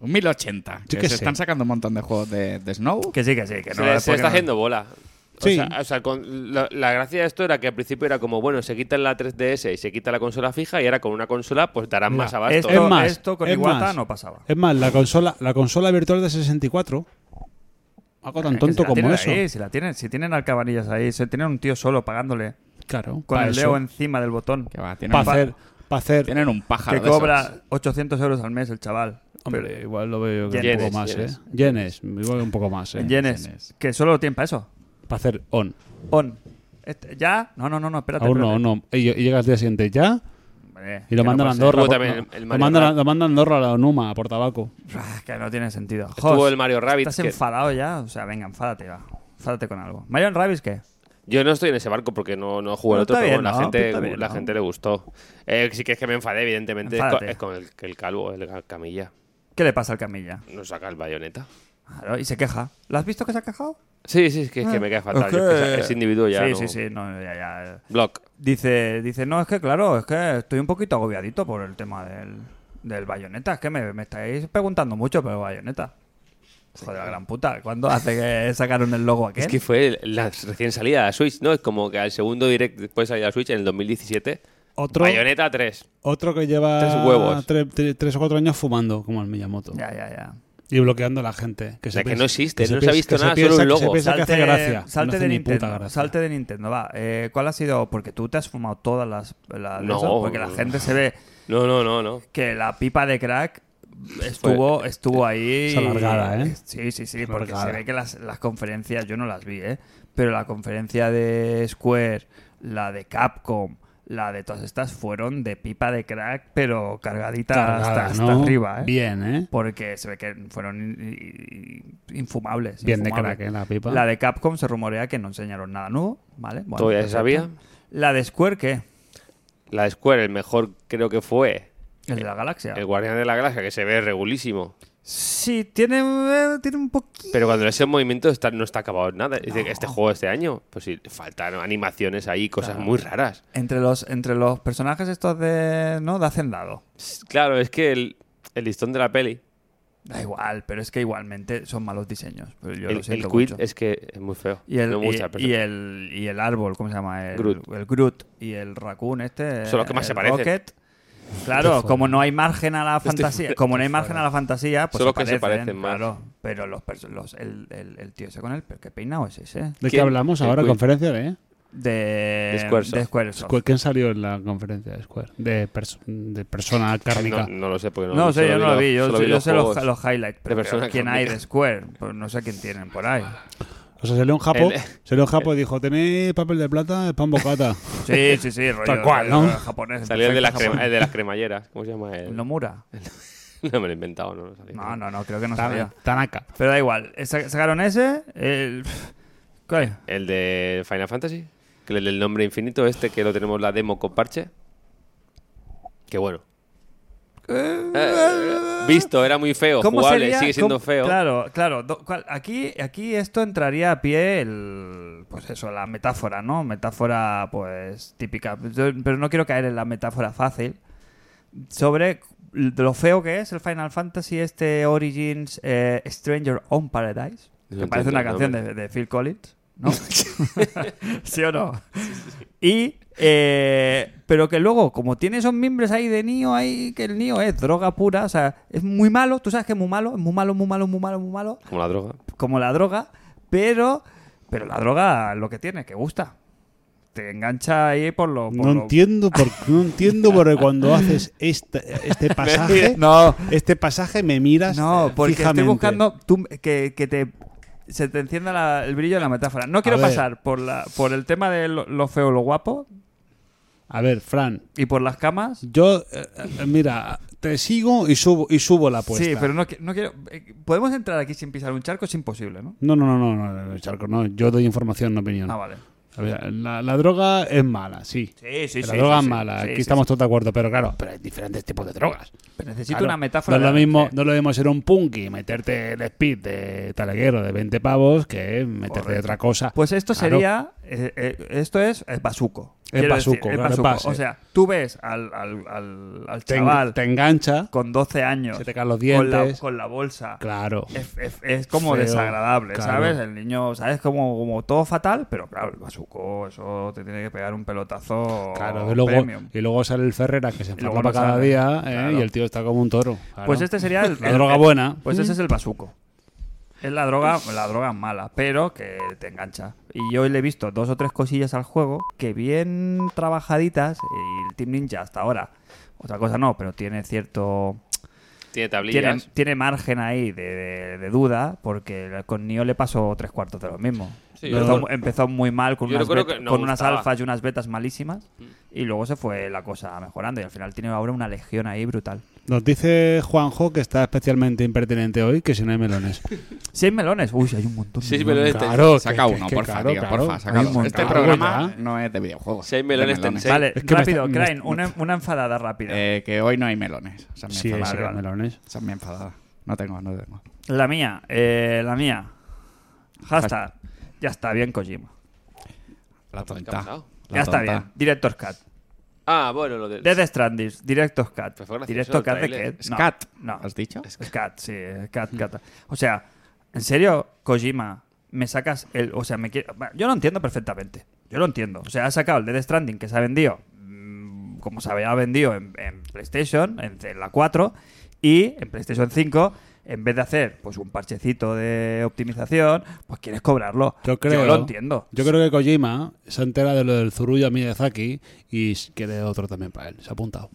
Speaker 3: Un 1080.
Speaker 2: Yo
Speaker 3: que
Speaker 2: qué
Speaker 3: se
Speaker 2: sé.
Speaker 3: están sacando un montón de juegos de, de Snow.
Speaker 1: Que sí, que sí, que no.
Speaker 4: se, le-
Speaker 1: es
Speaker 4: se
Speaker 1: porque no-
Speaker 4: está haciendo bola. O
Speaker 2: Sí.
Speaker 4: sea, o sea, con- la, la gracia de esto era que al principio era como, bueno, se quitan la 3DS y se quita la consola fija y ahora con una consola pues darán
Speaker 2: Mira,
Speaker 4: más abasto.
Speaker 1: Esto,
Speaker 2: Es más,
Speaker 1: esto con
Speaker 2: es
Speaker 1: Iwata
Speaker 2: más.
Speaker 1: no pasaba.
Speaker 2: Es más, la consola, la consola virtual de 64. Algo
Speaker 1: Es
Speaker 2: tan
Speaker 1: que si
Speaker 2: tonto
Speaker 1: la
Speaker 2: como
Speaker 1: tienen
Speaker 2: eso.
Speaker 1: ahí, si, la tienen, si tienen alcabanillas ahí, se tienen un tío solo pagándole
Speaker 2: Claro.
Speaker 1: con
Speaker 2: pa'
Speaker 1: el
Speaker 2: eso.
Speaker 1: dedo encima del botón.
Speaker 3: Que va, tienen,
Speaker 2: Pa'
Speaker 3: un,
Speaker 2: hacer, pa' hacer-
Speaker 3: tienen un pájaro
Speaker 1: Que
Speaker 3: de esos.
Speaker 1: cobra 800 euros al mes el chaval.
Speaker 2: Hombre, igual lo veo yo que
Speaker 4: Yenes,
Speaker 2: un poco más,
Speaker 4: yenes.
Speaker 2: ¿eh? Yenes, igual un poco más, ¿eh?
Speaker 1: En yenes.
Speaker 3: yenes.
Speaker 1: Que solo lo tienen para eso.
Speaker 2: Para hacer on.
Speaker 1: On. Este- ¿Ya? No, no, no, no, espérate.
Speaker 2: Aún no,
Speaker 1: espérate.
Speaker 2: no. Y, y llega el día siguiente ya
Speaker 1: Hombre,
Speaker 2: y
Speaker 1: que
Speaker 2: lo
Speaker 1: no
Speaker 2: mandan
Speaker 1: puede
Speaker 2: a Andorra.
Speaker 4: Luego
Speaker 2: por-
Speaker 4: también
Speaker 2: no,
Speaker 4: el
Speaker 2: lo,
Speaker 4: Mario
Speaker 2: mandan a,
Speaker 4: Kart.
Speaker 2: lo mandan a Andorra a la Onuma por tabaco.
Speaker 1: ser. Ah, Que no tiene sentido.
Speaker 4: Estuvo
Speaker 1: Jos,
Speaker 4: el Mario Rabbit.
Speaker 1: ¿Estás
Speaker 4: que-
Speaker 1: enfadado ya? O sea, venga, enfádate, va. Enfádate con algo. ¿Mario Rabbis qué?
Speaker 4: Yo no estoy en ese barco porque no, no jugué al
Speaker 1: No,
Speaker 4: otro,
Speaker 1: está
Speaker 4: pero
Speaker 1: bien,
Speaker 4: bueno, la,
Speaker 1: no,
Speaker 4: gente,
Speaker 1: está bien,
Speaker 4: la
Speaker 1: no.
Speaker 4: gente le gustó. Eh, sí que es que me enfadé, evidentemente, es con-
Speaker 1: Enfádate.
Speaker 4: es con el, el calvo, el camilla.
Speaker 1: ¿Qué le pasa al Camilla?
Speaker 4: No saca el bayoneta.
Speaker 1: Claro, y se queja. ¿Lo has visto que se ha quejado? Eh.
Speaker 4: Sí, sí, es que, es que me queda fatal. yo es que esa- ese individuo ya.
Speaker 1: sí,
Speaker 4: no-
Speaker 1: sí, sí, no, ya, ya.
Speaker 4: Block.
Speaker 1: Dice, dice, no, es que claro, es que estoy un poquito agobiadito por el tema del, del bayoneta. Es que me, me estáis preguntando mucho, pero bayoneta. Joder, la gran puta. ¿Cuándo hace que sacaron el logo aquel?
Speaker 4: Es que fue la recién salida de la Switch, ¿no? Es como que al segundo direct después de salir la Switch en el 2017.
Speaker 2: Otro,
Speaker 4: Bayoneta 3.
Speaker 2: otro que lleva
Speaker 4: Tres huevos.
Speaker 2: tre- tre- tres o cuatro años fumando, como el Miyamoto.
Speaker 1: Ya, ya, ya.
Speaker 2: Y bloqueando a la gente. Que
Speaker 4: sea, que
Speaker 2: piensa-
Speaker 4: no existe,
Speaker 2: se
Speaker 4: no se ha
Speaker 2: piensa-
Speaker 4: visto
Speaker 2: que se
Speaker 4: nada,
Speaker 2: piensa-
Speaker 4: solo un
Speaker 2: que se
Speaker 4: logo.
Speaker 2: piensa que hace gracia.
Speaker 1: salte
Speaker 2: no hace
Speaker 1: de
Speaker 2: ni
Speaker 1: Nintendo.
Speaker 2: puta gracia.
Speaker 1: Salte de Nintendo, va. Eh, ¿Cuál ha sido? Porque tú te has fumado todas las. las
Speaker 4: No.
Speaker 1: esas, porque la gente se ve
Speaker 4: No, no, no, no.
Speaker 1: que la pipa de crack estuvo, estuvo ahí.
Speaker 2: Es alargada, ¿eh?
Speaker 1: Sí, sí, sí, porque
Speaker 2: alargada.
Speaker 1: se ve que las, las conferencias, yo no las vi, ¿eh? Pero la conferencia de Square, la de Capcom, la de todas estas fueron de pipa de crack, pero cargadita hasta,
Speaker 2: Cargada,
Speaker 1: hasta
Speaker 2: ¿no?
Speaker 1: arriba, ¿eh?
Speaker 2: Bien, ¿eh?
Speaker 1: Porque se ve que fueron in- in- infumables.
Speaker 2: Bien de
Speaker 1: infumables.
Speaker 2: crack, ¿eh? La pipa.
Speaker 1: La de Capcom se rumorea que no enseñaron nada nuevo, ¿vale? Bueno,
Speaker 4: Todavía se
Speaker 1: perfecto.
Speaker 4: sabía.
Speaker 1: La de Square, ¿qué?
Speaker 4: La de Square, el mejor creo que fue
Speaker 1: El de la galaxia.
Speaker 4: Eh, el Guardián de la Galaxia, que se ve regulísimo.
Speaker 1: Sí, tiene, eh, tiene un poquito...
Speaker 4: Pero cuando ese movimiento está, no está acabado nada. Es decir, este juego este año, pues sí, faltan animaciones ahí, cosas muy raras.
Speaker 1: Entre los, entre los personajes estos de. ¿No? De Hacendado.
Speaker 4: S- Claro, es que el, el listón de la peli,
Speaker 1: Da igual, pero es que igualmente son malos diseños. Pero yo lo
Speaker 4: el,
Speaker 1: siento
Speaker 4: el quid
Speaker 1: mucho.
Speaker 4: es que es muy feo.
Speaker 1: y el,
Speaker 4: No
Speaker 1: y-
Speaker 4: mucha, pero-
Speaker 1: y, el, y el árbol, ¿cómo se llama? El
Speaker 4: Groot.
Speaker 1: el Groot y el Raccoon este.
Speaker 4: Son los que más se
Speaker 1: el
Speaker 4: parecen.
Speaker 1: Rocket. Claro, como no hay margen a la fantasía,
Speaker 4: fuera,
Speaker 1: como no hay margen a la fantasía, pues
Speaker 4: Son los
Speaker 1: se
Speaker 4: que se
Speaker 1: parecen,
Speaker 4: parecen más.
Speaker 1: Claro, pero los, perso- los el, el, el tío ese con el qué peinado es ese
Speaker 2: ¿De qué
Speaker 4: ¿Quién?
Speaker 2: hablamos
Speaker 4: El
Speaker 2: ahora?
Speaker 4: Queen.
Speaker 2: ¿Conferencia de...?
Speaker 1: de,
Speaker 4: Squaresoft.
Speaker 1: de Squaresoft.
Speaker 4: Pues
Speaker 2: Square- ¿Quién salió en la conferencia de Square? De, perso- de persona
Speaker 4: [LAUGHS] no,
Speaker 2: cárnica.
Speaker 4: no lo sé, porque no,
Speaker 1: No, sé, yo
Speaker 4: solo
Speaker 1: no lo vi, yo,
Speaker 4: solo
Speaker 1: yo sé los,
Speaker 4: juegos.
Speaker 1: los highlights, pero
Speaker 4: persona
Speaker 1: ¿quién hay de
Speaker 4: cómica.
Speaker 1: Square? Pues no sé quién tienen por ahí.
Speaker 2: O sea, salió un japo,
Speaker 4: El-
Speaker 2: salió un japo y dijo, tenéis papel de plata, pan
Speaker 4: [LAUGHS]
Speaker 2: bocata.
Speaker 1: Sí, sí, sí, rollo,
Speaker 2: Tal cual,
Speaker 1: rollo
Speaker 2: ¿no?
Speaker 1: japonés.
Speaker 4: Salió el de, las
Speaker 1: perfecto
Speaker 4: crema-
Speaker 1: japonés.
Speaker 4: el de las cremalleras. ¿Cómo se llama él?
Speaker 1: ¿El Nomura?
Speaker 4: [LAUGHS] No me lo he inventado, no lo sabía.
Speaker 1: No, no, no, creo que no
Speaker 2: Tan-
Speaker 1: sabía.
Speaker 2: Tanaka.
Speaker 1: Pero da igual, eh, sa- sacaron ese, el... [LAUGHS] ¿Cuál?
Speaker 4: El de Final Fantasy, que el del nombre infinito este, que lo tenemos la demo con parche. Que bueno. Eh, visto, era muy feo, jugable, sigue siendo
Speaker 1: cómo-
Speaker 4: feo.
Speaker 1: Claro, claro. do- cuál- Aquí, aquí esto entraría a pie el... Pues eso, la metáfora, ¿no? Metáfora, pues, típica. Yo- pero no quiero caer en la metáfora fácil. Sobre lo feo que es el Final Fantasy este Origins eh, Stranger on Paradise.
Speaker 4: No
Speaker 1: que parece
Speaker 4: entiendo
Speaker 1: una
Speaker 4: el
Speaker 1: canción de, de Phil Collins, [LAUGHS] ¿no? ¿Sí o no? Y. eh, pero que luego, como tiene esos mimbres ahí de Nio, ahí que el Nio es droga pura, o sea, es muy malo, tú sabes que es muy malo, es muy malo, muy malo, muy malo, muy malo,
Speaker 4: Como la droga.
Speaker 1: como la droga, pero. Pero la droga lo que tiene, que gusta. Te engancha ahí por lo. por
Speaker 2: No
Speaker 1: lo-
Speaker 2: entiendo por no entiendo porque
Speaker 1: [LAUGHS]
Speaker 2: cuando haces este, este pasaje,
Speaker 1: No,
Speaker 2: este pasaje me miras [LAUGHS]
Speaker 1: No, porque
Speaker 2: fijamente.
Speaker 1: estoy buscando tú- que, que te se te encienda la- el brillo de la metáfora. No quiero
Speaker 2: ver.
Speaker 1: pasar por la por el tema de lo, lo feo, lo guapo
Speaker 2: A ver, Fran,
Speaker 1: y por las camas.
Speaker 2: yo eh, eh, mira, te sigo y subo y subo la apuesta.
Speaker 1: Sí, pero no, qui- no quiero. eh, Podemos entrar aquí sin pisar un charco, es imposible, ¿no?
Speaker 2: no, no, no, no, no, no, Charco, no, yo doy información, no opinión.
Speaker 1: Ah, vale.
Speaker 2: A ver, la, la droga es mala, sí.
Speaker 1: Sí, sí,
Speaker 2: la
Speaker 1: sí,
Speaker 2: droga
Speaker 1: sí,
Speaker 2: es
Speaker 1: sí.
Speaker 2: mala,
Speaker 1: Sí,
Speaker 2: aquí
Speaker 1: sí,
Speaker 2: estamos
Speaker 1: sí.
Speaker 2: todos de acuerdo, pero claro, pero hay diferentes tipos de drogas.
Speaker 1: Pero necesito
Speaker 2: Claro,
Speaker 1: una metáfora.
Speaker 2: Ah, No es, lo
Speaker 1: de-
Speaker 2: mismo,
Speaker 1: sí.
Speaker 2: no es lo mismo ser un punky, meterte el speed de taleguero de 20 pavos que meterte
Speaker 1: Correcto.
Speaker 2: otra cosa.
Speaker 1: Pues esto
Speaker 2: Claro.
Speaker 1: sería. eh, eh, esto es, eh, basuco.
Speaker 2: Es
Speaker 1: Quiero decir,
Speaker 2: basuco,
Speaker 1: es
Speaker 2: claro, es
Speaker 1: basuco.
Speaker 2: base.
Speaker 1: O sea, tú ves al, al, al, al
Speaker 2: te, en-
Speaker 1: chaval
Speaker 2: te engancha,
Speaker 1: con 12 años
Speaker 2: se te caen los
Speaker 1: con la,
Speaker 2: dientes.
Speaker 1: con la bolsa.
Speaker 2: Claro.
Speaker 1: Es, es- es como
Speaker 2: Feo,
Speaker 1: desagradable,
Speaker 2: claro.
Speaker 1: ¿sabes? El niño, ¿sabes? Como, como todo fatal, pero claro, el basuco, eso te tiene que pegar un pelotazo
Speaker 2: Claro, y luego,
Speaker 1: premium.
Speaker 2: y luego sale el Ferrera que
Speaker 1: Y
Speaker 2: se
Speaker 1: luego
Speaker 2: enfarla para
Speaker 1: no
Speaker 2: cada
Speaker 1: sale,
Speaker 2: día ¿eh?
Speaker 1: claro.
Speaker 2: y el tío está como un toro. claro.
Speaker 1: Pues este sería el,
Speaker 2: La
Speaker 1: el-
Speaker 2: droga
Speaker 1: el-
Speaker 2: buena.
Speaker 1: Pues ese es el basuco. Es la droga, la droga mala, pero que te engancha. Y yo le he visto dos o tres cosillas al juego que bien trabajaditas y el Team Ninja hasta ahora. Otra cosa no, pero tiene cierto tiene,
Speaker 4: Tiene tablillas.
Speaker 1: tiene margen ahí de, de- de duda, porque con Nio le pasó tres cuartos de lo mismo.
Speaker 4: Sí, yo
Speaker 1: empezó,
Speaker 4: creo-
Speaker 1: empezó muy mal con
Speaker 4: yo
Speaker 1: unas,
Speaker 4: creo
Speaker 1: bet-
Speaker 4: que no
Speaker 1: con unas
Speaker 4: gustaba. Mm.
Speaker 1: alfas y unas betas malísimas, y luego se fue la cosa mejorando, y al final tiene ahora una legión ahí brutal.
Speaker 2: Nos dice Juanjo que está especialmente impertinente hoy, que si no
Speaker 1: [LAUGHS]
Speaker 2: hay melones.
Speaker 1: Seis melones, uy, hay un montón. de
Speaker 4: Seis
Speaker 1: melones.
Speaker 4: melones.
Speaker 2: Claro,
Speaker 3: Oh, Saca
Speaker 2: Oh, que- que-
Speaker 3: uno,
Speaker 2: que
Speaker 3: porfa,
Speaker 2: claro,
Speaker 3: tío,
Speaker 2: claro.
Speaker 3: porfa,
Speaker 2: Hay
Speaker 3: sácalo.
Speaker 2: un montón.
Speaker 3: Este
Speaker 1: Claro,
Speaker 3: programa
Speaker 2: ya.
Speaker 3: no es de videojuegos.
Speaker 4: Seis
Speaker 3: de
Speaker 4: melones tensei.
Speaker 1: Vale,
Speaker 2: Es que me
Speaker 1: rápido,
Speaker 2: está- me
Speaker 1: Crane,
Speaker 2: está-
Speaker 1: una, una enfadada rápida.
Speaker 3: Eh, que hoy no hay melones. Se eh.
Speaker 2: Sí, sí,
Speaker 1: vale,
Speaker 2: que hay
Speaker 1: vale.
Speaker 2: melones.
Speaker 3: me enfadada. No tengo, no tengo.
Speaker 1: La mía, eh, la mía. Hashtag. Ya está bien, Kojima.
Speaker 3: La
Speaker 4: ¿Qué Pues ha
Speaker 3: tonta.
Speaker 4: pasado?
Speaker 3: La
Speaker 1: ya está
Speaker 3: tonta.
Speaker 1: bien. Director's Cut.
Speaker 4: Ah, bueno, lo de.
Speaker 1: Death Stranding, Director's Cut.
Speaker 4: Pues fue gracioso
Speaker 1: Director's
Speaker 4: el
Speaker 1: Cut de qué?
Speaker 4: tráiler.
Speaker 1: No,
Speaker 3: Scat,
Speaker 1: No,
Speaker 3: ¿has dicho?
Speaker 1: Scat, sí, Scat,
Speaker 4: Mm.
Speaker 1: Cat. O sea, en serio, Kojima, me sacas el. O sea, me quiere- bueno, Yo lo entiendo perfectamente. Yo lo entiendo. O sea, ha sacado el Death Stranding que se ha vendido, mm, como se había vendido en, en PlayStation, en, en la 4, y en PlayStation 5. En vez de hacer pues un parchecito de optimización, pues quieres cobrarlo.
Speaker 2: Yo creo.
Speaker 1: lo entiendo.
Speaker 2: Yo creo que Kojima se entera de lo del Zurullo a Miyazaki y s- quiere otro también para él. Se ha
Speaker 1: [LAUGHS]
Speaker 2: apuntado.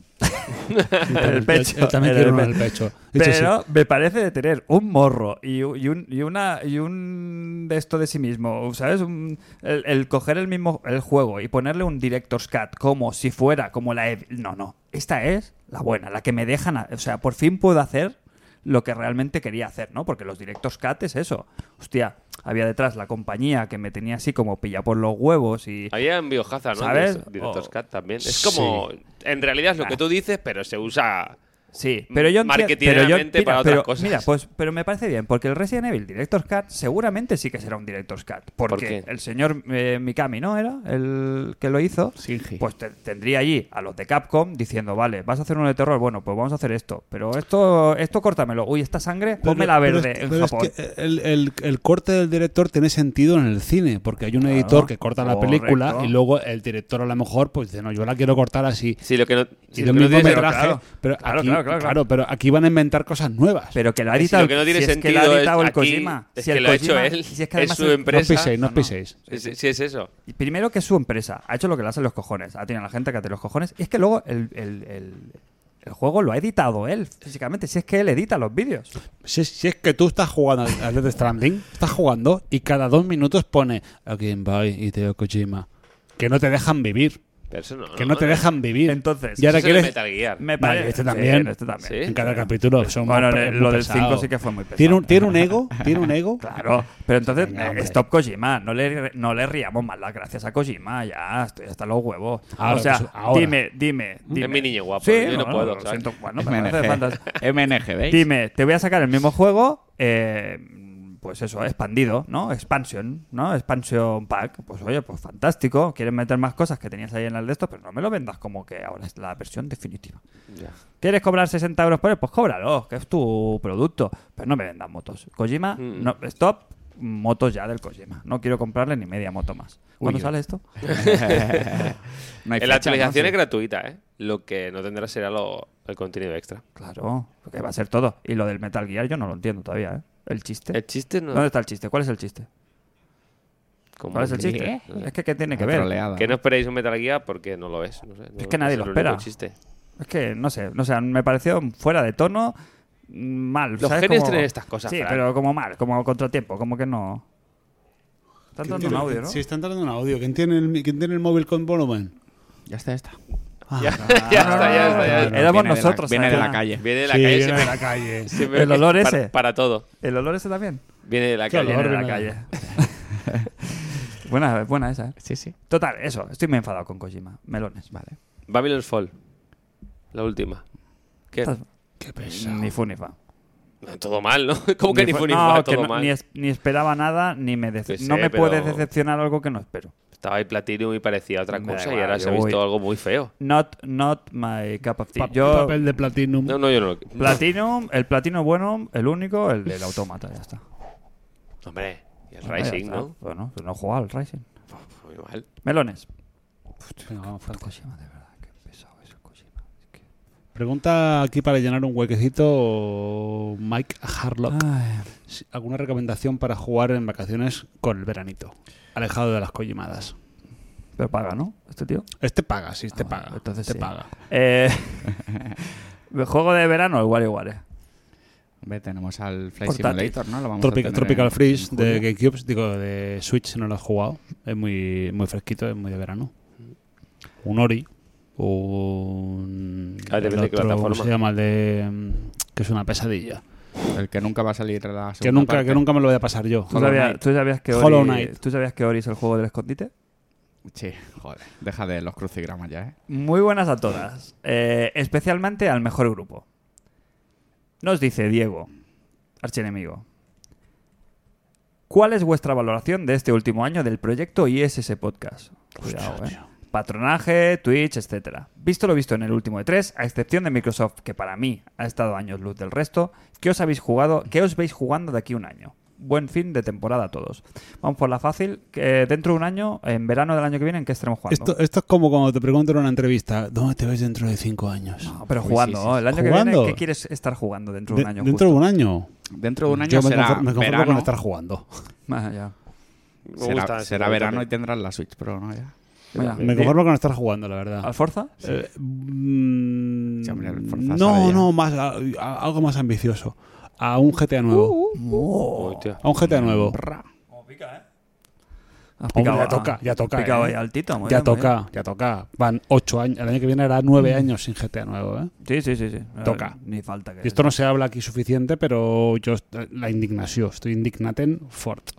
Speaker 1: el pecho.
Speaker 2: Él también
Speaker 1: en
Speaker 2: quiere
Speaker 1: el
Speaker 2: uno
Speaker 1: pe-
Speaker 2: en el pecho. Dice, sí.
Speaker 1: Pero me parece de tener un morro y, u- y un, y una, y un de esto de sí mismo, ¿sabes? Un- el, el coger el mismo el juego y ponerle un director's cut como si fuera como la... ev- No, no. Esta es la buena, la que me dejan... a- o sea, por fin puedo hacer lo que realmente quería hacer, ¿no? Porque los director's cut es eso. Hostia, había detrás la compañía que me tenía así como pilla por los huevos y...
Speaker 4: Había en Biohazard, ¿no?
Speaker 1: ¿Sabes?
Speaker 4: Director- Director's
Speaker 1: O-
Speaker 4: Cut también. Es como. En realidad es lo que tú dices, pero se usa.
Speaker 1: Sí, pero yo entiendo. Pero yo,
Speaker 4: Marketingeramente para otras
Speaker 1: pero,
Speaker 4: cosas.
Speaker 1: mira, pues, pero me parece bien, porque el Resident Evil Director's Cut seguramente sí que será un Director's Cut. Porque
Speaker 4: qué?
Speaker 1: el señor eh, Mikami, ¿no? Era el que lo hizo.
Speaker 3: Shinji.
Speaker 1: Pues te- tendría allí a los de Capcom diciendo, vale, vas a hacer uno de terror, bueno, pues vamos a hacer esto. Pero esto, esto córtamelo. Uy, esta sangre, ponme la
Speaker 2: Pero-
Speaker 1: verde
Speaker 2: pero
Speaker 1: en
Speaker 2: es- pero es
Speaker 1: Japón.
Speaker 2: que eh, el, el- el corte del director tiene sentido en el cine, porque hay un editor que corta la
Speaker 1: correcto.
Speaker 2: película y luego el director a lo mejor pues dice, no, yo la quiero cortar así.
Speaker 4: Sí, lo que no. sí,
Speaker 2: y del
Speaker 4: lo que no
Speaker 2: mismo
Speaker 4: tiene-
Speaker 2: metraje,
Speaker 1: claro.
Speaker 2: pero
Speaker 1: Claro,
Speaker 2: aquí,
Speaker 1: claro,
Speaker 2: claro,
Speaker 1: claro,
Speaker 2: pero aquí van a inventar cosas nuevas.
Speaker 1: Pero que lo ha
Speaker 4: si
Speaker 1: editado,
Speaker 4: lo que no tiene
Speaker 1: si es que lo ha
Speaker 4: sentido es
Speaker 1: editado el
Speaker 4: aquí,
Speaker 1: Kojima.
Speaker 4: es
Speaker 1: si
Speaker 4: que
Speaker 1: el
Speaker 4: lo ha hecho
Speaker 1: Kojima-
Speaker 4: él,
Speaker 1: si es que
Speaker 4: es
Speaker 1: además
Speaker 4: su
Speaker 1: el-
Speaker 2: no os
Speaker 4: empresa.
Speaker 2: piséis, no os
Speaker 1: no, no.
Speaker 2: piséis.
Speaker 4: Sí, sí, sí, es eso.
Speaker 1: Y Primero que es su empresa, ha hecho lo que le hacen los cojones, ha tenido a la gente que hace los cojones. Y es que luego el, el- el- el juego lo ha editado él físicamente, si es que él edita los vídeos.
Speaker 2: Si, si es que tú estás jugando al al Death Stranding, estás jugando y cada dos minutos pone a Game Boy y Teo Kojima. Que no te dejan vivir.
Speaker 4: Pero eso no.
Speaker 2: Que no te dejan vivir.
Speaker 1: Entonces,
Speaker 2: Y ahora
Speaker 4: Eso es el
Speaker 2: quieres-
Speaker 4: Metal Gear.
Speaker 1: Me
Speaker 2: No,
Speaker 1: parece-
Speaker 2: y este
Speaker 1: sí,
Speaker 2: también.
Speaker 1: este también.
Speaker 4: Sí.
Speaker 2: En cada capítulo son
Speaker 1: Bueno,
Speaker 2: muy-
Speaker 1: le-
Speaker 2: muy
Speaker 1: lo del
Speaker 2: pesado.
Speaker 1: 5 sí que fue muy pesado.
Speaker 2: Tiene un, tiene un ego, tiene un ego.
Speaker 1: [LAUGHS] Claro, pero entonces,
Speaker 2: Venga,
Speaker 1: eh,
Speaker 2: hombre.
Speaker 1: stop Kojima, no le, no le riamos más las gracias a Kojima, ya, estoy hasta los huevos.
Speaker 2: Ahora,
Speaker 1: o sea,
Speaker 2: pues, ahora.
Speaker 1: dime, dime, dime.
Speaker 4: mi niño guapo,
Speaker 1: Sí,
Speaker 4: yo no puedo,
Speaker 1: lo
Speaker 4: ¿sabes?
Speaker 1: siento, bueno, me parece
Speaker 3: MNG.
Speaker 1: fantástico.
Speaker 3: MNG, ¿veis? [LAUGHS]
Speaker 1: Dime, te voy a sacar el mismo juego, eh, pues eso, expandido, ¿no? Expansion, ¿no? Expansion Pack. Pues oye, pues fantástico. Quieres meter más cosas que tenías ahí en el de estos, pero no me lo vendas como que ahora es la versión definitiva.
Speaker 4: Ya.
Speaker 1: ¿Quieres cobrar 60 euros por él? Pues cóbralo, que es tu producto. Pero no me vendas motos. Kojima,
Speaker 4: Mm.
Speaker 1: no, stop, motos ya del Kojima. No quiero comprarle ni media moto más. ¿Cuándo
Speaker 3: Uy.
Speaker 1: sale esto?
Speaker 3: No hay
Speaker 4: En la
Speaker 3: fecha, ¿no?
Speaker 4: actualización es
Speaker 3: Sí.
Speaker 4: gratuita, ¿eh? Lo que no tendrá será lo, el contenido extra.
Speaker 1: Claro, porque va a ser todo. Y lo del Metal Gear yo no lo entiendo todavía, ¿eh? El chiste.
Speaker 4: El chiste no.
Speaker 1: ¿Dónde está el chiste? ¿Cuál es el chiste?
Speaker 4: como
Speaker 1: ¿Cuál es el
Speaker 4: que-
Speaker 1: chiste? Es que ¿qué tiene que
Speaker 3: Una
Speaker 1: ver?
Speaker 3: troleada,
Speaker 4: Que
Speaker 3: ¿no?
Speaker 4: no esperéis un Metal Gear porque no lo es. no sé, no-
Speaker 1: que nadie
Speaker 4: no
Speaker 1: lo
Speaker 4: el único
Speaker 1: espera. Ah,
Speaker 4: chiste.
Speaker 1: Es que no sé, o sea, me pareció fuera de tono, mm, mal.
Speaker 4: Los
Speaker 1: ¿sabes?
Speaker 4: genios
Speaker 1: Como-
Speaker 4: tienen estas cosas,
Speaker 1: Sí,
Speaker 4: Fran.
Speaker 1: pero como mal, como contratiempo, como que no. Está entrando un audio, ¿no?
Speaker 2: Sí, está entrando un audio. ¿Quién tiene el, quién tiene el móvil con volumen?
Speaker 3: Ya está, ya está.
Speaker 4: [LAUGHS]
Speaker 2: Eh,
Speaker 4: ya, ya está, ya está. ya
Speaker 1: Ah,
Speaker 4: está.
Speaker 1: Éramos
Speaker 3: Viene de la-
Speaker 1: nosotros,
Speaker 3: Viene de la
Speaker 2: Ah.
Speaker 1: Adrián.
Speaker 3: calle.
Speaker 4: Viene de la
Speaker 2: Sí,
Speaker 4: calle.
Speaker 2: viene
Speaker 4: siempre-
Speaker 2: de
Speaker 1: [LAUGHS]
Speaker 2: la calle.
Speaker 4: [LAUGHS] siempre-
Speaker 1: El olor
Speaker 4: para-
Speaker 1: ese.
Speaker 4: Para todo.
Speaker 1: ¿El olor ese también?
Speaker 4: Viene de la
Speaker 2: Qué
Speaker 4: calle.
Speaker 2: olor,
Speaker 1: Viene de la
Speaker 2: viene [LAUGHS]
Speaker 1: calle. buena, buena esa, ¿eh?
Speaker 3: Sí, sí.
Speaker 1: Total, eso, estoy muy enfadado con Kojima. Melones.
Speaker 3: Vale.
Speaker 4: Babylon's Fall. La última. ¿Qué?
Speaker 1: Estás-
Speaker 2: Qué pesado.
Speaker 1: Ni fu ni fa.
Speaker 4: Todo mal, ¿no? [LAUGHS] ¿Cómo que ni
Speaker 1: fu-
Speaker 4: fue ni
Speaker 1: no,
Speaker 4: fa?
Speaker 1: que
Speaker 4: Todo
Speaker 1: no-
Speaker 4: mal.
Speaker 1: ni, es- ni esperaba nada, ni me dece-
Speaker 4: Que
Speaker 1: No
Speaker 4: sé,
Speaker 1: me
Speaker 4: pero-
Speaker 1: puedes decepcionar algo que no espero.
Speaker 4: Estaba ahí Platinum y parecía otra
Speaker 1: Me da
Speaker 4: cosa y
Speaker 1: igual,
Speaker 4: ahora
Speaker 1: yo
Speaker 4: se ha visto
Speaker 1: voy-
Speaker 4: algo muy feo.
Speaker 1: Not, not my cup of tea.
Speaker 2: Pa-
Speaker 1: Yo,
Speaker 2: Papel de Platinum.
Speaker 4: No, no, yo no lo...
Speaker 1: Platinum, el platino bueno, el único, el del automata, ya [LAUGHS] está.
Speaker 4: Hombre, y el Rising,
Speaker 1: Ya está.
Speaker 4: ¿no?
Speaker 1: Bueno, pues no he jugado al Rising.
Speaker 4: Muy mal.
Speaker 1: Melones.
Speaker 2: No, falta.
Speaker 1: Kojima, de verdad, qué pesado es el Kojima. Es que-
Speaker 2: Pregunta aquí para llenar un huequecito Mike Harlock.
Speaker 1: Ay,
Speaker 2: Si- ¿Alguna recomendación para jugar en vacaciones con el veranito? Alejado de las collimadas.
Speaker 1: pero paga, ¿no? Este [LAUGHS] tío.
Speaker 2: Este paga, sí, este
Speaker 1: Ah,
Speaker 2: paga.
Speaker 1: bueno, entonces
Speaker 2: este
Speaker 1: sí.
Speaker 2: paga.
Speaker 1: Eh, [LAUGHS] el juego de verano, igual, eh. igual.
Speaker 3: Hombre, tenemos al Flight
Speaker 1: Portátil.
Speaker 3: Simulator, ¿no? Lo vamos a
Speaker 2: Tropical,
Speaker 3: tener
Speaker 2: Tropical
Speaker 3: en-
Speaker 2: Freeze
Speaker 3: en
Speaker 2: de
Speaker 3: julio.
Speaker 2: GameCube, digo, de Switch si no lo has jugado. Es muy, muy fresquito, es muy de verano. Un Ori, un...
Speaker 4: Ah, depende
Speaker 2: el
Speaker 4: de qué
Speaker 2: ¿cómo
Speaker 4: plataforma.
Speaker 2: se llama? El de... mm, que es una pesadilla.
Speaker 3: El que nunca va a salir a la segunda
Speaker 2: Que nunca,
Speaker 3: parte.
Speaker 2: que nunca me lo voy a pasar yo.
Speaker 1: ¿Tú
Speaker 3: Hollow
Speaker 1: sabías,
Speaker 3: Knight.
Speaker 1: tú sabías que
Speaker 2: Hollow
Speaker 1: Ori,
Speaker 2: Knight.
Speaker 1: ¿Tú sabías que Ori es el juego del escondite?
Speaker 3: Sí, joder. Deja de los crucigramas ya, ¿eh?
Speaker 1: Muy buenas a todas. Eh, especialmente al mejor grupo. Nos dice Diego, archienemigo. ¿Cuál es vuestra valoración de este último año del proyecto ISS Podcast? Cuidado, eh. Patronaje, Twitch, etcétera. Visto lo visto en el último E3, a excepción de Microsoft, que para mí ha estado años luz del resto, ¿qué os habéis jugado? ¿Qué os veis jugando de aquí a un año? Buen fin de temporada a todos. Vamos por la fácil. que dentro de un año, en verano del año que viene, ¿en qué estaremos jugando?
Speaker 2: Esto, esto es como cuando te preguntan en una entrevista, ¿dónde te ves dentro de cinco años?
Speaker 1: No, pero
Speaker 3: Uy,
Speaker 1: jugando,
Speaker 3: sí, sí, sí.
Speaker 1: el año que
Speaker 2: ¿Jugando?
Speaker 1: viene, ¿qué quieres estar jugando dentro de
Speaker 2: De-
Speaker 1: un año?
Speaker 2: ¿Dentro de un año?
Speaker 3: Dentro de un año
Speaker 2: Yo me
Speaker 3: será
Speaker 2: conformo, me conformo
Speaker 3: verano.
Speaker 2: con estar jugando.
Speaker 1: justo? Ah, ya.
Speaker 4: Me
Speaker 3: será
Speaker 4: gusta ese
Speaker 3: será
Speaker 4: juego
Speaker 3: verano y
Speaker 4: también.
Speaker 3: tendrás la Switch Pro, ¿no? Ya.
Speaker 1: Venga.
Speaker 2: Eh, Me conformo con estar jugando, la verdad.
Speaker 1: ¿Al Forza?
Speaker 2: Eh, mm,
Speaker 3: Ah. Sí, hombre, el Forza sabe
Speaker 2: no,
Speaker 3: ya.
Speaker 2: no, más, a- a- algo más ambicioso. A un GTA
Speaker 3: Uh,
Speaker 2: nuevo.
Speaker 4: Hostia. [LAUGHS]
Speaker 2: A un GTA nuevo.
Speaker 1: Has
Speaker 2: Hombre,
Speaker 1: picado
Speaker 2: ya
Speaker 1: a-
Speaker 2: toca, ya toca.
Speaker 1: picado
Speaker 2: eh.
Speaker 1: ahí altito, muy
Speaker 2: ya
Speaker 1: bien, muy
Speaker 2: toca, ya toca. Van ocho años. El año que viene hará
Speaker 3: Mm.
Speaker 2: nueve años sin GTA nuevo. ¿eh?
Speaker 1: bien. Sí, sí, sí. sí. Eh,
Speaker 2: Toca.
Speaker 1: Ni falta que...
Speaker 2: Y esto no se habla aquí suficiente, pero yo est- la indignación. Estoy indignaten fort.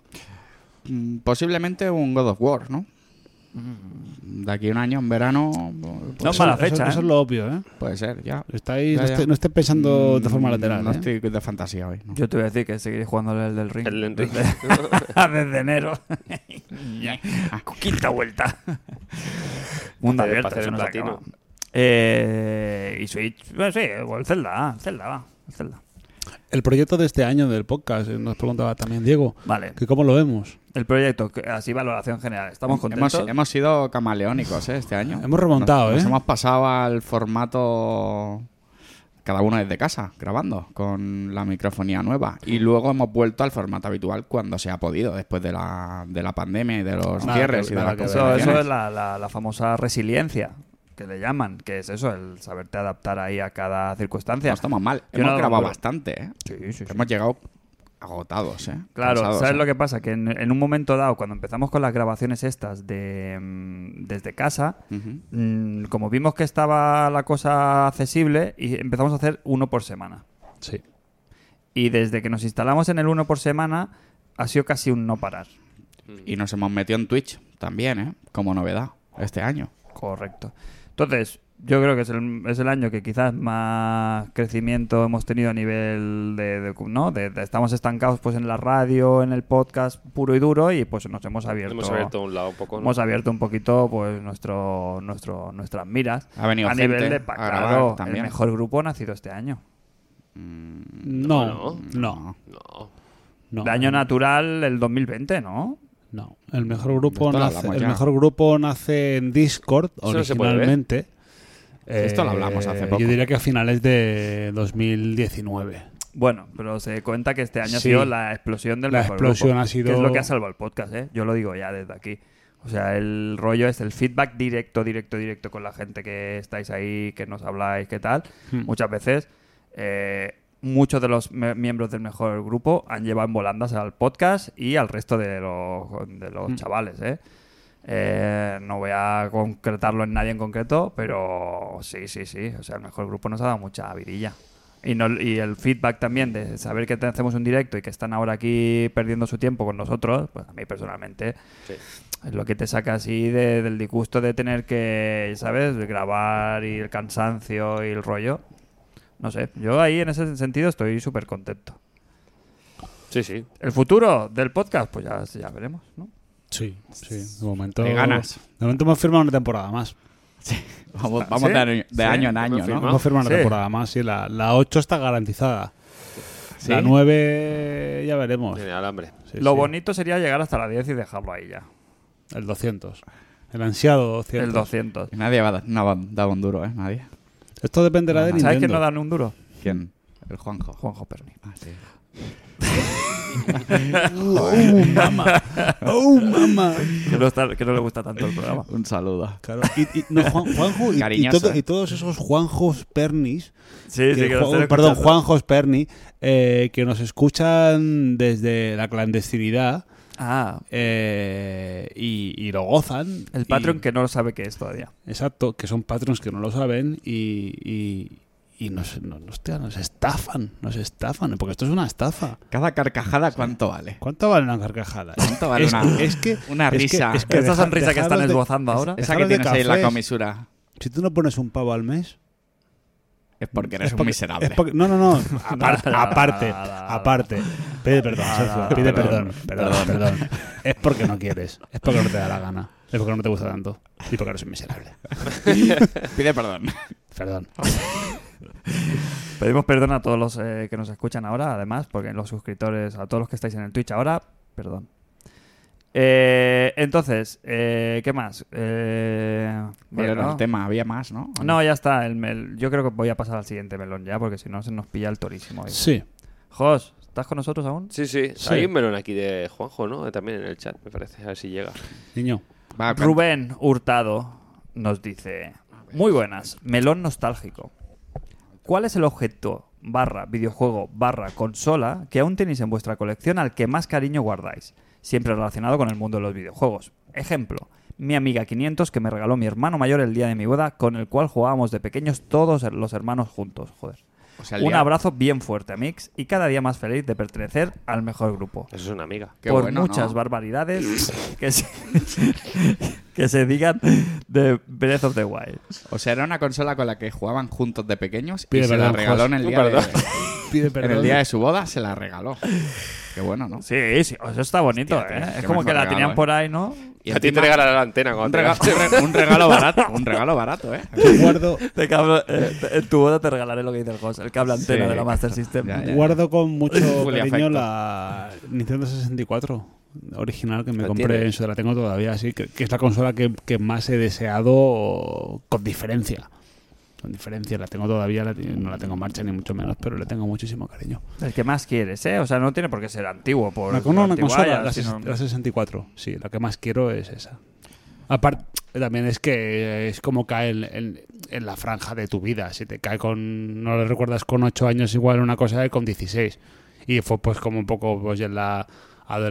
Speaker 3: Mm, Posiblemente un God of War, ¿no? De aquí a un año, en verano.
Speaker 1: No
Speaker 3: pues,
Speaker 1: es mala
Speaker 2: Eso-
Speaker 1: fecha,
Speaker 2: Eso, eso
Speaker 1: ¿eh?
Speaker 2: es lo obvio. ¿eh?
Speaker 3: Puede ser, ya.
Speaker 2: Estáis,
Speaker 3: Ya,
Speaker 2: no,
Speaker 3: ya.
Speaker 2: esté- no estéis pensando de forma
Speaker 3: Mm,
Speaker 2: lateral.
Speaker 3: No
Speaker 2: ¿eh?
Speaker 3: estoy de fantasía hoy. ¿no?
Speaker 1: Yo te voy a decir que seguiré jugando el del ring. Ah,
Speaker 4: El [LAUGHS]
Speaker 1: [LAUGHS]
Speaker 4: Enrique.
Speaker 1: Desde
Speaker 2: [LAUGHS]
Speaker 1: enero. [LAUGHS] Quinta vuelta. Mundo
Speaker 4: Para hacer-
Speaker 1: abierto,
Speaker 4: para hacer
Speaker 1: eso
Speaker 4: el
Speaker 1: no se
Speaker 4: platino.
Speaker 1: acaba. Eh, y Switch, bueno, sí, o el Zelda, Zelda, va, el Zelda.
Speaker 2: El proyecto de este año del podcast, eh, nos preguntaba también Diego,
Speaker 1: Vale,
Speaker 2: que cómo lo vemos.
Speaker 1: el proyecto, que- así valoración general. Estamos
Speaker 3: Hemos,
Speaker 1: contentos.
Speaker 3: hemos sido camaleónicos ¿eh? este año.
Speaker 2: Hemos remontado,
Speaker 3: Nos- nos
Speaker 2: ¿eh?
Speaker 3: hemos pasado al formato cada uno desde casa, grabando, con la microfonía nueva. Y luego hemos vuelto al formato habitual cuando se ha podido, después de la, de la pandemia y de los
Speaker 2: Nada
Speaker 3: cierres
Speaker 2: que-
Speaker 3: y de
Speaker 2: nada
Speaker 3: las
Speaker 2: que ver.
Speaker 1: Eso,
Speaker 3: concentraciones.
Speaker 1: eso es la, la- la famosa resiliencia que le llaman, que es eso, el saberte adaptar ahí a cada circunstancia.
Speaker 3: No estamos mal.
Speaker 1: Yo
Speaker 3: hemos
Speaker 1: nada,
Speaker 3: grabado
Speaker 1: pero-
Speaker 3: bastante, ¿eh?
Speaker 1: Sí, sí, sí.
Speaker 3: Hemos llegado agotados, ¿eh?
Speaker 1: Claro,
Speaker 3: Cansados,
Speaker 1: ¿sabes
Speaker 3: ¿eh?
Speaker 1: lo que pasa? Que en, en un momento dado, cuando empezamos con las grabaciones estas de mm, desde casa,
Speaker 3: Ujú.
Speaker 1: mm, como vimos que estaba la cosa accesible, y empezamos a hacer uno por semana.
Speaker 2: Sí.
Speaker 1: Y desde que nos instalamos en el uno por semana, ha sido casi un no parar.
Speaker 3: Y nos hemos metido en Twitch también, ¿eh? Como novedad este año.
Speaker 1: Correcto. Entonces, yo creo que es el, es el año que quizás más crecimiento hemos tenido a nivel de, de- ¿no? De- de- estamos estancados pues en la radio, en el podcast puro y duro y pues nos hemos abierto.
Speaker 4: Hemos abierto un lado un poco. ¿no?
Speaker 1: hemos abierto un poquito pues nuestro, nuestro nuestras miras
Speaker 3: Ha venido
Speaker 1: a
Speaker 3: gente
Speaker 1: nivel de
Speaker 3: a grabar
Speaker 1: claro, el
Speaker 3: también.
Speaker 1: mejor grupo nacido este año.
Speaker 2: No, no, no.
Speaker 4: No.
Speaker 1: De año natural el 2020, ¿no?
Speaker 2: No, el mejor grupo
Speaker 3: Esto lo
Speaker 2: nace,
Speaker 3: hablamos
Speaker 2: el
Speaker 3: ya.
Speaker 2: mejor grupo nace en Discord
Speaker 4: Eso no se puede ver.
Speaker 2: originalmente. Eh,
Speaker 3: Esto lo hablamos hace poco.
Speaker 2: Yo diría que a finales de 2019.
Speaker 1: Bueno, pero se cuenta que este año ha
Speaker 2: Sí.
Speaker 1: sido la explosión del
Speaker 2: La
Speaker 1: mejor
Speaker 2: explosión
Speaker 1: grupo,
Speaker 2: ha sido-
Speaker 1: que es lo que ha salvado el podcast, ¿eh? Yo lo digo ya desde aquí. O sea, el rollo es el feedback directo, directo, directo con la gente que estáis ahí, que nos habláis, qué tal.
Speaker 2: Hmm.
Speaker 1: Muchas veces eh, muchos de los me- miembros del mejor grupo han llevado en volandas al podcast y al resto de los, de los
Speaker 2: Hmm.
Speaker 1: chavales, ¿eh? Eh, no voy a concretarlo en nadie en concreto, pero sí, sí, sí. O sea, el mejor grupo nos ha dado mucha vidilla. Y, no- y el feedback también de saber que te hacemos un directo y que están ahora aquí perdiendo su tiempo con nosotros, pues a mí personalmente
Speaker 4: Sí.
Speaker 1: es lo que te saca así de- del disgusto de tener que, ¿sabes?, De grabar y el cansancio y el rollo. No sé, yo ahí en ese sentido estoy súper contento.
Speaker 4: sí, sí.
Speaker 1: El futuro del podcast, pues ya, ya veremos, ¿no?
Speaker 2: Sí, sí. De momento.
Speaker 3: Le ganas.
Speaker 2: De momento hemos firmado una temporada más.
Speaker 3: Vamos, vamos
Speaker 1: ¿Sí?
Speaker 3: de, año- de
Speaker 1: ¿Sí?
Speaker 3: año en
Speaker 1: Hemos
Speaker 3: año, ¿no?
Speaker 4: firmado.
Speaker 2: Hemos firmado una
Speaker 1: Sí.
Speaker 2: temporada más, sí. La, la 8 está garantizada.
Speaker 3: ¿Sí?
Speaker 2: La 9 ya veremos.
Speaker 4: Tiene alambre.
Speaker 2: Sí,
Speaker 1: Lo
Speaker 2: sí.
Speaker 1: bonito sería llegar hasta la 10 y dejarlo ahí ya.
Speaker 2: El 200. El ansiado 200.
Speaker 1: El 200.
Speaker 3: Nadie va a dar, no va a dar un duro, ¿eh? Nadie.
Speaker 2: Esto dependerá de
Speaker 1: ¿Sabes que
Speaker 2: Nintendo.
Speaker 1: no dan un duro?
Speaker 3: ¿Quién? El Juanjo.
Speaker 1: Juanjo Perni.
Speaker 3: Ah, sí.
Speaker 2: ¡Oh,
Speaker 1: [LAUGHS]
Speaker 2: mamá! ¡Oh, mamá!
Speaker 1: Que no, está- que no le gusta tanto el programa.
Speaker 3: Un saludo.
Speaker 2: Claro. Y, y- no, Juan- [LAUGHS] Juanjo y- y,
Speaker 3: Cariñoso,
Speaker 2: todo-
Speaker 3: eh.
Speaker 2: y todos esos Juanjos Pernis
Speaker 1: Sí, sí,
Speaker 2: que
Speaker 1: que lo
Speaker 2: Ju-
Speaker 1: están
Speaker 2: perdón,
Speaker 1: escuchando.
Speaker 2: Juan Josperni, eh, que nos escuchan desde la clandestinidad
Speaker 1: Ah,
Speaker 2: eh, y, y lo gozan.
Speaker 1: el
Speaker 2: y-
Speaker 1: Patreon que no lo sabe qué es
Speaker 2: [LAUGHS]
Speaker 1: todavía.
Speaker 2: Exacto, que son patrons que no lo saben y, y, y nos, nos, hostia, nos estafan, nos estafan, porque esto es una estafa.
Speaker 3: Cada carcajada, ¿cuánto vale?
Speaker 2: ¿Cuánto vale una [LAUGHS] carcajada?
Speaker 3: ¿Cuánto vale
Speaker 2: es,
Speaker 3: una-
Speaker 2: es que,
Speaker 3: una
Speaker 2: es que-
Speaker 3: risa?
Speaker 2: es que
Speaker 1: Esa
Speaker 2: deja-
Speaker 1: sonrisa que
Speaker 2: dejaros
Speaker 1: están
Speaker 2: de-
Speaker 1: esbozando
Speaker 3: [LAUGHS]
Speaker 1: ahora.
Speaker 3: Esa que
Speaker 2: dejaros de
Speaker 3: tienes ahí en la
Speaker 2: cafés.
Speaker 3: comisura
Speaker 2: Si tú no pones un pavo al mes,
Speaker 3: es porque eres
Speaker 2: Es porque-
Speaker 3: un miserable.
Speaker 2: es porque- no, no, [LAUGHS] no. Aparte,
Speaker 1: Nada,
Speaker 2: aparte.
Speaker 1: nada.
Speaker 2: aparte. Pide perdón, Sergio, Pide
Speaker 3: perdón,
Speaker 2: Ah, perdón. Perdón, perdón. Es porque no quieres. Es porque no te da la gana. Es porque no te gusta tanto. Y porque eres un miserable.
Speaker 3: Pide
Speaker 2: [LAUGHS]
Speaker 3: perdón.
Speaker 2: Perdón.
Speaker 1: Pedimos perdón a todos los eh, que nos escuchan ahora, además, porque los suscriptores, a todos los que estáis en el Twitch ahora, perdón. Eh, entonces, eh, ¿qué más? Eh,
Speaker 3: ¿Cuál
Speaker 1: bien,
Speaker 3: era
Speaker 1: ¿no?
Speaker 3: el tema? Había más, ¿no? ¿O
Speaker 1: No, ya está. el mel- yo creo que voy a pasar al siguiente melón ya, porque si no se nos pilla el torísimo. hoy.
Speaker 2: Sí.
Speaker 1: Jos, ¿estás con nosotros aún?
Speaker 4: Sí, sí,
Speaker 2: Sí.
Speaker 4: Hay un melón aquí de Juanjo, ¿no? También en el chat, me parece. A ver si llega.
Speaker 2: Niño.
Speaker 3: Va, cu-
Speaker 1: Rubén Hurtado nos dice: Muy buenas, melón nostálgico. ¿Cuál es el objeto barra videojuego barra consola que aún tenéis en vuestra colección al que más cariño guardáis? Siempre relacionado con el mundo de los videojuegos. Ejemplo, mi amiga 500 que me regaló mi hermano mayor el día de mi boda, con el cual jugábamos de pequeños todos los hermanos juntos. Joder.
Speaker 3: o sea, el
Speaker 1: Un
Speaker 3: día-
Speaker 1: abrazo bien fuerte, Mix, y cada día más feliz de pertenecer al mejor grupo
Speaker 4: Eso es una amiga.
Speaker 3: Qué
Speaker 1: por
Speaker 3: bueno,
Speaker 1: muchas
Speaker 3: ¿no?
Speaker 1: barbaridades [LAUGHS] que se, que se digan de Breath of the Wild.
Speaker 3: O sea, era una consola con la que jugaban juntos de pequeños
Speaker 2: Pide
Speaker 3: y se la
Speaker 2: perdón,
Speaker 3: regaló [LAUGHS] en
Speaker 4: José.
Speaker 3: el, día de,
Speaker 4: Perdón.
Speaker 2: Pide
Speaker 3: en el día de su boda, se la regaló. Qué bueno, ¿no?
Speaker 1: Sí, sí, eso está bonito,
Speaker 3: Hostia,
Speaker 1: ¿eh?
Speaker 3: tío,
Speaker 1: Es
Speaker 3: qué
Speaker 1: como
Speaker 3: mejor
Speaker 1: que la
Speaker 3: regalo,
Speaker 1: tenían
Speaker 3: ¿eh?
Speaker 1: por ahí, ¿no?
Speaker 3: Y
Speaker 4: a ti te
Speaker 3: encima-
Speaker 4: regalará la antena
Speaker 3: un,
Speaker 4: cuando te
Speaker 3: rega- [LAUGHS]
Speaker 4: cases.
Speaker 3: un re- un regalo barato, un regalo barato,
Speaker 2: [LAUGHS]
Speaker 3: ¿eh?
Speaker 2: Guardo,
Speaker 1: Te cablo- eh, te- en tu boda te regalaré lo que dice el host, el cable antena
Speaker 3: Sí.
Speaker 1: de la Master System.
Speaker 3: Ya, ya.
Speaker 2: guardo con mucho
Speaker 3: [LAUGHS] Full
Speaker 2: cariño
Speaker 3: afecto.
Speaker 2: la Nintendo 64 original que me
Speaker 4: ¿La
Speaker 2: compré
Speaker 4: tienes?
Speaker 2: en su la tengo todavía así que, que es la consola que, que más he deseado con diferencia con diferencia la tengo todavía la ti- no la tengo en marcha ni mucho menos pero le tengo muchísimo cariño
Speaker 1: El que más quieres, ¿eh? O sea, no tiene por qué ser antiguo. Por
Speaker 2: La, con- no, una
Speaker 1: antigüedad,
Speaker 2: consola, la,
Speaker 1: sino-
Speaker 2: ses- la 64. Sí, la que más quiero es esa. Aparte, también es que eh, es como cae en, en- en la franja de tu vida. Si te cae con. No lo recuerdas con 8 años, igual una cosa que con 16. Y fue pues como un poco pues en la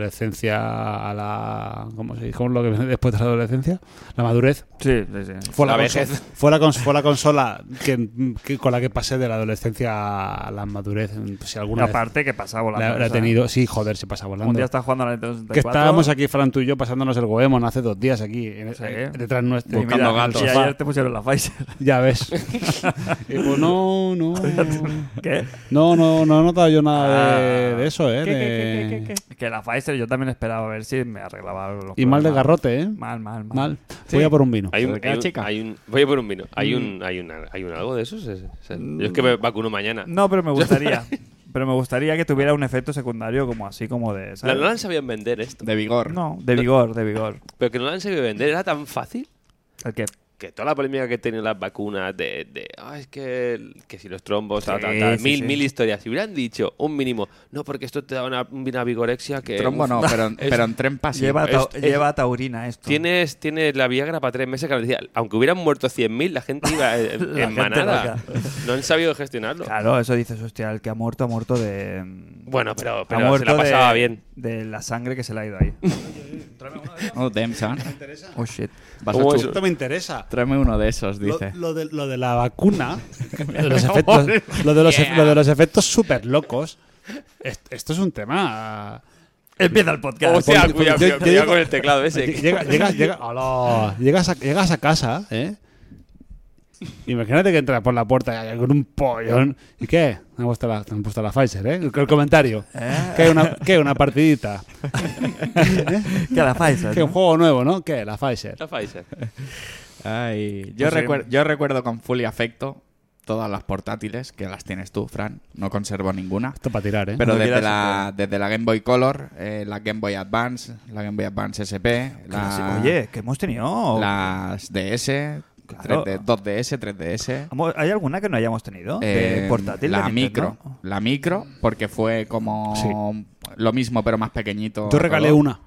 Speaker 2: adolescencia a la. ¿Cómo se dice? ¿Cómo es lo que viene después de la adolescencia? La madurez.
Speaker 1: Sí, sí, sí.
Speaker 2: Fue la,
Speaker 4: La
Speaker 2: conso-
Speaker 4: vejez.
Speaker 2: Fue la, cons- fue la consola que, que- con la que pasé de la adolescencia a la madurez. Si alguna vez
Speaker 1: Aparte que pasaba volando.
Speaker 2: la, la
Speaker 1: o
Speaker 2: he
Speaker 1: sea,
Speaker 2: tenido. Sí, joder, se pasa volando.
Speaker 1: Un día estás jugando a la Nintendo 64.
Speaker 2: Que estábamos aquí, Fran, tú y yo, pasándonos el Goemon hace dos días aquí, en-
Speaker 1: Sí.
Speaker 2: eh, detrás nuestro.
Speaker 1: y, mira,
Speaker 3: buscando gatos.
Speaker 1: y ayer te pusieron la Pfizer. [LAUGHS]
Speaker 2: Ya [LAUGHS] ves. y pues no, [LAUGHS] no.
Speaker 1: ¿Qué?
Speaker 2: No, no, no he notado yo nada de,
Speaker 1: Ah.
Speaker 2: de eso, ¿eh?
Speaker 1: ¿Qué, qué,
Speaker 2: de-
Speaker 1: qué, qué, qué, qué? Que la Pfizer yo también esperaba a ver si me arreglaba los
Speaker 2: Y mal de
Speaker 1: problemas.
Speaker 2: garrote, ¿eh?
Speaker 1: Mal, mal, mal.
Speaker 2: Mal. Voy a por un vino.
Speaker 4: Hay un,
Speaker 3: ¿De qué
Speaker 4: hay un-
Speaker 3: chica?
Speaker 4: hay un- voy a por un vino. Hay un, hay un, hay un algo de esos. Es- es- Yo es que me vacuno mañana.
Speaker 1: No, pero me gustaría. pero me gustaría que tuviera un efecto secundario como así, como de...
Speaker 4: La,
Speaker 1: ¿sabes?
Speaker 4: no la han sabido vender esto.
Speaker 3: De vigor.
Speaker 1: No, de vigor, de vigor.
Speaker 4: Pero que no la han sabido vender era tan fácil
Speaker 1: El que...
Speaker 4: que toda la polémica que tienen las vacunas de, de "Ah, es que, que si los trombos, tal,
Speaker 1: Sí,
Speaker 4: tal, tal",
Speaker 1: sí,
Speaker 4: mil,
Speaker 1: sí.
Speaker 4: mil historias. Si hubieran dicho un mínimo, no, porque esto te da una, una vigorexia que.
Speaker 3: Trombo Eh,
Speaker 4: uf,
Speaker 3: no, [LAUGHS] pero, pero en tren pasivo.
Speaker 1: lleva, tau-
Speaker 4: es-
Speaker 1: lleva taurina esto.
Speaker 4: Tienes, tienes la Viagra para tres meses que nos decía, aunque hubieran muerto 100.000, la gente iba
Speaker 1: [LAUGHS]
Speaker 4: eh, en,
Speaker 1: La gente
Speaker 4: manada.
Speaker 1: loca.
Speaker 4: No han sabido gestionarlo.
Speaker 1: Claro, eso dices, hostia, el que ha muerto ha muerto de...
Speaker 4: Bueno, pero,
Speaker 1: ha
Speaker 4: pero se
Speaker 1: muerto
Speaker 4: la pasaba
Speaker 1: de,
Speaker 4: bien.
Speaker 1: de la sangre que se le ha ido
Speaker 4: [LAUGHS]
Speaker 1: ahí.
Speaker 2: [LAUGHS]
Speaker 3: Oh, damn, son. [LAUGHS]
Speaker 1: Oh, shit.
Speaker 3: Vas a
Speaker 4: ¿Cómo
Speaker 3: chu-
Speaker 4: es?
Speaker 2: Pues Esto me interesa.
Speaker 3: Tráeme uno de esos,
Speaker 2: Lo,
Speaker 3: dice.
Speaker 2: lo de, lo de la vacuna, [LAUGHS] lo de los [LAUGHS] efectos, lo de los, ef- lo de los efectos súper locos. Est- Esto es un tema.
Speaker 1: Empieza el podcast. [LAUGHS]
Speaker 4: O sea,
Speaker 2: porque- yo-
Speaker 4: cuidado,
Speaker 2: yo
Speaker 4: cuidado, cuidado
Speaker 2: digo-
Speaker 4: con el teclado
Speaker 2: [LAUGHS]
Speaker 4: ese.
Speaker 2: Llega, llega, llega, ¡Hala! llegas, a, llegas a casa ¿eh? Imagínate que entras por la puerta con un pollón. ¿Y qué? Me han puesto la, me han puesto la Pfizer, ¿eh? El, el comentario. ¿Qué, una, ¿Qué? ¿Una partidita?
Speaker 5: Que la
Speaker 1: [LAUGHS]
Speaker 5: Pfizer.
Speaker 2: ¿Qué? ¿Un juego nuevo, no? ¿Qué? La Pfizer.
Speaker 4: La Pfizer.
Speaker 3: Ay, yo,
Speaker 1: Pues sí.
Speaker 3: recuer- yo recuerdo con full y afecto todas las portátiles que las tienes tú, Fran. No conservo ninguna.
Speaker 2: Esto para tirar, ¿eh?
Speaker 3: Pero
Speaker 5: Cuando
Speaker 3: desde
Speaker 5: quieras,
Speaker 3: la, desde la Game Boy Color, eh, la Game Boy Advance, la Game Boy Advance SP, la,
Speaker 1: Oye, que hemos tenido.
Speaker 3: oh. las DS,
Speaker 1: Claro.
Speaker 3: 3D 2DS, 3DS.
Speaker 1: Amor, ¿Hay alguna que no hayamos tenido?
Speaker 3: eh,
Speaker 1: de portátil. de
Speaker 3: la
Speaker 1: Nintendo?
Speaker 3: micro, la micro, porque fue como lo mismo pero más pequeñito.
Speaker 2: Yo regalé
Speaker 3: todo.
Speaker 2: una.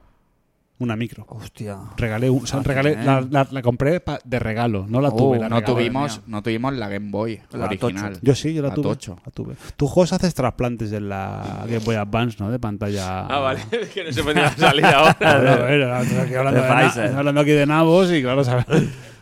Speaker 2: Una micro.
Speaker 1: Hostia.
Speaker 2: Regalé un- o sea,
Speaker 1: Ah,
Speaker 2: regalé,
Speaker 1: bien.
Speaker 2: la, la- la compré pa- de regalo,
Speaker 1: Ah,
Speaker 2: no la
Speaker 3: Uh,
Speaker 2: tuve. la
Speaker 3: no
Speaker 2: regalé.
Speaker 3: tuvimos, no tuvimos la Game Boy
Speaker 1: La
Speaker 3: original.
Speaker 1: Tocho.
Speaker 2: Yo sí, yo la
Speaker 3: La
Speaker 2: tuve.
Speaker 3: Tocho.
Speaker 2: La tuve. Tú juegas haces trasplantes en la Game Boy Advance, ¿no? De pantalla.
Speaker 4: Ah, vale. Es [LAUGHS] que no se podía salir
Speaker 1: [LAUGHS]
Speaker 4: ahora.
Speaker 2: Bueno, bueno, aquí hablando,
Speaker 1: De
Speaker 2: de na-
Speaker 1: Pfizer.
Speaker 2: hablando aquí de nabos y claro, sabes.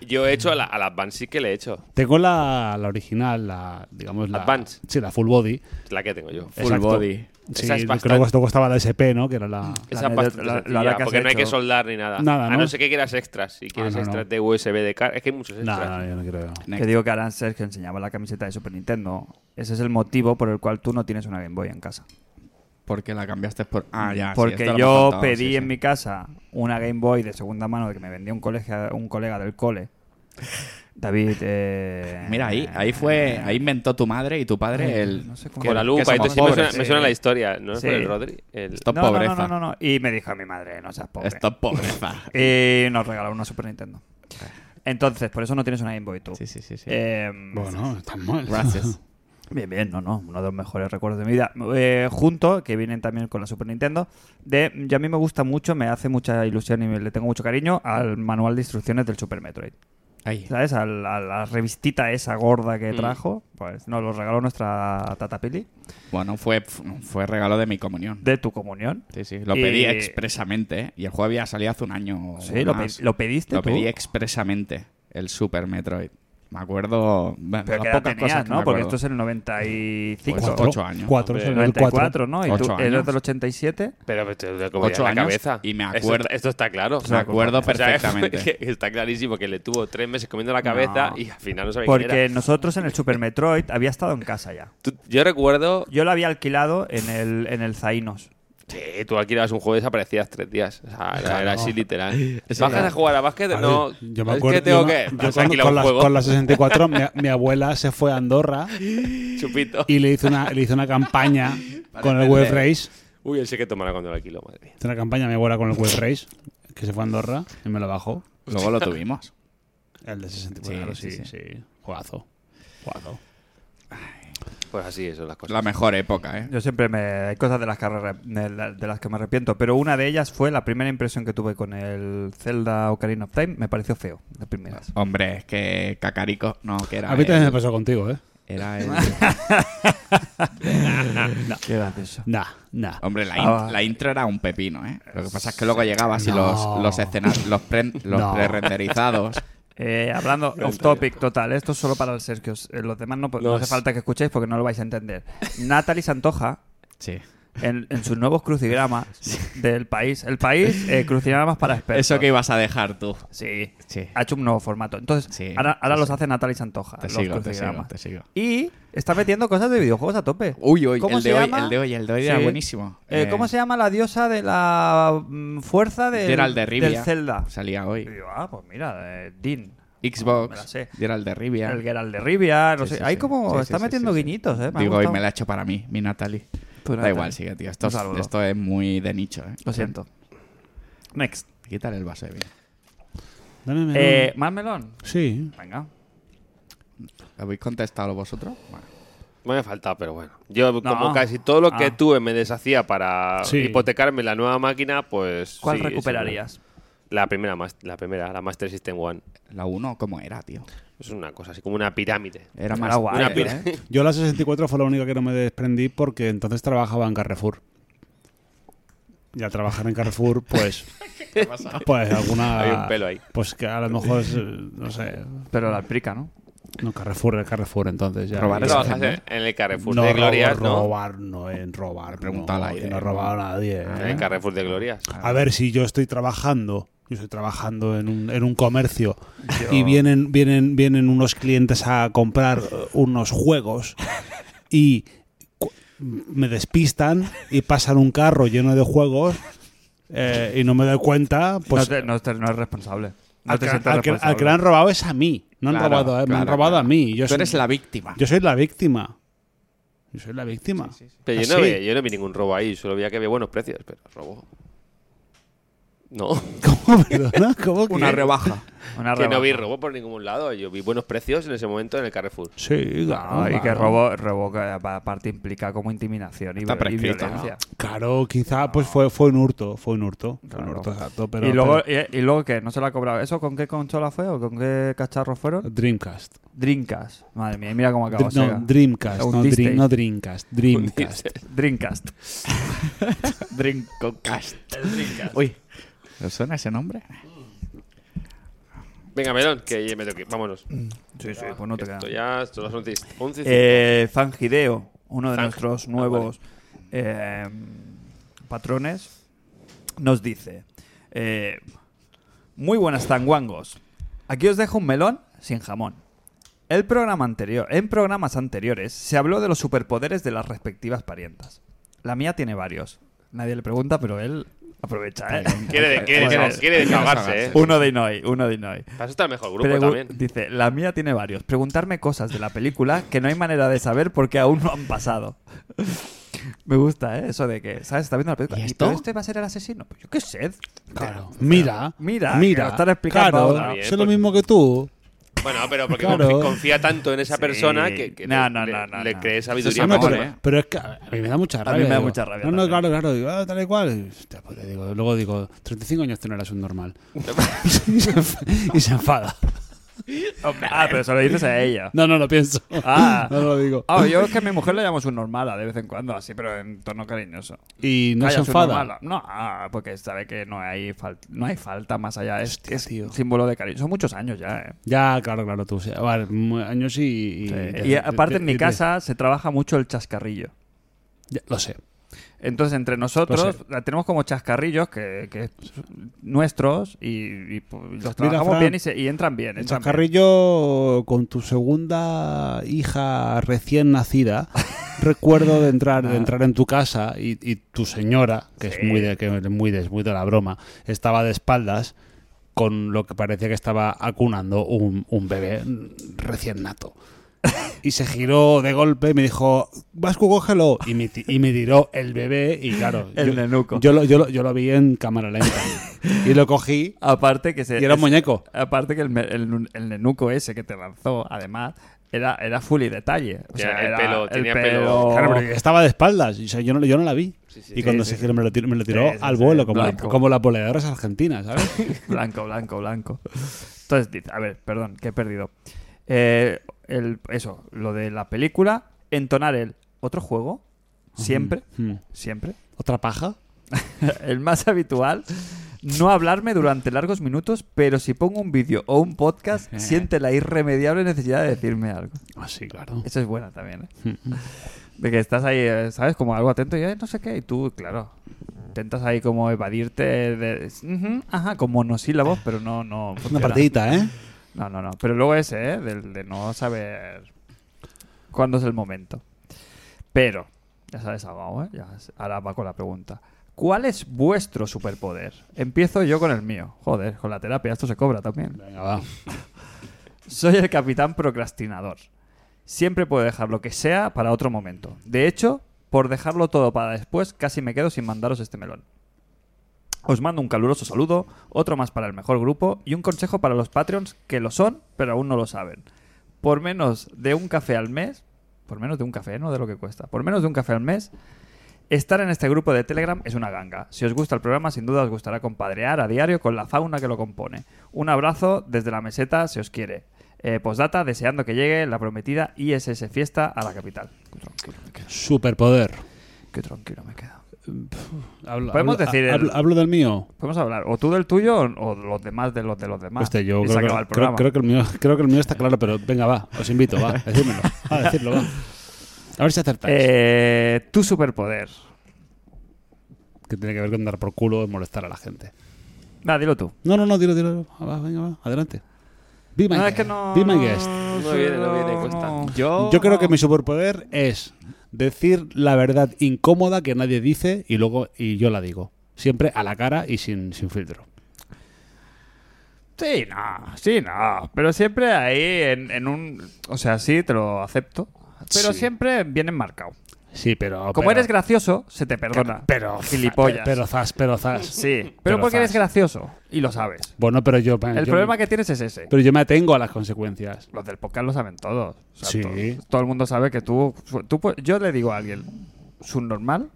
Speaker 4: Yo he hecho a la, a la Advance, sí que le he hecho.
Speaker 2: Tengo la, la original, la, digamos, la.
Speaker 4: Advance.
Speaker 2: Sí, la full body.
Speaker 4: La que tengo yo.
Speaker 3: Full
Speaker 2: Exacto.
Speaker 3: body.
Speaker 2: Sí,
Speaker 4: Esa es
Speaker 2: creo
Speaker 4: bastante-
Speaker 2: que esto costaba la SP, ¿no? Que era la.
Speaker 4: Esa es
Speaker 1: de-
Speaker 4: bastante
Speaker 1: la- la
Speaker 4: sencilla,
Speaker 1: hora que has
Speaker 4: porque no hay
Speaker 1: hecho.
Speaker 4: que soldar ni nada.
Speaker 2: Nada,
Speaker 4: A
Speaker 2: ¿no?
Speaker 4: no ser que quieras extras. Si quieres
Speaker 2: no, eh. no.
Speaker 4: extras de USB de carga, es que hay muchos
Speaker 2: No,
Speaker 4: extras.
Speaker 2: no, yo no creo.
Speaker 1: Que digo que Alan Sergio enseñaba la camiseta de Super Nintendo. Ese es el motivo por el cual tú no tienes una Game Boy en casa.
Speaker 3: Porque la cambiaste por. Ah, ya. sí,
Speaker 1: Porque
Speaker 3: Ah, esto lo hemos
Speaker 1: yo
Speaker 3: contado,
Speaker 1: pedí
Speaker 3: sí,
Speaker 1: en
Speaker 3: sí.
Speaker 1: mi casa una Game Boy de segunda mano que me vendió un, colega, un colega del cole. David. eh,
Speaker 3: Mira, ahí, ahí fue. Ahí inventó tu madre y tu padre el.
Speaker 1: no sé cómo-
Speaker 3: que-
Speaker 4: Con la
Speaker 3: que
Speaker 4: lupa. y
Speaker 3: somos
Speaker 4: todo, sí, me, suena,
Speaker 3: pobres.
Speaker 4: me suena la historia, ¿no?
Speaker 1: Sí.
Speaker 4: Por el Rodri. El-
Speaker 3: Esto es
Speaker 1: No, no,
Speaker 3: pobreza.
Speaker 1: No, no, no, no. Y me dijo a mi madre, no seas pobre.
Speaker 3: Esto es [LAUGHS] pobreza.
Speaker 1: Y nos regaló una Super Nintendo. Entonces, por eso no tienes una Game Boy tú.
Speaker 3: Sí, sí, sí. sí.
Speaker 1: Eh,
Speaker 2: Bueno, está mal.
Speaker 3: Gracias.
Speaker 1: [LAUGHS] Bien, bien, no, no, uno de los mejores recuerdos de mi vida. Eh, junto, que vienen también con la Super Nintendo, de, yo a mí me gusta mucho, me hace mucha ilusión y me- le tengo mucho cariño al manual de instrucciones del Super Metroid.
Speaker 3: Ahí.
Speaker 1: ¿Sabes? Al- A, la revistita esa gorda que
Speaker 4: Mm.
Speaker 1: trajo, pues nos lo regaló nuestra Tata Pili
Speaker 3: Bueno, fue, fue regalo de mi comunión.
Speaker 1: de tu comunión.
Speaker 3: Sí, sí. Lo
Speaker 1: Y-
Speaker 3: pedí expresamente, ¿eh? Y el juego había salido hace un año. o
Speaker 1: Sí, lo,
Speaker 3: más.
Speaker 1: pe- lo pediste
Speaker 3: Lo
Speaker 1: tú.
Speaker 3: pedí expresamente. El Super Metroid. Me acuerdo. bueno,
Speaker 1: Pero
Speaker 3: las
Speaker 1: que edad
Speaker 3: pocas
Speaker 1: tenías,
Speaker 3: cosas que
Speaker 1: ¿no?
Speaker 3: me
Speaker 1: Porque
Speaker 3: acuerdo.
Speaker 1: esto es el 95.
Speaker 3: Pues
Speaker 1: ¿no?
Speaker 3: ocho años.
Speaker 2: [LAUGHS] Cuatro,
Speaker 4: Hombre,
Speaker 2: son el
Speaker 1: 94, ¿no? Y tú
Speaker 3: Ocho
Speaker 1: eres
Speaker 3: años.
Speaker 1: del 87.
Speaker 4: Pero me te- te comía
Speaker 3: Ocho
Speaker 4: la
Speaker 3: años
Speaker 4: cabeza.
Speaker 3: y me
Speaker 4: Esto
Speaker 3: acuerdo-
Speaker 4: está- Esto, está claro.
Speaker 3: Me acuerdo
Speaker 4: O sea, [LAUGHS]
Speaker 3: perfectamente.
Speaker 4: que está clarísimo que le tuvo tres meses comiendo la cabeza y al
Speaker 3: Pues
Speaker 4: final no sabía quién
Speaker 1: Porque
Speaker 4: era.
Speaker 1: nosotros en el Super Metroid había estado en casa ya.
Speaker 4: Tú- yo recuerdo.
Speaker 1: Yo lo había alquilado en el, en el Zainos.
Speaker 4: Sí, tú alquilabas un juego y desaparecías tres días. O sea, era, era así literal.
Speaker 3: Eso
Speaker 4: ¿Bajas
Speaker 3: era-
Speaker 4: a jugar a básquet?
Speaker 2: A ver,
Speaker 4: no.
Speaker 2: yo me
Speaker 4: es
Speaker 2: acuerdo.
Speaker 4: que tengo
Speaker 2: yo me-
Speaker 4: que.
Speaker 2: yo
Speaker 4: Has
Speaker 2: con,
Speaker 4: alquilado
Speaker 2: con
Speaker 4: un
Speaker 2: la,
Speaker 4: juego.
Speaker 2: con la 64, mi, mi abuela se fue a Andorra
Speaker 4: [LAUGHS] Chupito.
Speaker 2: y le hizo una, le hizo una
Speaker 4: [LAUGHS]
Speaker 2: campaña con el Web Race.
Speaker 4: Uy, el sé que tomará cuando lo alquilo, madre mía.
Speaker 2: Hizo una campaña mi abuela con el Web Race, que se fue a Andorra y me lo bajó.
Speaker 3: Luego
Speaker 1: [LAUGHS]
Speaker 3: lo tuvimos.
Speaker 2: El de 64,
Speaker 3: Sí,
Speaker 2: claro,
Speaker 3: sí,
Speaker 2: sí, sí, Juegazo. Juegazo.
Speaker 4: Pues así son las cosas.
Speaker 3: La mejor época, ¿eh?
Speaker 1: Yo siempre me... Hay cosas de las, que, arre- de la- de las que me arrepiento, pero una de ellas fue la primera impresión que tuve con el Zelda Ocarina of Time. Me pareció feo, de [LAUGHS] primeras.
Speaker 3: Hombre, es que Cacarico. No, que era.
Speaker 2: A mí también
Speaker 3: el-
Speaker 2: me pasó contigo, ¿eh?
Speaker 3: Era el.
Speaker 1: Qué gracioso.
Speaker 2: Nah, nah.
Speaker 1: [LAUGHS]
Speaker 3: Hombre, la,
Speaker 1: Ah,
Speaker 3: in-
Speaker 1: va.
Speaker 3: la intro era un pepino, ¿eh? Lo que pasa es que luego llegabas y los,
Speaker 2: No.
Speaker 3: los escenarios, los, pre- los
Speaker 2: No. [LAUGHS]
Speaker 3: pre-renderizados.
Speaker 1: Eh, hablando off topic, total, esto es solo para el Sergio. eh, Los demás no, po- no hace
Speaker 4: Los-
Speaker 1: falta que escuchéis porque no lo vais a entender. Natalie Santoja,
Speaker 3: Sí.
Speaker 1: en, en sus nuevos crucigramas del país, el país, eh, crucigramas para expertos.
Speaker 3: Eso que ibas a dejar tú.
Speaker 1: Sí.
Speaker 3: Sí.
Speaker 1: Ha hecho un nuevo formato. Entonces,
Speaker 3: Sí,
Speaker 1: ahora, ahora
Speaker 3: te
Speaker 1: los
Speaker 3: sigo.
Speaker 1: hace Natalie Santoja.
Speaker 3: Te
Speaker 1: los
Speaker 3: sigo, te sigo,
Speaker 1: crucigramas.
Speaker 3: te sigo.
Speaker 1: Y está metiendo cosas de videojuegos a tope.
Speaker 3: Uy, uy,
Speaker 1: ¿Cómo
Speaker 3: el
Speaker 1: se
Speaker 3: de hoy,
Speaker 1: llama?
Speaker 3: el de hoy, el de hoy era
Speaker 1: Sí.
Speaker 3: buenísimo.
Speaker 1: Eh, ¿Cómo se llama la diosa de la mm, fuerza del,
Speaker 3: Gerald de Rivia.
Speaker 1: del Zelda?
Speaker 3: Salía
Speaker 1: Y
Speaker 3: hoy.
Speaker 1: digo, ah, pues mira, eh, Dean. me la
Speaker 3: Xbox,
Speaker 1: sé.
Speaker 3: Gerald de Rivia.
Speaker 1: El Geralt de Rivia, no
Speaker 3: Sí,
Speaker 1: sé.
Speaker 3: sí,
Speaker 1: Ahí
Speaker 3: sí.
Speaker 1: como
Speaker 3: Sí, sí,
Speaker 1: está
Speaker 3: sí,
Speaker 1: metiendo
Speaker 3: sí, sí.
Speaker 1: guiñitos, ¿eh? Me ha
Speaker 3: Digo, hoy
Speaker 1: gustado.
Speaker 3: me la ha hecho para mí, mi Natalie.
Speaker 1: Tu
Speaker 3: Da
Speaker 1: Natalie.
Speaker 3: igual, sigue, tío. Esto,
Speaker 1: Un
Speaker 3: es-
Speaker 1: saludo.
Speaker 3: esto es muy de nicho, ¿eh?
Speaker 1: Lo siento. Next.
Speaker 3: Quítale el vaso de vino.
Speaker 2: Dame melón.
Speaker 1: Eh, ¿Más melón?
Speaker 2: sí.
Speaker 1: Venga.
Speaker 3: ¿Habéis contestado vosotros? Bueno.
Speaker 4: Me había faltado, pero bueno. Yo, como
Speaker 1: No.
Speaker 4: casi todo lo que
Speaker 1: Ah.
Speaker 4: tuve me deshacía para
Speaker 2: Sí.
Speaker 4: hipotecarme la nueva máquina, pues.
Speaker 1: ¿Cuál
Speaker 4: sí,
Speaker 1: recuperarías?
Speaker 4: seguro. La primera, mas- la primera, la Master System One.
Speaker 3: La 1, ¿cómo era, tío?
Speaker 4: Es una cosa así como una pirámide.
Speaker 3: Era
Speaker 1: Era
Speaker 3: más
Speaker 1: guay,
Speaker 4: una
Speaker 1: ¿eh?
Speaker 4: pirámide.
Speaker 2: Yo la 64 fue la única que no me desprendí porque entonces trabajaba en Carrefour. Y al trabajar en Carrefour, pues. [LAUGHS] Pues
Speaker 4: [LAUGHS]
Speaker 2: alguna.
Speaker 4: Había un pelo ahí.
Speaker 2: Pues que a lo mejor. es, eh, No sé.
Speaker 1: Pero la alprica, ¿no?
Speaker 2: No, Carrefour, el Carrefour, entonces ya.
Speaker 3: Robar
Speaker 2: Y-
Speaker 3: esa
Speaker 4: Trabajas en, en el Carrefour
Speaker 2: no,
Speaker 4: de
Speaker 2: robo-
Speaker 4: Glorias, ¿no?
Speaker 2: robar, no, en robar.
Speaker 3: Pregunta
Speaker 2: no,
Speaker 3: al aire.
Speaker 2: que No he robado a nadie.
Speaker 4: En el
Speaker 2: ¿eh?
Speaker 4: Carrefour de Glorias.
Speaker 2: A ver, si yo estoy trabajando yo estoy trabajando en un, en un comercio y vienen, vienen, vienen unos clientes a comprar eh, unos juegos y cu- me despistan y pasan un carro lleno de juegos eh, y no me doy cuenta, pues
Speaker 1: no, te- no te- no es responsable. No
Speaker 2: al,
Speaker 1: te
Speaker 2: que,
Speaker 1: sientas
Speaker 2: al que- al
Speaker 1: responsable.
Speaker 2: que le han robado es a mí. No han
Speaker 3: Claro,
Speaker 2: robado, a él, me han
Speaker 3: claro,
Speaker 2: robado a
Speaker 3: claro.
Speaker 2: mí. Yo
Speaker 3: Tú
Speaker 2: soy,
Speaker 3: eres la víctima.
Speaker 2: yo soy la víctima. Yo soy la víctima.
Speaker 4: Pero yo no,
Speaker 2: Así.
Speaker 4: vi, yo no vi ningún robo ahí, solo veía que había buenos precios, pero robo. No,
Speaker 2: ¿Cómo, [LAUGHS] perdona? ¿Cómo que?
Speaker 3: Una rebaja.
Speaker 1: Una
Speaker 4: [LAUGHS] que no vi
Speaker 1: rebaja.
Speaker 4: robo por ningún lado. Yo vi buenos precios en ese momento en el Carrefour.
Speaker 2: Sí, claro.
Speaker 1: Ah, y que
Speaker 2: claro.
Speaker 1: robo, robo que aparte implica como intimidación y,
Speaker 3: Está
Speaker 1: y
Speaker 3: prescrito,
Speaker 1: violencia.
Speaker 2: Claro, quizá pues fue, fue un hurto, fue un hurto. Fue un
Speaker 1: Claro.
Speaker 2: hurto, exacto. Pero,
Speaker 1: y luego,
Speaker 2: pero-
Speaker 1: y, y luego que no se lo ha cobrado. ¿Eso con qué consola fue o con qué cacharros fueron?
Speaker 2: Dreamcast.
Speaker 1: Drinkas. Madre mía, y mira cómo acabó.
Speaker 2: Dr- no, Dreamcast.
Speaker 1: Un
Speaker 2: No,
Speaker 1: Disney.
Speaker 2: Dream- no Dreamcast. Dreamcast.
Speaker 4: [LAUGHS]
Speaker 1: Drinkcast. Drinkcast.
Speaker 3: Uy. ¿Os suena ese nombre?
Speaker 4: Venga, Melón, que ya me tengo que ir. Vámonos.
Speaker 1: Sí, sí, pues no te quedas.
Speaker 4: Ah, Esto ya son las 11 y 11 y
Speaker 1: Eh, Fangideo, uno de
Speaker 4: Fang-
Speaker 1: nuestros
Speaker 4: ah,
Speaker 1: nuevos eh, patrones, nos dice: eh, Muy buenas tanguangos. Aquí os dejo un melón sin jamón. El programa anterior, en programas anteriores se habló de los superpoderes de las respectivas parientas. La mía tiene varios. Nadie le pregunta, pero él aprovecha. ¿eh?
Speaker 4: Quiere, de-
Speaker 1: [LAUGHS]
Speaker 4: quiere,
Speaker 1: Bueno,
Speaker 4: quiere- quiere desahogarse, ¿eh?
Speaker 1: uno de Inoi, uno de Inoi.
Speaker 4: Para eso está el mejor grupo
Speaker 1: Pregu-
Speaker 4: también.
Speaker 1: Dice, la mía tiene varios. Preguntarme cosas de la película que no hay manera de saber porque aún no han pasado. [LAUGHS] Me gusta, ¿eh? Eso de que, ¿sabes? Está viendo la película.
Speaker 3: ¿Y
Speaker 1: ¿Y
Speaker 3: esto?
Speaker 1: pero este va a ser el asesino? Pues yo qué sé.
Speaker 2: Claro. Mira.
Speaker 1: Mira, que
Speaker 2: Mira.
Speaker 1: lo están explicando
Speaker 2: Claro,
Speaker 1: ahora.
Speaker 2: soy lo mismo que tú.
Speaker 4: Bueno, ah, pero porque
Speaker 2: Claro.
Speaker 4: confi- confía tanto en esa
Speaker 1: Sí.
Speaker 4: persona que, que
Speaker 1: No,
Speaker 4: le-
Speaker 1: no,
Speaker 4: le,
Speaker 1: no, no,
Speaker 4: le
Speaker 1: no.
Speaker 4: cree
Speaker 3: Eso
Speaker 4: sabiduría.
Speaker 3: es
Speaker 2: No,
Speaker 4: máxima.
Speaker 3: amor,
Speaker 2: pero,
Speaker 3: ¿eh?
Speaker 2: pero es que a mí me da mucha rabia.
Speaker 1: me da
Speaker 2: digo.
Speaker 1: mucha rabia
Speaker 2: No, no,
Speaker 1: también.
Speaker 2: claro, claro. Digo, ah, tal y cual. Hostia, pues le digo, luego digo, 35 años tú no eras un normal. [LAUGHS] y, se, enf- y se enfada.
Speaker 1: Ah, pero se lo dices a
Speaker 4: [LAUGHS]
Speaker 1: ella.
Speaker 2: No, no lo pienso.
Speaker 1: Ah.
Speaker 2: No lo digo.
Speaker 1: Ah, yo es que a mi mujer le llamo su normala de vez en cuando, así, pero en tono cariñoso.
Speaker 2: Y no
Speaker 1: Calla,
Speaker 2: se
Speaker 1: su
Speaker 2: enfada.
Speaker 1: normala. No, ah, porque sabe que no hay, fal- no hay falta más allá. Es,
Speaker 2: Hostia,
Speaker 1: es
Speaker 2: tío.
Speaker 1: símbolo de cariño. Son muchos años ya, ¿eh?
Speaker 2: Ya, claro, claro, tú. sí. Vale, mu- años y. Y,
Speaker 1: Eh,
Speaker 2: te-
Speaker 1: y
Speaker 2: te-
Speaker 1: aparte
Speaker 2: te-
Speaker 1: en mi
Speaker 2: te-
Speaker 1: casa se trabaja mucho el chascarrillo.
Speaker 2: Ya, lo sé.
Speaker 1: Entonces, entre nosotros
Speaker 2: Lo
Speaker 1: la tenemos como chascarrillos que, que es nuestros y, y, pues, los trabajamos
Speaker 2: Fran,
Speaker 1: bien y, se- y entran bien.
Speaker 2: El
Speaker 1: entran
Speaker 2: chascarrillo con tu segunda hija
Speaker 1: [LAUGHS]
Speaker 2: recién nacida. recuerdo de entrar,
Speaker 1: Ah.
Speaker 2: de entrar en tu casa y, y tu señora, que es muy de, que es muy de, es muy de la broma, estaba de espaldas con lo que parecía que estaba acunando un, un bebé recién nato. Y se giró de golpe y me dijo, Vasco, cógelo. Y me, ti- y me tiró el bebé y claro,
Speaker 1: El
Speaker 2: yo,
Speaker 1: nenuco.
Speaker 2: Yo, lo, yo, lo, yo lo vi en
Speaker 1: [LAUGHS]
Speaker 2: cámara lenta. y lo cogí
Speaker 1: bien. Aparte que se,
Speaker 2: y era un
Speaker 1: es-
Speaker 2: muñeco.
Speaker 1: Aparte que el, me- el- el nenuco ese que te lanzó, además, era, era fully detalle. O sea,
Speaker 4: Era el
Speaker 1: era
Speaker 4: pelo, tenía pelo.
Speaker 2: Claro, pero estaba de espaldas. y, o sea, yo, no, yo no la vi.
Speaker 4: Sí, sí,
Speaker 2: y cuando
Speaker 1: sí,
Speaker 2: se
Speaker 1: sí,
Speaker 2: giró me lo tiró, me lo tiró
Speaker 1: Sí, sí,
Speaker 2: al
Speaker 1: sí,
Speaker 2: vuelo, como, la,
Speaker 1: blanco.
Speaker 2: como las boleadoras argentinas, ¿sabes?
Speaker 1: [LAUGHS] [LAUGHS] Blanco, blanco, blanco. Entonces, dice- a ver, perdón, que he perdido. Eh, el- eso, lo de la película, entonar el otro juego, siempre,
Speaker 2: Mm.
Speaker 1: siempre.
Speaker 2: ¿Otra paja?
Speaker 1: [LAUGHS] el más habitual, no hablarme durante largos minutos, pero si pongo un vídeo o un podcast, siente la irremediable necesidad de decirme algo.
Speaker 2: Ah, sí, claro.
Speaker 1: Eso es buena también, ¿eh? De que estás ahí, eh, ¿sabes? Como algo atento y eh, no sé qué, y tú, claro, intentas ahí como evadirte de... ujú, ajá, con monosílabos, pero no... no
Speaker 2: Una
Speaker 1: funciona.
Speaker 2: partidita, ¿eh?
Speaker 1: No, no, no. Pero luego ese, ¿eh? Del de no saber cuándo es el momento. Pero, ya se ha desahogado, ¿eh? Ya se- ahora va con la pregunta. ¿Cuál es vuestro superpoder? Empiezo yo con el mío. Joder, con la terapia, esto se cobra también.
Speaker 2: Venga, va.
Speaker 1: Soy el capitán procrastinador. Siempre puedo dejar lo que sea para otro momento. De hecho, por dejarlo todo para después, casi me quedo sin mandaros este melón. Os mando un caluroso saludo, otro más para el mejor grupo y un consejo para los Patreons que lo son, pero aún no lo saben. Por menos de un café al mes, por menos de un café, no de lo que cuesta, por menos de un café al mes, estar en este grupo de Telegram es una ganga. Si os gusta el programa, sin duda os gustará compadrear a diario con la fauna que lo compone. Un abrazo desde la meseta, si os quiere. Eh, postdata, deseando que llegue la prometida ISS fiesta a la capital. Qué tranquilo me quedo.
Speaker 2: Superpoder.
Speaker 1: Qué tranquilo me quedo.
Speaker 2: Hablo,
Speaker 1: Podemos
Speaker 2: hablo-
Speaker 1: decir el-
Speaker 2: hablo, hablo del mío.
Speaker 1: Podemos hablar o tú del tuyo o, o los demás de los de los demás.
Speaker 2: Hostia, Este, yo
Speaker 1: y se
Speaker 2: creo,
Speaker 1: acaba
Speaker 2: que,
Speaker 1: el
Speaker 2: creo,
Speaker 1: programa.
Speaker 2: creo que el mío, creo que el mío está claro, pero venga, va. Os invito,
Speaker 1: [LAUGHS]
Speaker 2: va. Decídmelo. Va, decidlo, va. A ver si acertáis.
Speaker 1: Eh, tu superpoder.
Speaker 2: Que tiene que ver con dar por culo y molestar a la gente.
Speaker 1: Va, dilo tú.
Speaker 2: No, no, no, tiro, tiro. Ah, va, venga, va, adelante. Be my
Speaker 1: No, Ah, es
Speaker 2: guest.
Speaker 1: que no.
Speaker 2: Be my guest.
Speaker 4: No viene, no viene, cuesta.
Speaker 3: Yo,
Speaker 2: Yo
Speaker 1: Oh,
Speaker 2: creo que mi superpoder es decir la verdad incómoda que nadie dice y luego y yo la digo. Siempre a la cara y sin, sin filtro.
Speaker 1: Sí, no, sí, no. Pero siempre ahí en, en un. O sea, sí, te lo acepto. Pero
Speaker 3: Sí.
Speaker 1: siempre bien marcado.
Speaker 2: Sí, pero.
Speaker 1: Como
Speaker 2: pero-
Speaker 1: eres gracioso, se te perdona.
Speaker 2: Pero.
Speaker 1: Gilipollas.
Speaker 2: Pero zas, pero zas.
Speaker 1: sí, pero,
Speaker 2: pero
Speaker 1: porque eres
Speaker 2: zas.
Speaker 1: gracioso y lo sabes.
Speaker 2: Bueno, pero yo.
Speaker 1: El problema que tienes es ese.
Speaker 2: Pero yo me atengo a las consecuencias.
Speaker 1: Los del podcast lo saben todos. O sea,
Speaker 2: Sí.
Speaker 1: to- Todo el mundo sabe que tú, tú. pu- Yo le digo a alguien, subnormal,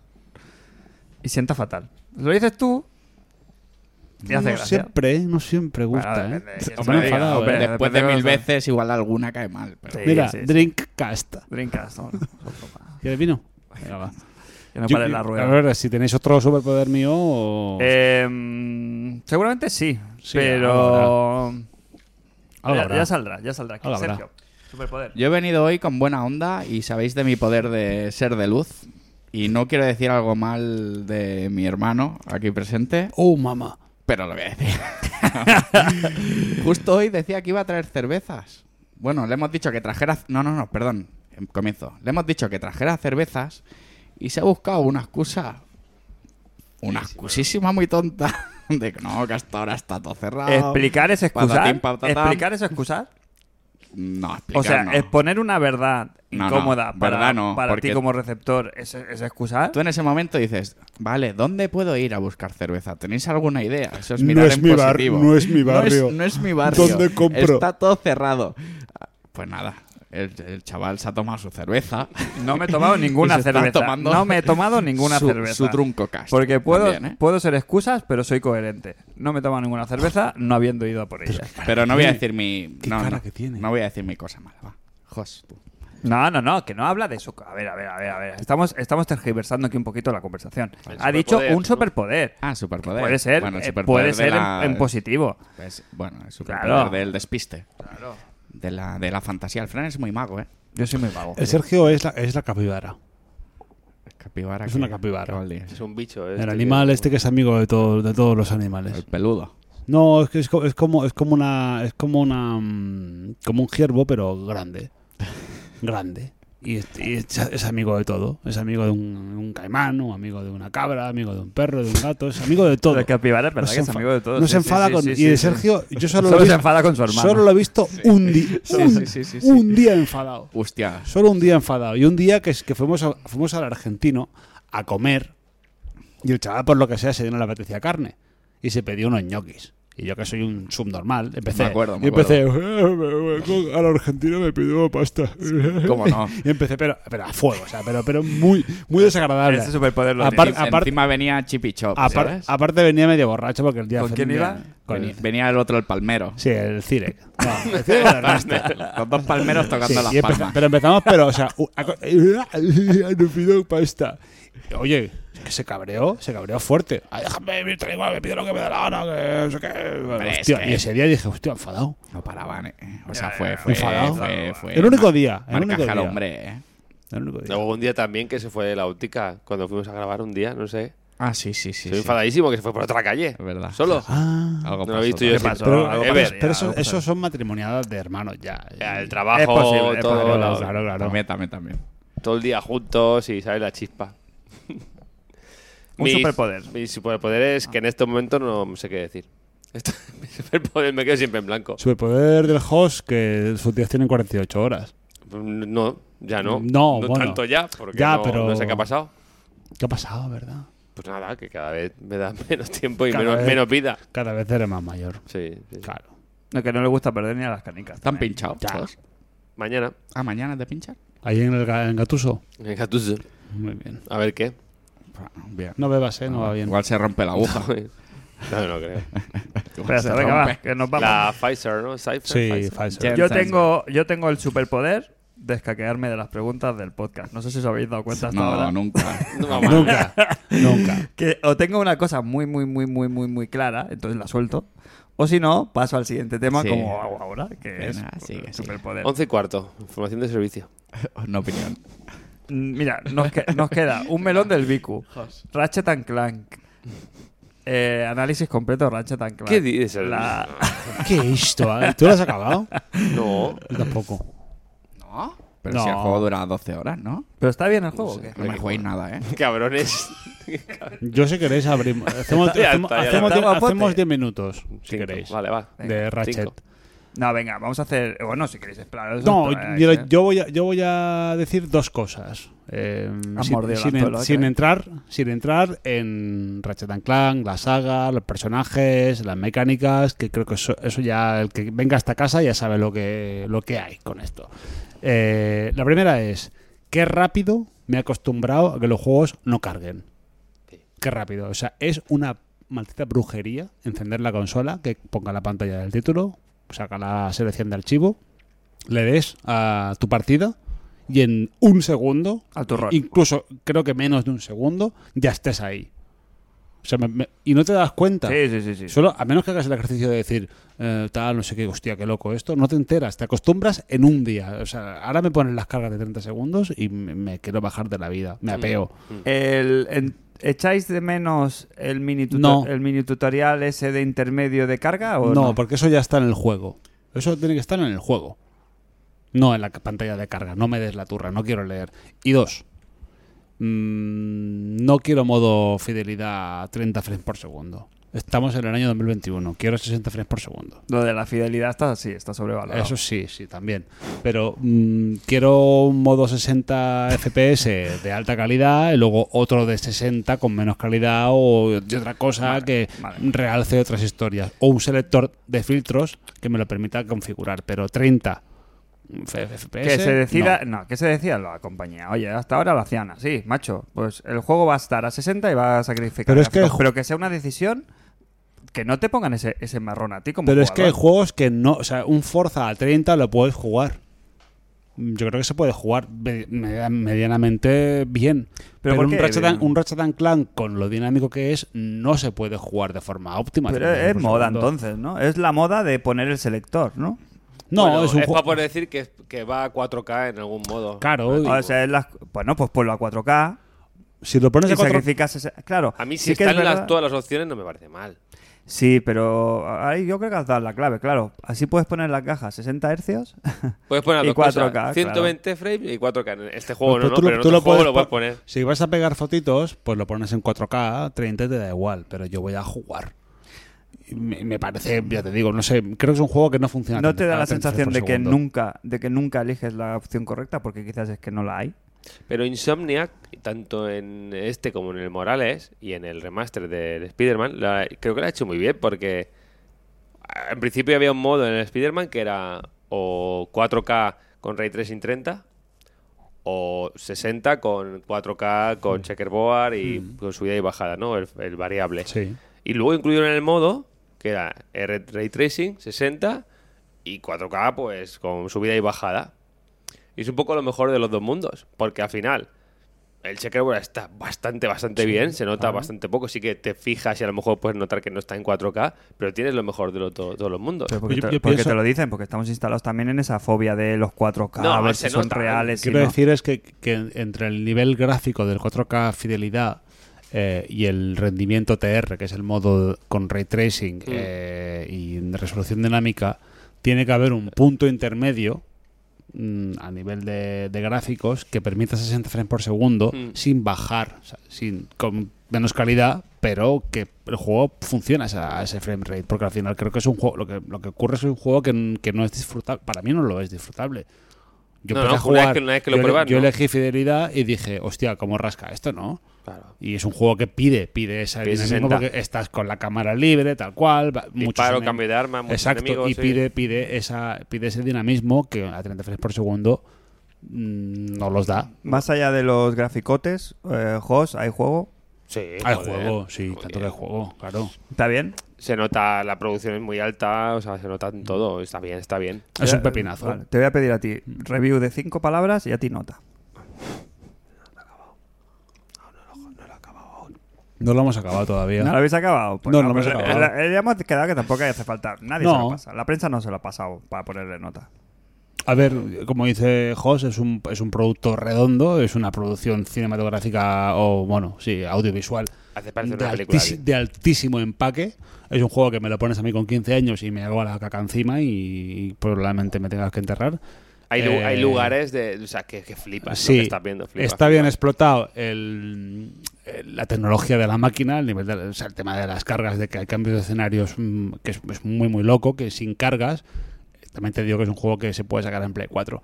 Speaker 1: y sienta fatal. Lo dices tú, y hace
Speaker 2: no
Speaker 1: gracia.
Speaker 2: siempre, ¿eh? no siempre gusta.
Speaker 1: depende de
Speaker 2: ¿eh?
Speaker 1: quién
Speaker 2: Me
Speaker 1: se
Speaker 2: he
Speaker 1: lo diga,
Speaker 2: enfadado,
Speaker 1: hombre.
Speaker 2: ¿eh?
Speaker 3: después de
Speaker 1: depende de
Speaker 3: mil
Speaker 1: los-
Speaker 3: veces, igual alguna cae mal. pero-
Speaker 1: Sí,
Speaker 2: Mira,
Speaker 1: sí, sí.
Speaker 2: Drinkcast.
Speaker 1: Drinkas, no, no,
Speaker 2: ¿Quieres vino? Venga, va.
Speaker 1: que no
Speaker 2: Yo-
Speaker 1: pare la
Speaker 2: A
Speaker 1: rueda.
Speaker 2: ver, si tenéis otro superpoder mío o...
Speaker 1: Eh, seguramente sí,
Speaker 2: Sí,
Speaker 1: pero
Speaker 2: Algo
Speaker 1: ya,
Speaker 2: habrá.
Speaker 1: ya saldrá, ya saldrá.
Speaker 2: Algo habrá.
Speaker 1: Sergio, superpoder.
Speaker 3: Yo he venido hoy con buena onda y sabéis de mi poder de ser de luz. Y no quiero decir algo mal de mi hermano aquí presente,
Speaker 2: Oh, mamá.
Speaker 3: pero lo voy a decir. [LAUGHS] Justo hoy decía que iba a traer cervezas. Bueno, le hemos dicho que trajera... No, no, no, perdón. em, Comienzo. Le hemos dicho que trajera cervezas y se ha buscado una excusa... Una excusísima muy tonta. [LAUGHS] De que no, que hasta ahora está todo cerrado.
Speaker 1: Explicar es excusar.
Speaker 3: Patatín, patatán.
Speaker 1: Explicar es excusar.
Speaker 3: No, explicar
Speaker 1: O sea,
Speaker 3: no.
Speaker 1: exponer una verdad
Speaker 3: No, no,
Speaker 1: incómoda para,
Speaker 3: verdad no,
Speaker 1: para ti
Speaker 3: porque-
Speaker 1: como receptor es, es excusar.
Speaker 3: Tú en ese momento dices, vale, ¿dónde puedo ir a buscar cerveza? ¿Tenéis alguna idea? Eso es
Speaker 2: No
Speaker 3: mirar
Speaker 2: es
Speaker 3: en
Speaker 2: mi bar-
Speaker 3: positivo.
Speaker 2: no es mi barrio.
Speaker 3: [LAUGHS] No es, no es mi barrio.
Speaker 2: ¿Dónde compro?
Speaker 3: Está todo cerrado. Ah, Pues nada, el, el chaval se ha tomado su
Speaker 2: [LAUGHS]
Speaker 3: cerveza.
Speaker 1: No me he
Speaker 3: [LAUGHS]
Speaker 1: tomado ninguna
Speaker 3: Y se está
Speaker 1: cerveza.
Speaker 3: tomando
Speaker 1: No me he
Speaker 3: [LAUGHS]
Speaker 1: tomado ninguna
Speaker 3: su-
Speaker 1: cerveza.
Speaker 3: su trunco cast
Speaker 1: Porque puedo,
Speaker 3: también, ¿eh?
Speaker 1: puedo ser excusas, pero soy coherente. No me he tomado ninguna cerveza, no habiendo ido a por ella.
Speaker 3: Pero no voy a decir mi...
Speaker 2: qué
Speaker 3: no,
Speaker 2: cara
Speaker 3: no,
Speaker 2: que tiene.
Speaker 3: no voy a decir mi cosa mala, va. Jos, tú.
Speaker 1: No, no, no, que no habla de eso. A ver, a ver, a ver, a ver. Estamos, estamos tergiversando aquí un poquito la conversación. Ha dicho
Speaker 4: superpoder,
Speaker 1: un
Speaker 4: ¿no?
Speaker 1: superpoder.
Speaker 3: Ah, superpoder.
Speaker 1: Puede ser,
Speaker 3: Bueno,
Speaker 1: eh,
Speaker 3: superpoder
Speaker 1: puede
Speaker 3: de
Speaker 1: ser en-
Speaker 3: la-
Speaker 1: en, positivo.
Speaker 3: pues, bueno, el superpoder
Speaker 1: Claro.
Speaker 3: del despiste. De la, de la fantasía. El Fran es muy mago, ¿eh?
Speaker 1: Yo soy muy vago.
Speaker 2: El Sergio es la, es la capibara.
Speaker 3: Capibara.
Speaker 2: Es
Speaker 3: que-
Speaker 2: una capibara.
Speaker 3: que va al día.
Speaker 4: Es un bicho.
Speaker 2: El animal este que es amigo de, todo- de todos los animales.
Speaker 3: El peludo.
Speaker 2: No, es que es, co- es como es como una es como una mm, como un ciervo
Speaker 1: [LAUGHS]
Speaker 2: pero grande, grande. Y, es, y es- es amigo de todo. Es amigo de un, un caimán, o amigo de una cabra, amigo de un perro, de un gato. Es amigo
Speaker 1: [LAUGHS]
Speaker 2: de todo.
Speaker 1: El capibara es verdad
Speaker 2: No se
Speaker 1: que es
Speaker 2: enfa-
Speaker 1: amigo de todos.
Speaker 2: No
Speaker 1: Sí,
Speaker 2: se
Speaker 1: sí,
Speaker 2: enfada
Speaker 1: sí,
Speaker 2: con.
Speaker 1: sí,
Speaker 2: y
Speaker 1: sí,
Speaker 2: de
Speaker 1: sí.
Speaker 2: Sergio,
Speaker 1: [LAUGHS]
Speaker 2: yo solo, lo
Speaker 1: Solo
Speaker 2: he
Speaker 1: se
Speaker 2: visto,
Speaker 1: enfada con su hermano.
Speaker 2: solo lo he visto un, día un,
Speaker 3: sí, sí, sí, sí.
Speaker 2: un día enfadado.
Speaker 3: Hostia.
Speaker 2: Solo un día enfadado. Y un día que, es- que fuimos, a- fuimos al argentino a comer. Y el chaval, por lo que sea, se dio no le apetecía carne. Y se pidió unos ñoquis. Y yo, que soy un subnormal, empecé.
Speaker 3: Me acuerdo, me
Speaker 2: y empecé. "Eh, Al argentino me pidió pasta.
Speaker 3: ¿Cómo no?
Speaker 2: [LAUGHS] Y empecé, pero, pero a fuego, o sea, pero, pero muy, muy desagradable.
Speaker 3: este
Speaker 1: Ese superpoder lo
Speaker 2: Aparte-
Speaker 1: tiene.
Speaker 3: Encima-
Speaker 2: aparte-
Speaker 3: Encima venía Chippy Chop,
Speaker 2: Apar-
Speaker 3: ¿sabes?
Speaker 2: aparte, venía medio borracho porque el día.
Speaker 1: ¿Con
Speaker 2: fue
Speaker 1: quién
Speaker 2: un
Speaker 1: iba?
Speaker 2: día- con
Speaker 3: venía,
Speaker 2: el-
Speaker 3: venía el otro, el palmero. [LAUGHS]
Speaker 2: sí, el Cirec. No, el Cirec era el nuestro.
Speaker 3: Los dos palmeros tocando
Speaker 2: Sí,
Speaker 3: las
Speaker 2: y empe-
Speaker 3: palmas.
Speaker 2: Pero empezamos, pero, o sea, u- a co- [LAUGHS] no pido pasta. Oye, que se cabreó, se cabreó fuerte. Ah, déjame vivir tal igual, me pido lo que me da la gana, que no sé qué.
Speaker 3: es
Speaker 2: Hostia,
Speaker 3: que-
Speaker 2: y ese día dije, hostia, enfadado.
Speaker 3: No paraban, ¿eh? O sea, fue... fue,
Speaker 2: Enfadado.
Speaker 3: fue, fue
Speaker 2: El único día, el
Speaker 3: Marcaja
Speaker 2: único
Speaker 3: al
Speaker 2: día.
Speaker 3: hombre, ¿eh?
Speaker 2: El único día.
Speaker 4: Luego un día también que se fue de la óptica cuando fuimos a grabar un día, no sé.
Speaker 3: Ah, sí, sí, sí.
Speaker 4: Estoy
Speaker 3: sí.
Speaker 4: enfadadísimo que se fue por otra calle.
Speaker 3: Es verdad.
Speaker 4: Solo.
Speaker 2: Ah,
Speaker 3: Algo
Speaker 4: No lo
Speaker 3: pasó,
Speaker 4: he visto yo
Speaker 3: ¿no?
Speaker 4: ese-
Speaker 1: pasó?
Speaker 2: pero,
Speaker 4: algo
Speaker 2: pero-
Speaker 4: pasó.
Speaker 2: pero eso,
Speaker 1: Algo pasó.
Speaker 2: eso
Speaker 3: pues-
Speaker 2: son matrimoniadas de hermanos ya.
Speaker 4: Ya, eh, El
Speaker 1: Es
Speaker 4: trabajo,
Speaker 1: posible, es
Speaker 4: todo,
Speaker 1: posible,
Speaker 4: la-
Speaker 2: claro, claro, claro.
Speaker 3: También, también, también.
Speaker 4: todo el día juntos y sabes la chispa.
Speaker 1: Un superpoder.
Speaker 4: Mi superpoder es que en este momento no sé qué decir. Esto- [LAUGHS] mi superpoder me quedo siempre en blanco.
Speaker 2: Superpoder del host que sus días tienen 48 horas.
Speaker 4: No, ya no.
Speaker 2: No, bueno.
Speaker 4: tanto ya, porque
Speaker 2: Ya,
Speaker 4: no,
Speaker 2: pero-
Speaker 4: no sé qué ha pasado.
Speaker 2: ¿Qué ha pasado, verdad?
Speaker 4: Pues nada, que cada vez me da [LAUGHS] menos tiempo y
Speaker 2: Cada
Speaker 4: menos,
Speaker 2: vez.
Speaker 4: menos vida.
Speaker 2: Cada vez eres más mayor.
Speaker 4: Sí, sí, sí.
Speaker 2: Claro.
Speaker 1: No, que no le gusta perder ni a las canicas.
Speaker 3: ¿Están
Speaker 1: también.
Speaker 3: pinchados?
Speaker 2: Ya.
Speaker 3: todos?
Speaker 4: Mañana.
Speaker 3: Ah, ¿mañana te pinchan?
Speaker 2: Ahí en el ga- en Gatuso.
Speaker 4: Venga, tú,
Speaker 2: Muy bien.
Speaker 4: A ver qué. [LAUGHS]
Speaker 3: Bueno, Bien.
Speaker 2: No bebas, ¿eh? No va bien.
Speaker 3: Ah, Igual se rompe la
Speaker 4: [LAUGHS]
Speaker 3: aguja.
Speaker 4: No,
Speaker 2: [LAUGHS]
Speaker 4: no creo.
Speaker 3: Igual
Speaker 1: Espérate,
Speaker 3: se
Speaker 1: venga, va,
Speaker 3: rompe.
Speaker 1: que nos vamos.
Speaker 4: La Pfizer, ¿no? Cypher,
Speaker 2: Sí,
Speaker 4: Pfizer.
Speaker 2: Pfizer.
Speaker 1: Yo
Speaker 3: Entonces-
Speaker 1: tengo, yo tengo el superpoder de escaquearme de las preguntas del podcast. No sé si os habéis dado cuenta hasta ahora.
Speaker 3: No, nunca.
Speaker 2: [LAUGHS]
Speaker 4: No, mamá.
Speaker 2: Nunca, nunca.
Speaker 1: Que o tengo una cosa muy, muy, muy, muy, muy, muy clara, entonces la suelto. O si no, paso al siguiente tema
Speaker 3: Sí.
Speaker 1: como hago ahora, que es
Speaker 3: Venga, sigue, sigue.
Speaker 1: el superpoder.
Speaker 4: 11 y cuarto. Información
Speaker 2: [LAUGHS]
Speaker 4: de servicio.
Speaker 3: Una opinión.
Speaker 2: [LAUGHS]
Speaker 1: Mm, Mira, nos, que- nos queda un melón del Biku, Ratchet and Clank, Eh, análisis completo de Ratchet and Clank.
Speaker 4: ¿Qué dices?
Speaker 1: La- [LAUGHS]
Speaker 2: ¿Qué esto? ¿Tú lo has acabado?
Speaker 4: No.
Speaker 2: Yo tampoco.
Speaker 3: ¿No? Pero
Speaker 2: No.
Speaker 3: si el juego dura 12 horas, ¿no?
Speaker 1: ¿Pero está bien el juego o qué?
Speaker 3: No me jueguéis nada, ¿eh?
Speaker 4: Cabrones.
Speaker 2: Yo si queréis abrimos. Hacemos
Speaker 4: [LAUGHS] Ya está, ya
Speaker 2: hacemos-
Speaker 4: está. eh,
Speaker 2: hacemos
Speaker 1: Está
Speaker 2: diez-
Speaker 1: guapote.
Speaker 2: hacemos 10 minutos, si
Speaker 4: Cinco.
Speaker 2: queréis.
Speaker 4: Vale, va.
Speaker 2: De Ratchet.
Speaker 4: Cinco.
Speaker 1: No, venga, vamos a hacer. Bueno, si queréis esperar. eso
Speaker 2: No,
Speaker 1: esperáis,
Speaker 2: yo,
Speaker 1: ¿eh?
Speaker 2: yo voy a, yo voy a decir dos cosas. Eh,
Speaker 1: Has
Speaker 2: sin,
Speaker 1: mordido el
Speaker 2: sin en-
Speaker 1: anzuelo, ¿eh?
Speaker 2: sin entrar, sin entrar en Ratchet and Clank, la saga, los personajes, las mecánicas, que creo que eso, eso ya, el que venga hasta casa ya sabe lo que, lo que hay con esto. Eh, la primera es, qué rápido me he acostumbrado a que los juegos no carguen. Qué rápido. O sea, es una maldita brujería encender la consola, que ponga la pantalla del título, saca la selección de archivo, le des a tu partida y en un segundo,
Speaker 1: Al turrón.
Speaker 2: incluso creo que menos de un segundo, ya estés ahí. O sea, me- me- y no te das cuenta.
Speaker 1: Sí, sí, sí. sí.
Speaker 2: Solo, a menos que hagas el ejercicio de decir, eh, tal, no sé qué, hostia, qué loco esto, no te enteras, te acostumbras en un día. O sea, ahora me ponen las cargas de 30 segundos y me, me quiero bajar de la vida, me apeo.
Speaker 1: El- en- ¿Echáis de menos el mini, tuto-
Speaker 2: No.
Speaker 1: el mini tutorial ese de intermedio de carga? O
Speaker 2: No,
Speaker 1: no,
Speaker 2: porque eso ya está en el juego. Eso tiene que estar en el juego. No en la ca- pantalla de carga. No me des la turra, no quiero leer. Y dos, mm, no quiero modo fidelidad a 30 frames por segundo. Estamos en el año 2021, quiero 60 frames por segundo.
Speaker 1: Lo de la fidelidad está así, está sobrevalorado.
Speaker 2: Eso sí, sí, también. Pero mm, quiero un modo 60 FPS de alta calidad y luego otro de 60 con menos calidad o de otra cosa
Speaker 1: Vale,
Speaker 2: que
Speaker 1: vale.
Speaker 2: realce otras historias. O un selector de filtros que me lo permita configurar, pero 30 F- FPS.
Speaker 1: Que se decida,
Speaker 2: no.
Speaker 1: no. que se decida la compañía. Oye, hasta ahora lo hacían así, macho. Pues el juego va a estar a 60 y va a sacrificar.
Speaker 2: Pero es que
Speaker 1: gráficos.
Speaker 2: el ju-
Speaker 1: pero que sea una decisión que no te pongan ese, ese marrón a ti como
Speaker 2: Pero es que hay
Speaker 1: jugador.
Speaker 2: juegos que no, o sea, un Forza a 30 lo puedes jugar. Yo creo que se puede jugar me- me- medianamente bien.
Speaker 1: ¿Pero
Speaker 2: Pero,
Speaker 1: por
Speaker 2: un,
Speaker 1: qué
Speaker 2: Ratchet and,
Speaker 1: bien?
Speaker 2: un Ratchet and Clank con lo dinámico que es, no se puede jugar de forma óptima.
Speaker 1: Pero
Speaker 2: 30
Speaker 1: es
Speaker 2: por
Speaker 1: moda
Speaker 2: segundo.
Speaker 1: entonces, ¿no? Es la moda de poner el selector, ¿no?
Speaker 2: No,
Speaker 4: Bueno,
Speaker 2: es un
Speaker 4: para
Speaker 2: juego.
Speaker 4: poder decir que, que va a 4K en algún modo.
Speaker 2: Claro,
Speaker 1: Ah, O sea, es las- bueno, pues ponlo a 4K
Speaker 2: si lo pones
Speaker 1: y
Speaker 2: a cuatro-
Speaker 1: sacrificas ese- Claro,
Speaker 4: A mí si
Speaker 1: sí que es
Speaker 4: están las,
Speaker 1: verdad-
Speaker 4: todas las opciones no me parece mal.
Speaker 1: Sí, pero ahí yo creo que has dado la clave, claro. Así puedes poner la caja a 60 hercios.
Speaker 4: Puedes
Speaker 1: [LAUGHS]
Speaker 4: poner
Speaker 1: Y
Speaker 4: las dos cosas,
Speaker 1: 4K,
Speaker 4: 120 frames y 4K. En este juego
Speaker 2: Pero
Speaker 4: no,
Speaker 2: Pues tú lo-
Speaker 4: no, pero en
Speaker 2: tú
Speaker 4: otro
Speaker 2: lo
Speaker 4: juego
Speaker 2: puedes
Speaker 4: lo puedes
Speaker 2: po-
Speaker 4: poner.
Speaker 2: Si vas a pegar fotitos, pues lo pones en 4K, 30 te da igual, pero yo voy a jugar. Y Me, me parece, ya te digo, no sé, creo que es un juego que no funciona.
Speaker 1: ¿No
Speaker 2: tanto,
Speaker 1: te da
Speaker 2: cada
Speaker 1: la
Speaker 2: 30
Speaker 1: sensación
Speaker 2: por
Speaker 1: de que
Speaker 2: segundo.
Speaker 1: nunca, de que nunca eliges la opción correcta? Porque quizás es que no la hay.
Speaker 4: Pero Insomniac, tanto en este como en el Morales y en el remaster del Spider-Man, la- creo que lo ha hecho muy bien porque ah, en principio había un modo en el Spider-Man que era o 4K con Ray Tracing 30 o 60 con 4K
Speaker 2: Mm.
Speaker 4: con checkerboard y con subida y bajada, ¿no? El, el variable.
Speaker 2: Sí.
Speaker 4: Y luego incluyeron el modo que era R- Ray Tracing 60 y 4K pues con subida y bajada. Y es un poco lo mejor de los dos mundos, porque al final el checkerboard está bastante, bastante bien, se nota bastante poco, sí que te fijas y a lo mejor puedes notar que no está en 4K, pero tienes lo mejor de lo- to- todos los mundos.
Speaker 1: Pero porque,
Speaker 2: Pues Yo-
Speaker 1: te,
Speaker 2: yo
Speaker 1: porque
Speaker 2: pienso-
Speaker 1: te lo dicen, porque estamos instalados también en esa fobia de los 4K,
Speaker 4: No,
Speaker 1: a ver
Speaker 4: se
Speaker 1: si son
Speaker 4: nota.
Speaker 1: reales. si
Speaker 2: quiero
Speaker 1: no.
Speaker 2: decir es que, que entre el nivel gráfico del 4K fidelidad eh, y el rendimiento TR, que es el modo con ray tracing eh, y de resolución dinámica, tiene que haber un punto intermedio mm, a nivel de, de gráficos que permita 60 frames por segundo
Speaker 4: Mm.
Speaker 2: sin bajar, o sea, sin, con menos calidad, pero que el juego funciona a esa- a ese frame rate, porque al final creo que es un juego, lo que, lo que ocurre es un juego que, que no es disfrutable, para mí no lo es disfrutable. Yo empecé
Speaker 4: No, no,
Speaker 2: a
Speaker 4: una vez
Speaker 2: jugar,
Speaker 4: que- una vez que lo
Speaker 2: yo, ele-
Speaker 4: pruebas,
Speaker 2: yo
Speaker 4: no.
Speaker 2: elegí fidelidad y dije, hostia, ¿cómo rasca esto, no?
Speaker 4: Claro.
Speaker 2: Y es un juego que pide, pide esa
Speaker 4: Pide
Speaker 2: dinamismo
Speaker 4: 60.
Speaker 2: porque estás con la cámara libre, tal cual. va- muchos
Speaker 4: Disparo,
Speaker 2: enem-
Speaker 4: cambio de arma, muchos
Speaker 2: Exacto,
Speaker 4: enemigos,
Speaker 2: y
Speaker 4: sí.
Speaker 2: pide, pide, esa, pide ese dinamismo que a 30 frames por segundo mm, no los da.
Speaker 1: Más allá de los graficotes, eh, Jos, hay juego.
Speaker 4: Sí,
Speaker 2: Hay
Speaker 4: joder.
Speaker 2: Ah, juego, sí,
Speaker 4: Muy
Speaker 2: tanto que
Speaker 4: bien.
Speaker 2: hay juego, claro.
Speaker 1: ¿Está bien?
Speaker 4: Se nota, la producción es muy alta, o sea, se nota
Speaker 2: Mm.
Speaker 4: en todo, está bien, está bien.
Speaker 2: Es
Speaker 1: Te-
Speaker 2: un pepinazo.
Speaker 1: vale, te voy a pedir a ti review de cinco palabras y a ti nota.
Speaker 2: No lo hemos acabado todavía.
Speaker 1: ¿No lo habéis acabado? Pues
Speaker 2: No, no lo hemos
Speaker 1: pues,
Speaker 2: acabado.
Speaker 1: eh, eh, ya hemos quedado que tampoco hace falta. Nadie se
Speaker 2: No.
Speaker 1: lo pasa. La prensa no se lo ha pasado para ponerle nota.
Speaker 2: A ver, como dice Jos, es un, es un producto redondo, es una producción cinematográfica o, bueno, sí, audiovisual
Speaker 4: Hace parecer
Speaker 2: de,
Speaker 4: una película.
Speaker 2: altísi-
Speaker 4: bien.
Speaker 2: de altísimo empaque. Es un juego que me lo pones a mí con 15 años y me hago la caca encima y, y probablemente me tengas que enterrar.
Speaker 4: Hay, lu-
Speaker 2: Eh,
Speaker 4: hay lugares de, o sea, que, que flipas. lo
Speaker 2: Sí,
Speaker 4: que estás viendo, flipas,
Speaker 2: está bien
Speaker 4: flipas.
Speaker 2: explotado el- el- la tecnología de la máquina, el nivel de- o sea, el tema de las cargas, de que hay cambios de escenarios mm, que es, es muy muy loco, que sin cargas. eh, También te digo que es un juego que se puede sacar en Play 4.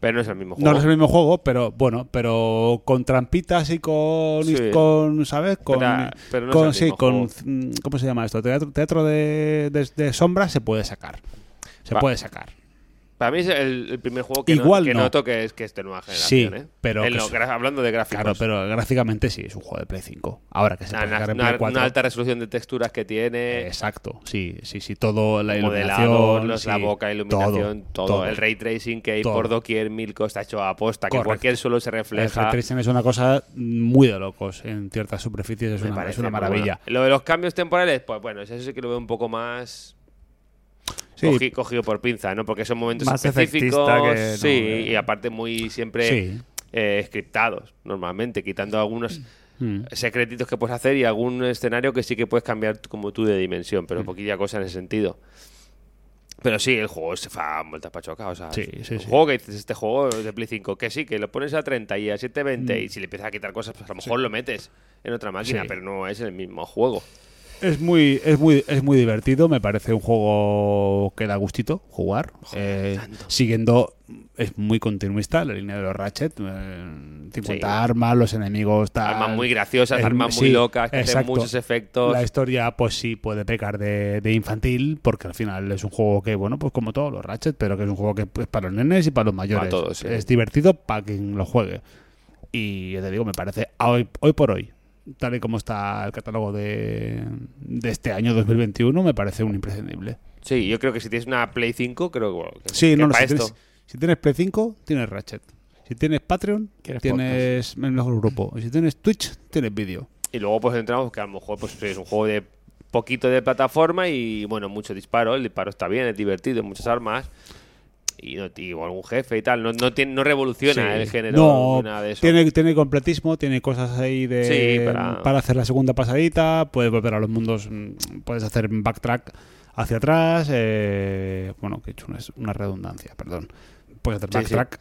Speaker 4: Pero no es el mismo juego.
Speaker 2: No es el mismo juego, pero bueno, pero con trampitas y con, y
Speaker 4: Sí.
Speaker 2: con ¿sabes? Con,
Speaker 4: Pero- pero no es
Speaker 2: con-
Speaker 4: el
Speaker 2: sí,
Speaker 4: mismo
Speaker 2: con
Speaker 4: juego.
Speaker 2: mm, ¿cómo se llama esto? Teatro, teatro de, de, de sombras se puede sacar. Se
Speaker 4: Va.
Speaker 2: puede sacar.
Speaker 4: Para mí es el, el primer juego que,
Speaker 2: Igual
Speaker 4: no, que
Speaker 2: no.
Speaker 4: noto que es, que es de nueva
Speaker 2: Sí,
Speaker 4: generación. ¿eh?
Speaker 2: pero
Speaker 4: En
Speaker 2: que
Speaker 4: lo
Speaker 2: es-
Speaker 4: gra- hablando de gráficos.
Speaker 2: Claro, pero gráficamente sí, es un juego de Play 5. Ahora que se
Speaker 4: Una,
Speaker 2: puede sacar en
Speaker 4: una-
Speaker 2: Play
Speaker 4: una
Speaker 2: 4.
Speaker 4: alta resolución de texturas que tiene.
Speaker 2: Exacto, sí, sí, sí, todo la
Speaker 4: modelado,
Speaker 2: iluminación,
Speaker 4: los-
Speaker 2: sí,
Speaker 4: la boca, iluminación, todo, El ray tracing que hay
Speaker 2: Todo.
Speaker 4: por doquier, mil cosas, está hecho a aposta, que
Speaker 2: Correcto.
Speaker 4: cualquier suelo se
Speaker 2: El
Speaker 4: refleja.
Speaker 2: ray tracing es una cosa muy de locos en ciertas superficies, es,
Speaker 4: Me
Speaker 2: una, es
Speaker 4: parece
Speaker 2: una
Speaker 4: muy
Speaker 2: maravilla.
Speaker 4: bueno. Lo de los cambios temporales, pues bueno, eso sí que lo veo un poco más
Speaker 2: Sí,
Speaker 4: cogi- cogido por pinza, ¿no? Porque son momentos
Speaker 6: Más
Speaker 4: específicos.
Speaker 6: efectista que no,
Speaker 4: sí,
Speaker 6: eh.
Speaker 4: y aparte muy siempre
Speaker 2: Sí.
Speaker 4: eh, scriptados, normalmente, quitando algunos
Speaker 2: Mm.
Speaker 4: secretitos que puedes hacer y algún escenario que sí que puedes cambiar t- como tú de dimensión,
Speaker 2: Mm.
Speaker 4: pero poquilla cosa en ese sentido. Pero sí, el juego se fa vueltas pa' choca, o sea,
Speaker 2: Sí,
Speaker 4: es
Speaker 2: sí,
Speaker 4: un
Speaker 2: sí.
Speaker 4: juego que dices, este juego de Play 5, que sí, que lo pones a 30 y a 720 y si le empiezas a quitar cosas, pues a lo mejor lo metes en otra máquina,
Speaker 2: Mm. Sí.
Speaker 4: pero no es el mismo juego.
Speaker 2: Es muy, es muy, es muy divertido, me parece un juego que da gustito jugar. Eh, siguiendo, es muy continuista la línea de los Ratchet, eh, 50
Speaker 4: Sí.
Speaker 2: armas, los enemigos, tal.
Speaker 4: Armas muy graciosas,
Speaker 2: Es-
Speaker 4: armas muy
Speaker 2: sí,
Speaker 4: locas, que hacen
Speaker 2: exacto.
Speaker 4: muchos efectos.
Speaker 2: La historia, pues sí, puede pecar de, de infantil, porque al final es un juego que, bueno, pues como todos los Ratchet, pero que es un juego que es para los nenes y para los mayores.
Speaker 4: Para todos, sí.
Speaker 2: Es divertido para quien lo juegue. Y yo te digo, me parece, a hoy, hoy por hoy, tal y como está el catálogo de, de este año 2021, me parece un imprescindible.
Speaker 4: Sí, yo creo que si tienes una Play 5, creo que, bueno, que-
Speaker 2: Sí,
Speaker 4: que
Speaker 2: no, no,
Speaker 4: para
Speaker 2: si
Speaker 4: esto.
Speaker 2: tienes, si tienes Play 5, tienes Ratchet. Si tienes Patreon,
Speaker 3: ¿Quieres
Speaker 2: tienes el mejor grupo. Y si tienes Twitch, tienes vídeo.
Speaker 4: Y luego pues entramos que a lo mejor pues es un juego de poquito de plataforma y bueno, mucho disparo, el disparo está bien, es divertido, muchas armas y, no, y algún jefe y tal, no, no, tiene, no revoluciona
Speaker 2: Sí.
Speaker 4: el género
Speaker 2: No,
Speaker 4: ni nada de eso.
Speaker 2: Tiene, tiene completismo, tiene cosas ahí de
Speaker 4: Sí, para-
Speaker 2: hacer la segunda pasadita, puedes volver a los mundos, mm, puedes hacer backtrack hacia atrás, eh, bueno, que he hecho una, una redundancia, perdón. Puedes hacer
Speaker 4: Sí, sí.
Speaker 2: backtrack.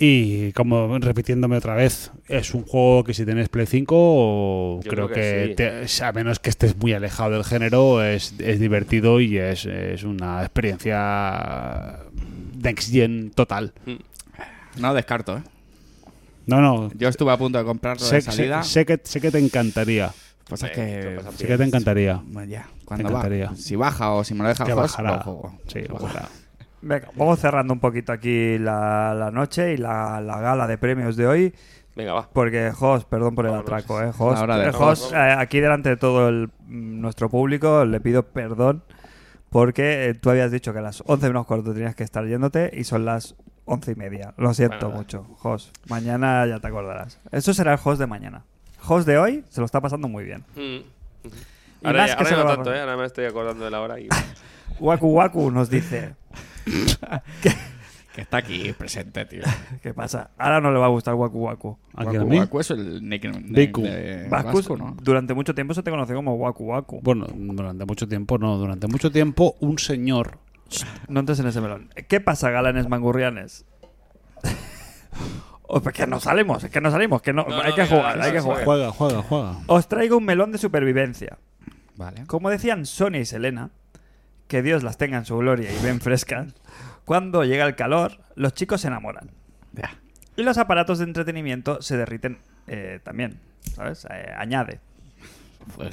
Speaker 2: Y como repitiéndome otra vez, es un juego que si tenés Play 5, o
Speaker 4: Yo
Speaker 2: creo,
Speaker 4: creo que
Speaker 2: que,
Speaker 4: sí.
Speaker 2: te- a menos que estés muy alejado del género, es, es divertido y es, es una experiencia next gen total.
Speaker 3: No descarto, ¿eh?
Speaker 2: No, no,
Speaker 3: Yo estuve a punto de comprarlo
Speaker 2: sé,
Speaker 3: de
Speaker 2: sé-
Speaker 3: salida.
Speaker 2: sé que, sé que te encantaría.
Speaker 3: Pues es
Speaker 4: Eh,
Speaker 3: que.
Speaker 4: esto pasa
Speaker 2: Sé que te encantaría.
Speaker 3: Bueno, ya. Cuando
Speaker 2: encantaría.
Speaker 3: va. Si baja o si me lo deja
Speaker 2: Que
Speaker 3: Jos,
Speaker 2: bajará.
Speaker 3: lo juego.
Speaker 2: Sí,
Speaker 3: Lo
Speaker 2: bajará.
Speaker 3: juego.
Speaker 1: Venga, vamos cerrando un poquito aquí la, la noche y la, la gala de premios de hoy.
Speaker 4: Venga, va.
Speaker 1: Porque, Jos, perdón por el
Speaker 4: Vámonos.
Speaker 1: atraco, ¿eh? Jos,
Speaker 3: La hora de-
Speaker 1: eh, Jos, eh, aquí delante de todo el- mm, nuestro público le pido perdón porque eh, tú habías dicho que a las 11 menos cuarto tenías que estar yéndote y son las 11 y media. Lo siento
Speaker 4: Bueno, nada.
Speaker 1: mucho, Jos. Mañana ya te acordarás. Eso será el Jos de mañana. Jos de hoy se lo está pasando muy bien.
Speaker 4: Mm.
Speaker 1: Y
Speaker 4: Ahora,
Speaker 1: más
Speaker 4: ya-
Speaker 1: que
Speaker 4: ahora
Speaker 1: se
Speaker 4: ya
Speaker 1: lo va
Speaker 4: no
Speaker 1: a
Speaker 4: tanto,
Speaker 1: poner.
Speaker 4: ¿eh? ahora me estoy acordando de la hora y
Speaker 1: Waku Waku nos dice...
Speaker 3: Que está aquí
Speaker 1: [LAUGHS]
Speaker 3: presente, tío.
Speaker 1: ¿Qué pasa? Ahora no le va a gustar Waku Waku.
Speaker 2: ¿A
Speaker 3: Waku
Speaker 2: quién, a mí?
Speaker 3: Waku es el nickname
Speaker 2: Biku.
Speaker 3: de
Speaker 1: Vascus,
Speaker 3: Eh, Vasco, ¿no?
Speaker 1: durante mucho tiempo se te conoció como Waku Waku.
Speaker 2: Bueno, durante mucho tiempo no. Durante mucho tiempo un señor...
Speaker 1: No entres en ese melón. ¿Qué pasa, galanes [LAUGHS] mangurrianes? Oh, pues que no salimos, es que no salimos, que no,
Speaker 4: No, no,
Speaker 1: hay que
Speaker 4: venga,
Speaker 1: jugar,
Speaker 4: no,
Speaker 1: hay que
Speaker 4: no,
Speaker 1: jugar.
Speaker 2: Juega, juega, juega.
Speaker 1: Os traigo un melón de supervivencia.
Speaker 3: Vale.
Speaker 1: Como decían Sonia y Selena, que Dios las tenga en su gloria y ven frescas, cuando llega el calor, los chicos se enamoran.
Speaker 3: Ya.
Speaker 1: Y los aparatos de entretenimiento se derriten eh, también, ¿sabes? Eh, añade.
Speaker 3: Pues,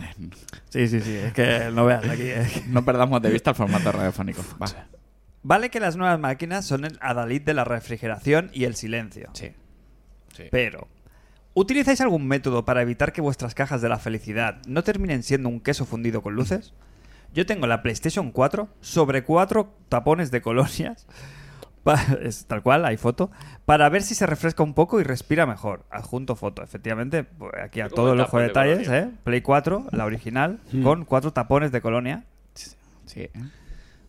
Speaker 1: Sí, sí, sí, es que no veas aquí. es que-
Speaker 3: no perdamos de vista el formato radiofónico. Va.
Speaker 1: Vale que las nuevas máquinas son el adalid de la refrigeración y el silencio.
Speaker 3: Sí. Sí.
Speaker 1: Pero, ¿utilizáis algún método para evitar que vuestras cajas de la felicidad no terminen siendo un queso fundido con luces? Yo tengo la PlayStation 4 sobre cuatro tapones de colonias, [LAUGHS] pa- es tal cual, hay foto, para ver si se refresca un poco y respira mejor. Adjunto foto, efectivamente, pues, aquí a
Speaker 4: Como
Speaker 1: todo el
Speaker 4: tapas
Speaker 1: ojo de
Speaker 4: de
Speaker 1: detalles,
Speaker 4: colonia.
Speaker 1: ¿eh? Play 4, la original,
Speaker 2: Hmm.
Speaker 1: con cuatro tapones de colonia.
Speaker 3: Sí.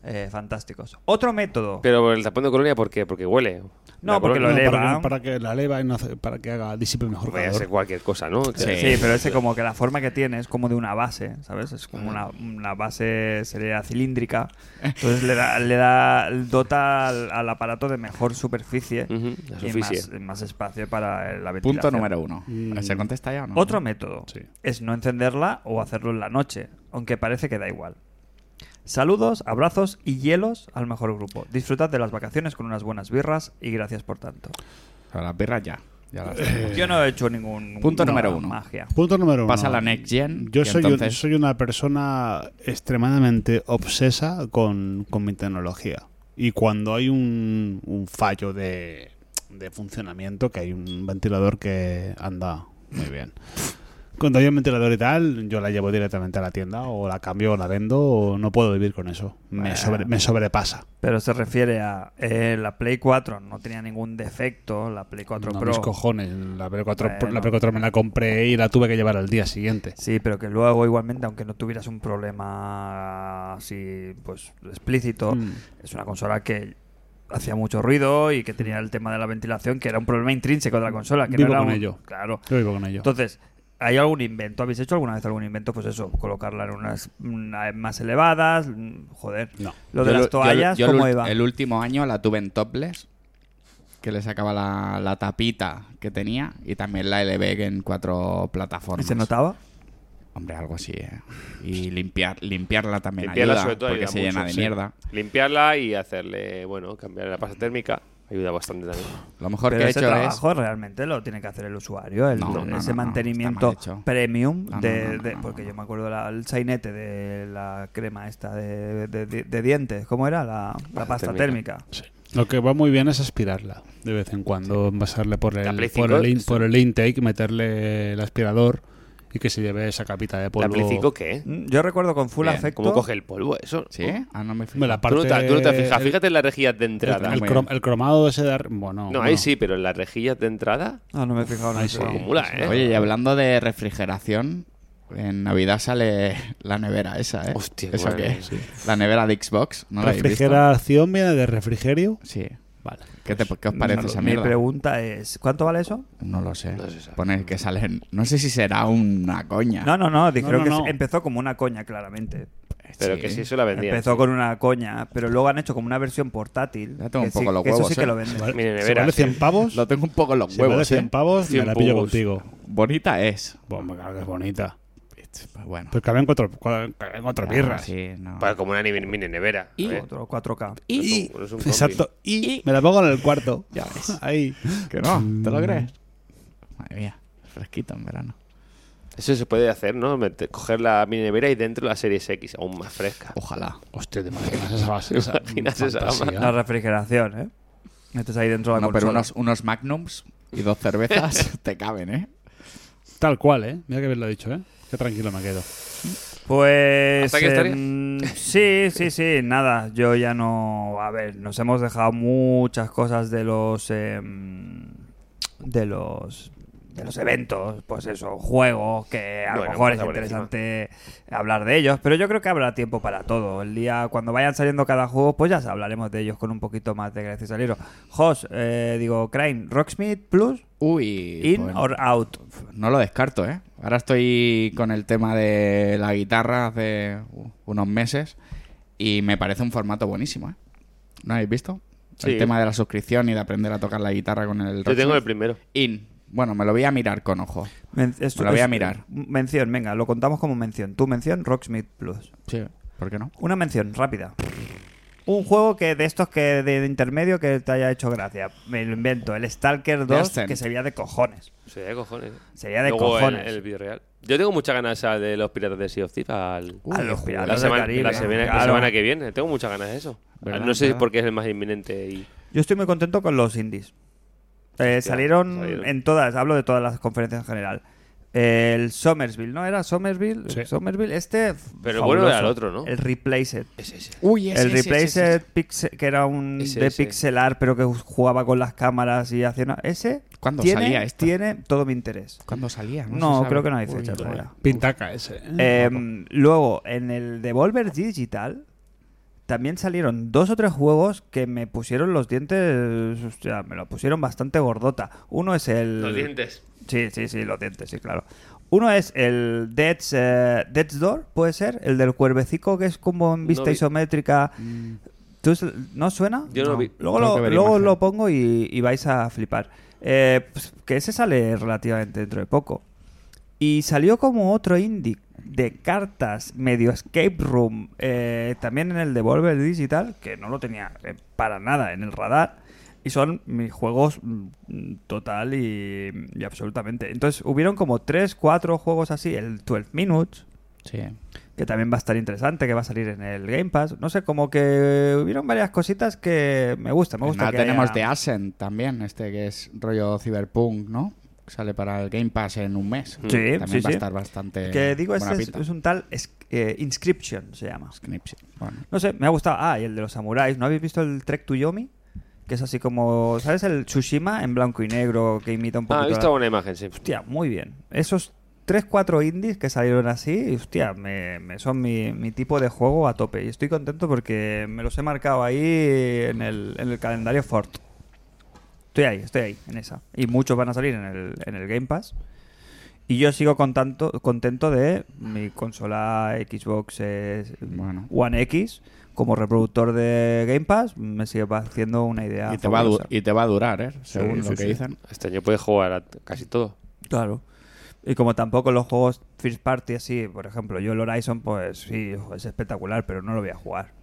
Speaker 1: eh, fantásticos. Otro método.
Speaker 4: Pero el tapón de colonia, ¿por qué? Porque huele.
Speaker 1: No,
Speaker 4: La
Speaker 1: porque lo
Speaker 2: No,
Speaker 4: colonia-
Speaker 2: para,
Speaker 1: eleva.
Speaker 2: que, para que la leva y no hace- para que haga disipe mejor
Speaker 4: Podría
Speaker 2: calor.
Speaker 4: ser cualquier cosa, ¿no?
Speaker 3: Sí.
Speaker 1: Sí, pero ese como que la forma que tiene es como de una base, ¿sabes? Es como una, una base, sería
Speaker 4: [LAUGHS]
Speaker 1: cilíndrica. Entonces le da, le da dota al, al aparato de mejor superficie
Speaker 4: Ujú, la
Speaker 1: y
Speaker 4: superficie.
Speaker 1: más, más espacio para eh, la ventilación.
Speaker 3: Punto número uno.
Speaker 2: Mm.
Speaker 3: ¿Se contesta ya o no?
Speaker 1: Otro método
Speaker 2: Sí.
Speaker 1: es no encenderla o hacerlo en la noche, aunque parece que da igual. Saludos, abrazos y hielos al mejor grupo. Disfrutad de las vacaciones con unas buenas birras y gracias por tanto.
Speaker 3: O sea, las birras ya. ya
Speaker 1: Eh.
Speaker 3: las-
Speaker 1: Yo no he hecho ningún
Speaker 3: Eh. Punto
Speaker 1: ninguna
Speaker 3: número uno.
Speaker 1: magia.
Speaker 2: Punto número uno.
Speaker 3: Pasa la next gen.
Speaker 2: Yo
Speaker 3: y
Speaker 2: soy, un-
Speaker 3: entonces-
Speaker 2: soy una persona extremadamente obsesa con, con mi tecnología. Y cuando hay un, un fallo de, de funcionamiento, que hay un ventilador que anda muy bien. Cuando hay un ventilador y tal, yo la llevo directamente a la tienda o la cambio o la vendo o no puedo vivir con eso. Me, sobre- me sobrepasa.
Speaker 1: Pero se refiere a eh, la Play 4, no tenía ningún defecto, la Play 4
Speaker 2: No,
Speaker 1: Pro.
Speaker 2: mis cojones. La Play 4 Pro-
Speaker 1: Bueno.
Speaker 2: la Play 4 me la compré y la tuve que llevar al día siguiente.
Speaker 1: Sí, pero que luego igualmente, aunque no tuvieras un problema así, pues explícito,
Speaker 2: Mm.
Speaker 1: es una consola que hacía mucho ruido y que tenía el tema de la ventilación, que era un problema intrínseco de la consola. Que
Speaker 2: Vivo
Speaker 1: no era
Speaker 2: con
Speaker 1: un-
Speaker 2: ello.
Speaker 1: Claro.
Speaker 2: Yo vivo con ello.
Speaker 1: Entonces, ¿hay algún invento? ¿Habéis hecho alguna vez algún invento? Pues eso, colocarla en unas una- más elevadas. mm, Joder.
Speaker 2: No.
Speaker 1: Lo de las
Speaker 3: Yo lo- yo lo-
Speaker 1: toallas,
Speaker 3: yo el
Speaker 1: ¿cómo
Speaker 3: ul-
Speaker 1: iba?
Speaker 3: El último año la tuve en topless, que le sacaba la, la tapita que tenía y también la LB en cuatro
Speaker 1: ¿Y
Speaker 3: plataformas.
Speaker 1: se notaba?
Speaker 3: Hombre, algo así, ¿eh? Y limpiar, limpiarla también
Speaker 4: Limpiarla
Speaker 3: ayuda,
Speaker 4: sobre todo
Speaker 3: porque
Speaker 4: ayuda
Speaker 3: se
Speaker 4: mucho,
Speaker 3: llena de
Speaker 4: sí.
Speaker 3: mierda.
Speaker 4: Limpiarla y hacerle, bueno, cambiar la pasta térmica ayuda bastante también.
Speaker 3: Lo mejor
Speaker 1: Pero
Speaker 3: que he
Speaker 1: ese
Speaker 3: hecho
Speaker 1: trabajo realmente lo tiene que hacer el usuario, el-
Speaker 3: No, no, no,
Speaker 1: ese
Speaker 3: no,
Speaker 1: mantenimiento
Speaker 3: está mal hecho.
Speaker 1: premium
Speaker 3: No, no,
Speaker 1: de,
Speaker 3: no, no,
Speaker 1: de-
Speaker 3: no,
Speaker 1: porque
Speaker 3: no.
Speaker 1: yo me acuerdo la- el sainete de la crema esta de, de- de- de dientes, ¿cómo era? La, la pasta térmica.
Speaker 2: Sí. Lo que va muy bien es aspirarla de vez en cuando, pasarle por
Speaker 4: La
Speaker 2: el,
Speaker 4: Play
Speaker 2: por,
Speaker 4: 5
Speaker 2: el in-
Speaker 4: es-
Speaker 2: por el intake, meterle el aspirador y que se lleve esa capita de
Speaker 4: ¿La
Speaker 2: polvo.
Speaker 4: Play 5 qué?
Speaker 1: Mm, Yo recuerdo con full
Speaker 3: Bien,
Speaker 1: afecto.
Speaker 4: ¿Cómo coge el polvo eso?
Speaker 3: es... ¿Sí? Ah, no me fijo.
Speaker 2: Me la
Speaker 4: Tú no
Speaker 2: parte-
Speaker 4: te, tú no te fijas.
Speaker 2: el-
Speaker 4: Fíjate en las rejillas de
Speaker 2: El,
Speaker 4: entrada.
Speaker 2: el
Speaker 3: Muy
Speaker 2: crom-
Speaker 3: bien.
Speaker 2: el cromado ese de ar- Bueno,
Speaker 4: no,
Speaker 2: bueno.
Speaker 4: ahí sí, pero en las rejillas de entrada
Speaker 1: Ah, no me he fijado en
Speaker 2: Ahí
Speaker 1: eso.
Speaker 2: sí.
Speaker 4: acumula, ¿eh?
Speaker 3: Oye, y hablando de refrigeración, en Navidad sale [LAUGHS] la nevera esa, ¿eh?
Speaker 4: Hostia,
Speaker 3: ¿Eso
Speaker 4: madre,
Speaker 3: qué es? La nevera de Xbox, ¿no la habéis visto?
Speaker 2: Refrigeración viene de refrigerio.
Speaker 3: Sí.
Speaker 2: Vale.
Speaker 3: ¿Qué, te- qué os parece
Speaker 1: Mi-
Speaker 3: esa
Speaker 1: Mi
Speaker 3: mierda?
Speaker 1: pregunta es, ¿cuánto vale eso?
Speaker 3: No lo sé.
Speaker 4: No se sabe.
Speaker 3: Pone que salen. No sé si será una coña.
Speaker 1: No, no, no, di-
Speaker 2: No,
Speaker 1: creo
Speaker 2: no,
Speaker 1: que
Speaker 2: no.
Speaker 1: se- empezó como una coña, claramente.
Speaker 4: Pero
Speaker 3: Sí.
Speaker 4: que si eso la vendían.
Speaker 1: empezó con una coña, pero luego han hecho como una versión portátil.
Speaker 3: Ya tengo
Speaker 1: que
Speaker 3: un poco
Speaker 1: sí,
Speaker 3: los
Speaker 1: que Eso sí
Speaker 3: huevos, ¿eh?
Speaker 1: que lo venden.
Speaker 2: Vale.
Speaker 4: Mire,
Speaker 2: Si
Speaker 4: nevera,
Speaker 2: vale 100
Speaker 4: sí.
Speaker 2: pavos.
Speaker 3: Lo tengo un poco en los
Speaker 2: si vale
Speaker 3: huevos.
Speaker 2: 100
Speaker 3: ¿eh?
Speaker 2: pavos, me
Speaker 4: 100
Speaker 2: la pillo
Speaker 4: pavos.
Speaker 2: contigo.
Speaker 3: Bonita es.
Speaker 2: Bueno, claro que es bonita.
Speaker 3: Bueno.
Speaker 2: Pues caben cuatro, cua- caben
Speaker 4: Ah,
Speaker 2: cuatro birras.
Speaker 3: Sí, no.
Speaker 4: Para Pues como una ni- mini nevera.
Speaker 3: Y-
Speaker 4: a ver.
Speaker 1: Otro 4K.
Speaker 4: Y- No es un combi.
Speaker 2: Exacto. Y me la pongo en el cuarto.
Speaker 3: Ya ves.
Speaker 2: [LAUGHS] Ahí.
Speaker 3: Que no, ¿te lo crees? Madre mía, fresquito en verano.
Speaker 4: Eso se puede hacer, ¿no? Mete- coger la mini nevera y dentro la Series X, aún más fresca.
Speaker 3: Ojalá.
Speaker 2: Hostia, te [LAUGHS] imaginas esa base. [LAUGHS]
Speaker 4: ¿Te imaginas esa
Speaker 2: fantasía?
Speaker 1: La refrigeración, ¿eh? Metes ahí dentro de la
Speaker 3: No, pero
Speaker 1: consola.
Speaker 3: unos, unos magnums y dos [LAUGHS] cervezas te caben, ¿eh?
Speaker 2: Tal cual, ¿eh? Mira que bien lo he dicho, ¿eh? Qué tranquilo me quedo.
Speaker 1: Pues.
Speaker 4: ¿Hasta aquí estaría?
Speaker 1: em, sí, sí, sí, nada. Yo ya no. A ver, nos hemos dejado muchas cosas de los. em, de los. De los eventos, pues eso, juegos, que a
Speaker 4: Bueno,
Speaker 1: lo mejor es
Speaker 4: pasa por
Speaker 1: interesante hablar de ellos, pero yo creo que habrá tiempo para todo. El día, cuando vayan saliendo cada juego, pues ya hablaremos de ellos con un poquito más de gracia y saliro. Jos, eh, digo, Crane, Rocksmith Plus,
Speaker 3: Uy.
Speaker 1: In
Speaker 3: pues,
Speaker 1: or Out.
Speaker 3: No lo descarto, ¿eh? Ahora estoy con el tema de la guitarra hace uh, unos meses y me parece un formato buenísimo, ¿eh? ¿No habéis visto?
Speaker 4: Sí.
Speaker 3: El tema de la suscripción y de aprender a tocar la guitarra con el
Speaker 4: Yo tengo el
Speaker 3: Rocksmith.
Speaker 4: primero.
Speaker 3: In. Bueno, me lo voy a mirar con ojo.
Speaker 1: Men- esto
Speaker 3: Me lo voy a
Speaker 1: es-
Speaker 3: mirar.
Speaker 1: Mención, venga, lo contamos como mención. Tu mención, Rocksmith Plus.
Speaker 3: Sí. ¿Por qué no?
Speaker 1: Una mención rápida. Un juego que de estos que de, de intermedio que te haya hecho gracia. Me lo invento. El Stalker 2,
Speaker 3: Ascent.
Speaker 1: que sería de cojones.
Speaker 4: Sería de cojones.
Speaker 1: Sería de
Speaker 4: Luego el-
Speaker 1: cojones.
Speaker 4: El, Bioreal. Yo tengo muchas ganas a de los piratas de Sea of Thieves al.
Speaker 1: a los
Speaker 3: Uy,
Speaker 1: piratas
Speaker 4: la,
Speaker 1: del
Speaker 4: semana,
Speaker 1: Caribe,
Speaker 4: la semana- la
Speaker 1: claro.
Speaker 4: semana que viene. Tengo muchas ganas de eso.
Speaker 3: ¿Verdad?
Speaker 4: no sé
Speaker 3: ¿Verdad?
Speaker 4: por qué es el más inminente. Y...
Speaker 1: Yo estoy muy contento con los indies. Eh, salieron,
Speaker 4: salieron.
Speaker 1: en todas, hablo de todas las conferencias en general. El Somerville, ¿no? ¿Era Somerville?
Speaker 2: Sí.
Speaker 1: Somerville, este.
Speaker 4: Pero
Speaker 1: fabuloso.
Speaker 4: bueno era el otro, ¿no?
Speaker 1: El Replaced.
Speaker 4: Es ese.
Speaker 3: Uy, ese,
Speaker 1: el
Speaker 3: ese,
Speaker 1: Replaced
Speaker 3: ese, ese.
Speaker 1: Pixel- que era un
Speaker 4: Ese,
Speaker 1: de
Speaker 4: ese.
Speaker 1: pixelar, pero que jugaba con las cámaras y hacía una- ese
Speaker 3: ¿Cuándo
Speaker 1: tiene,
Speaker 3: salía esto?
Speaker 1: tiene todo mi interés.
Speaker 3: ¿Cuándo salía? se
Speaker 1: No,
Speaker 3: sabe.
Speaker 1: creo que no hay fecha
Speaker 3: Uy,
Speaker 1: todavía.
Speaker 2: Pintaca ese. ¿eh?
Speaker 1: Em, luego, en el Devolver Digital también salieron dos o tres juegos que me pusieron los dientes, o sea, me lo pusieron bastante gordota. Uno es el...
Speaker 4: Los dientes.
Speaker 1: Sí, sí, sí, los dientes, sí, claro. Uno es el Death's, eh, Death's Door, puede ser, el del cuervecico que es como en vista
Speaker 4: vi-
Speaker 1: isométrica.
Speaker 3: Mm.
Speaker 1: ¿Tú s- ¿No suena?
Speaker 4: Yo no lo vi.
Speaker 1: Luego,
Speaker 3: Tengo
Speaker 1: lo,
Speaker 3: que ver
Speaker 1: luego
Speaker 3: imagen.
Speaker 1: lo pongo y, y vais a flipar. Eh, pues, que ese sale relativamente dentro de poco. Y salió como otro indie de cartas, medio escape room, eh, también en el Devolver Digital, que no lo tenía eh, para nada en el radar. Y son mis juegos mm, total y, y absolutamente. Entonces hubieron como 3, 4 juegos así, el 12 Minutes,
Speaker 3: Sí.
Speaker 1: que también va a estar interesante, que va a salir en el Game Pass. No sé, como que hubieron varias cositas que me gusta, me gusta.
Speaker 3: Nada,
Speaker 1: que
Speaker 3: tenemos
Speaker 1: haya-
Speaker 3: The Ascent también, este que es rollo Cyberpunk, ¿no? Sale para el Game Pass en un mes.
Speaker 4: Sí,
Speaker 3: También
Speaker 1: sí,
Speaker 3: va
Speaker 1: sí.
Speaker 3: a estar bastante.
Speaker 1: Que digo,
Speaker 3: buena
Speaker 1: este es,
Speaker 3: pinta.
Speaker 1: es un tal es- eh, Inscription, se llama.
Speaker 3: Snipes, bueno.
Speaker 1: No sé, me ha gustado. Ah, y el de los samuráis. ¿No habéis visto el Trek to Yomi? Que es así como, ¿sabes? El Tsushima en blanco y negro que imita un poquito...
Speaker 4: Ah, he visto
Speaker 1: la-
Speaker 4: una imagen, sí.
Speaker 1: Hostia, muy bien. Esos 3-4 indies que salieron así, hostia, me, me son mi, mi tipo de juego a tope. Y estoy contento porque me los he marcado ahí en el, en el calendario Fort. Estoy ahí, estoy ahí, en esa. Y muchos van a salir en el, en el Game Pass. Y yo sigo con tanto- contento de mi consola Xbox eh,
Speaker 3: Bueno.
Speaker 1: One X como reproductor de Game Pass. Me sigue pareciendo una idea.
Speaker 3: Y te, va a du-
Speaker 1: fabulosa.
Speaker 3: y te va a durar, ¿eh?
Speaker 1: sí,
Speaker 3: Según lo que
Speaker 1: sí.
Speaker 3: dicen.
Speaker 4: Este año puedes jugar a t- casi todo.
Speaker 1: Claro. Y como tampoco los juegos first party así, por ejemplo, yo el Horizon, pues sí, es espectacular, pero no lo voy a jugar.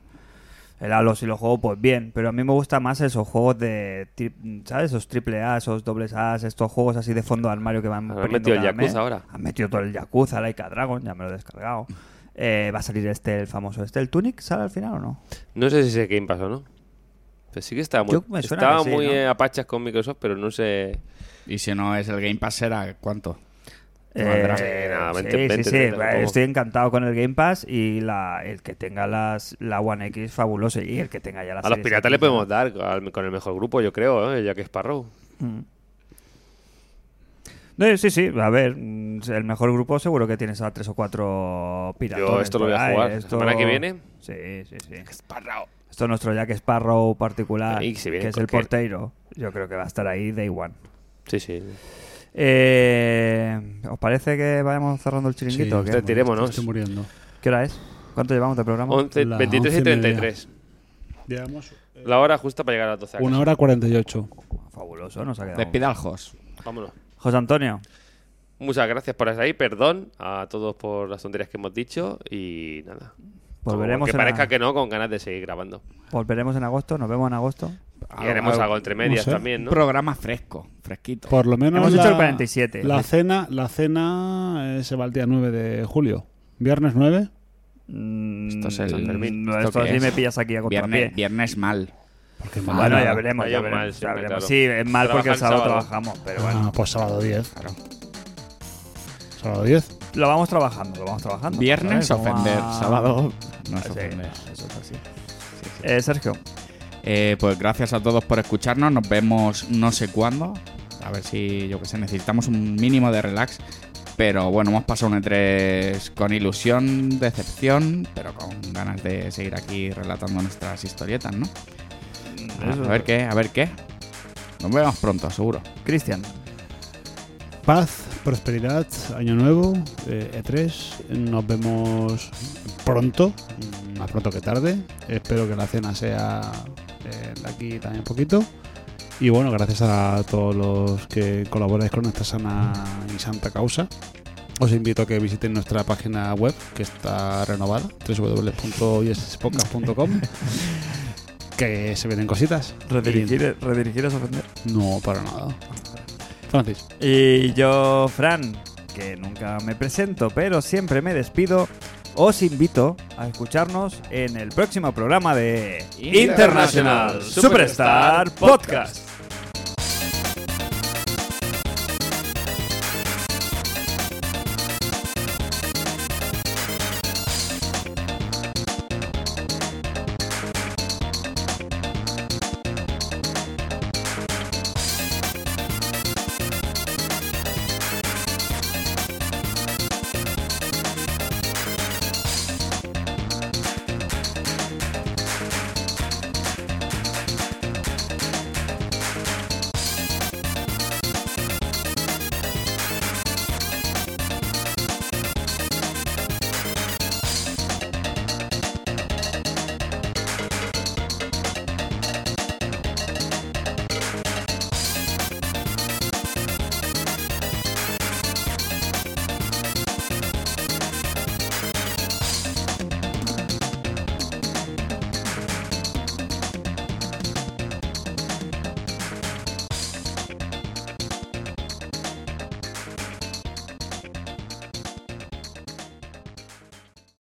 Speaker 1: El Halo si lo juego, pues bien, pero a mí me gusta más esos juegos de, tri- ¿sabes? Esos triple A, esos dobles A, estos juegos así de fondo de armario que van
Speaker 4: Han
Speaker 1: poniendo
Speaker 4: metido el
Speaker 1: cada
Speaker 4: Yakuza
Speaker 1: mes.
Speaker 4: ahora.
Speaker 1: Han metido todo el Yakuza, Laika Dragon, ya me lo he
Speaker 4: [LAUGHS]
Speaker 1: descargado. Eh, va a salir este, el famoso este, el Tunic, ¿sale al final o no?
Speaker 4: No sé si sé Game Pass o no. Pero sí que estaba muy,
Speaker 1: Yo- me suena
Speaker 4: estaba
Speaker 1: que sí,
Speaker 4: muy
Speaker 1: ¿no?
Speaker 4: eh, a pachas con Microsoft, pero no sé.
Speaker 3: Y si no es el Game Pass, será cuánto?
Speaker 1: Eh,
Speaker 4: Valdrá. Sí, nada,
Speaker 1: sí,
Speaker 4: 20,
Speaker 1: sí,
Speaker 4: 20,
Speaker 1: sí.
Speaker 4: 30,
Speaker 1: Bueno,
Speaker 4: supongo.
Speaker 1: Estoy encantado con el Game Pass y la, el que tenga las, la One X fabuloso y el que tenga ya la
Speaker 4: A los
Speaker 1: Series
Speaker 4: piratas
Speaker 1: X,
Speaker 4: le podemos dar al- con el mejor grupo, yo creo, ¿eh? ya que es Sparrow.
Speaker 1: No, sí, sí, a ver, mm, el mejor grupo seguro que tienes a tres o cuatro piratas.
Speaker 4: Yo esto lo voy a jugar. ¿La semana que viene?
Speaker 1: Sí, sí, sí.
Speaker 4: Sparrow.
Speaker 1: Esto es nuestro Jack Sparrow particular,
Speaker 4: Y si viene
Speaker 1: que es
Speaker 4: con
Speaker 1: el
Speaker 4: qué.
Speaker 1: portero. Yo creo que va a estar ahí day one.
Speaker 4: Sí, sí.
Speaker 1: Eh, ¿Os parece que vayamos cerrando el chiringuito? o qué?
Speaker 4: usted tiene- Retirémonos.
Speaker 2: este Estoy muriendo.
Speaker 1: ¿Qué hora es? ¿Cuánto llevamos de programa?
Speaker 4: 11,
Speaker 2: La
Speaker 4: 23 y
Speaker 2: 11 y media.
Speaker 4: 33.
Speaker 2: Llevamos
Speaker 4: La hora justa para llegar a las 12. a
Speaker 2: una
Speaker 4: casa.
Speaker 2: hora 48.
Speaker 1: Fabuloso, nos ha quedado.
Speaker 3: Despidalgos.
Speaker 4: Vámonos.
Speaker 1: José Antonio.
Speaker 4: Muchas gracias por estar ahí. Perdón a todos por las tonterías que hemos dicho. Y nada.
Speaker 1: Volveremos,
Speaker 4: Que
Speaker 1: en,
Speaker 4: parezca
Speaker 1: a-
Speaker 4: que no, con ganas de seguir grabando.
Speaker 1: volveremos en agosto, nos vemos en agosto.
Speaker 4: Y haremos algo entre medias
Speaker 2: sé.
Speaker 4: también,
Speaker 3: Un
Speaker 4: ¿no?
Speaker 3: programa fresco, fresquito.
Speaker 2: Por lo menos.
Speaker 1: Hemos
Speaker 2: la,
Speaker 1: hecho el 47.
Speaker 2: La cena, la cena eh, se va el día 9 de julio. Viernes 9.
Speaker 1: Esto
Speaker 3: es el-
Speaker 1: San Mm, Fermín. No,
Speaker 3: ¿esto
Speaker 1: esto
Speaker 3: qué
Speaker 1: sí
Speaker 3: es?
Speaker 1: me pillas aquí a contrapié.
Speaker 3: Viernes, viernes mal.
Speaker 2: Porque
Speaker 1: Bueno, Ah, ya
Speaker 2: mañana-
Speaker 1: veremos, ya
Speaker 4: Vaya
Speaker 1: veremos.
Speaker 4: mal,
Speaker 1: ya
Speaker 4: siempre,
Speaker 1: veremos.
Speaker 4: claro.
Speaker 1: Sí, es mal porque el
Speaker 4: Trabajar
Speaker 1: sábado
Speaker 4: sábado.
Speaker 1: trabajamos, pero bueno.
Speaker 2: Ah, pues sábado 10.
Speaker 3: Claro.
Speaker 2: Sábado 10.
Speaker 1: Lo vamos trabajando, lo vamos trabajando.
Speaker 3: Viernes
Speaker 1: Ah, ¿sabes? Como
Speaker 3: ofender,
Speaker 1: a-
Speaker 3: sábado no es
Speaker 1: Sí,
Speaker 3: ofender.
Speaker 1: eso es así. Eh, Sergio,
Speaker 3: Eh, pues gracias a todos por escucharnos. Nos vemos no sé cuándo. A ver si, yo que sé, necesitamos un mínimo de relax. Pero bueno, hemos pasado un E3 con ilusión, decepción, pero con ganas de seguir aquí relatando nuestras historietas, ¿no? A
Speaker 1: eso-
Speaker 3: ver qué, a ver qué. Nos vemos pronto, seguro.
Speaker 1: Cristian,
Speaker 2: Paz, prosperidad, año nuevo, eh, E3. Nos vemos pronto, mm, más pronto que tarde. Espero que la cena sea eh, de aquí también poquito. Y bueno, gracias a todos los que colaboráis con esta sana y santa causa. Os invito a que visiten nuestra página web que está renovada, www.yespodcast.com, que se vienen cositas.
Speaker 1: redirigir, redirigir es ofender.
Speaker 2: Y- No, para nada. Francis.
Speaker 1: Y yo, Fran, que nunca me presento, pero siempre me despido, os invito a escucharnos en el próximo programa de
Speaker 4: International
Speaker 1: Superstar Podcast.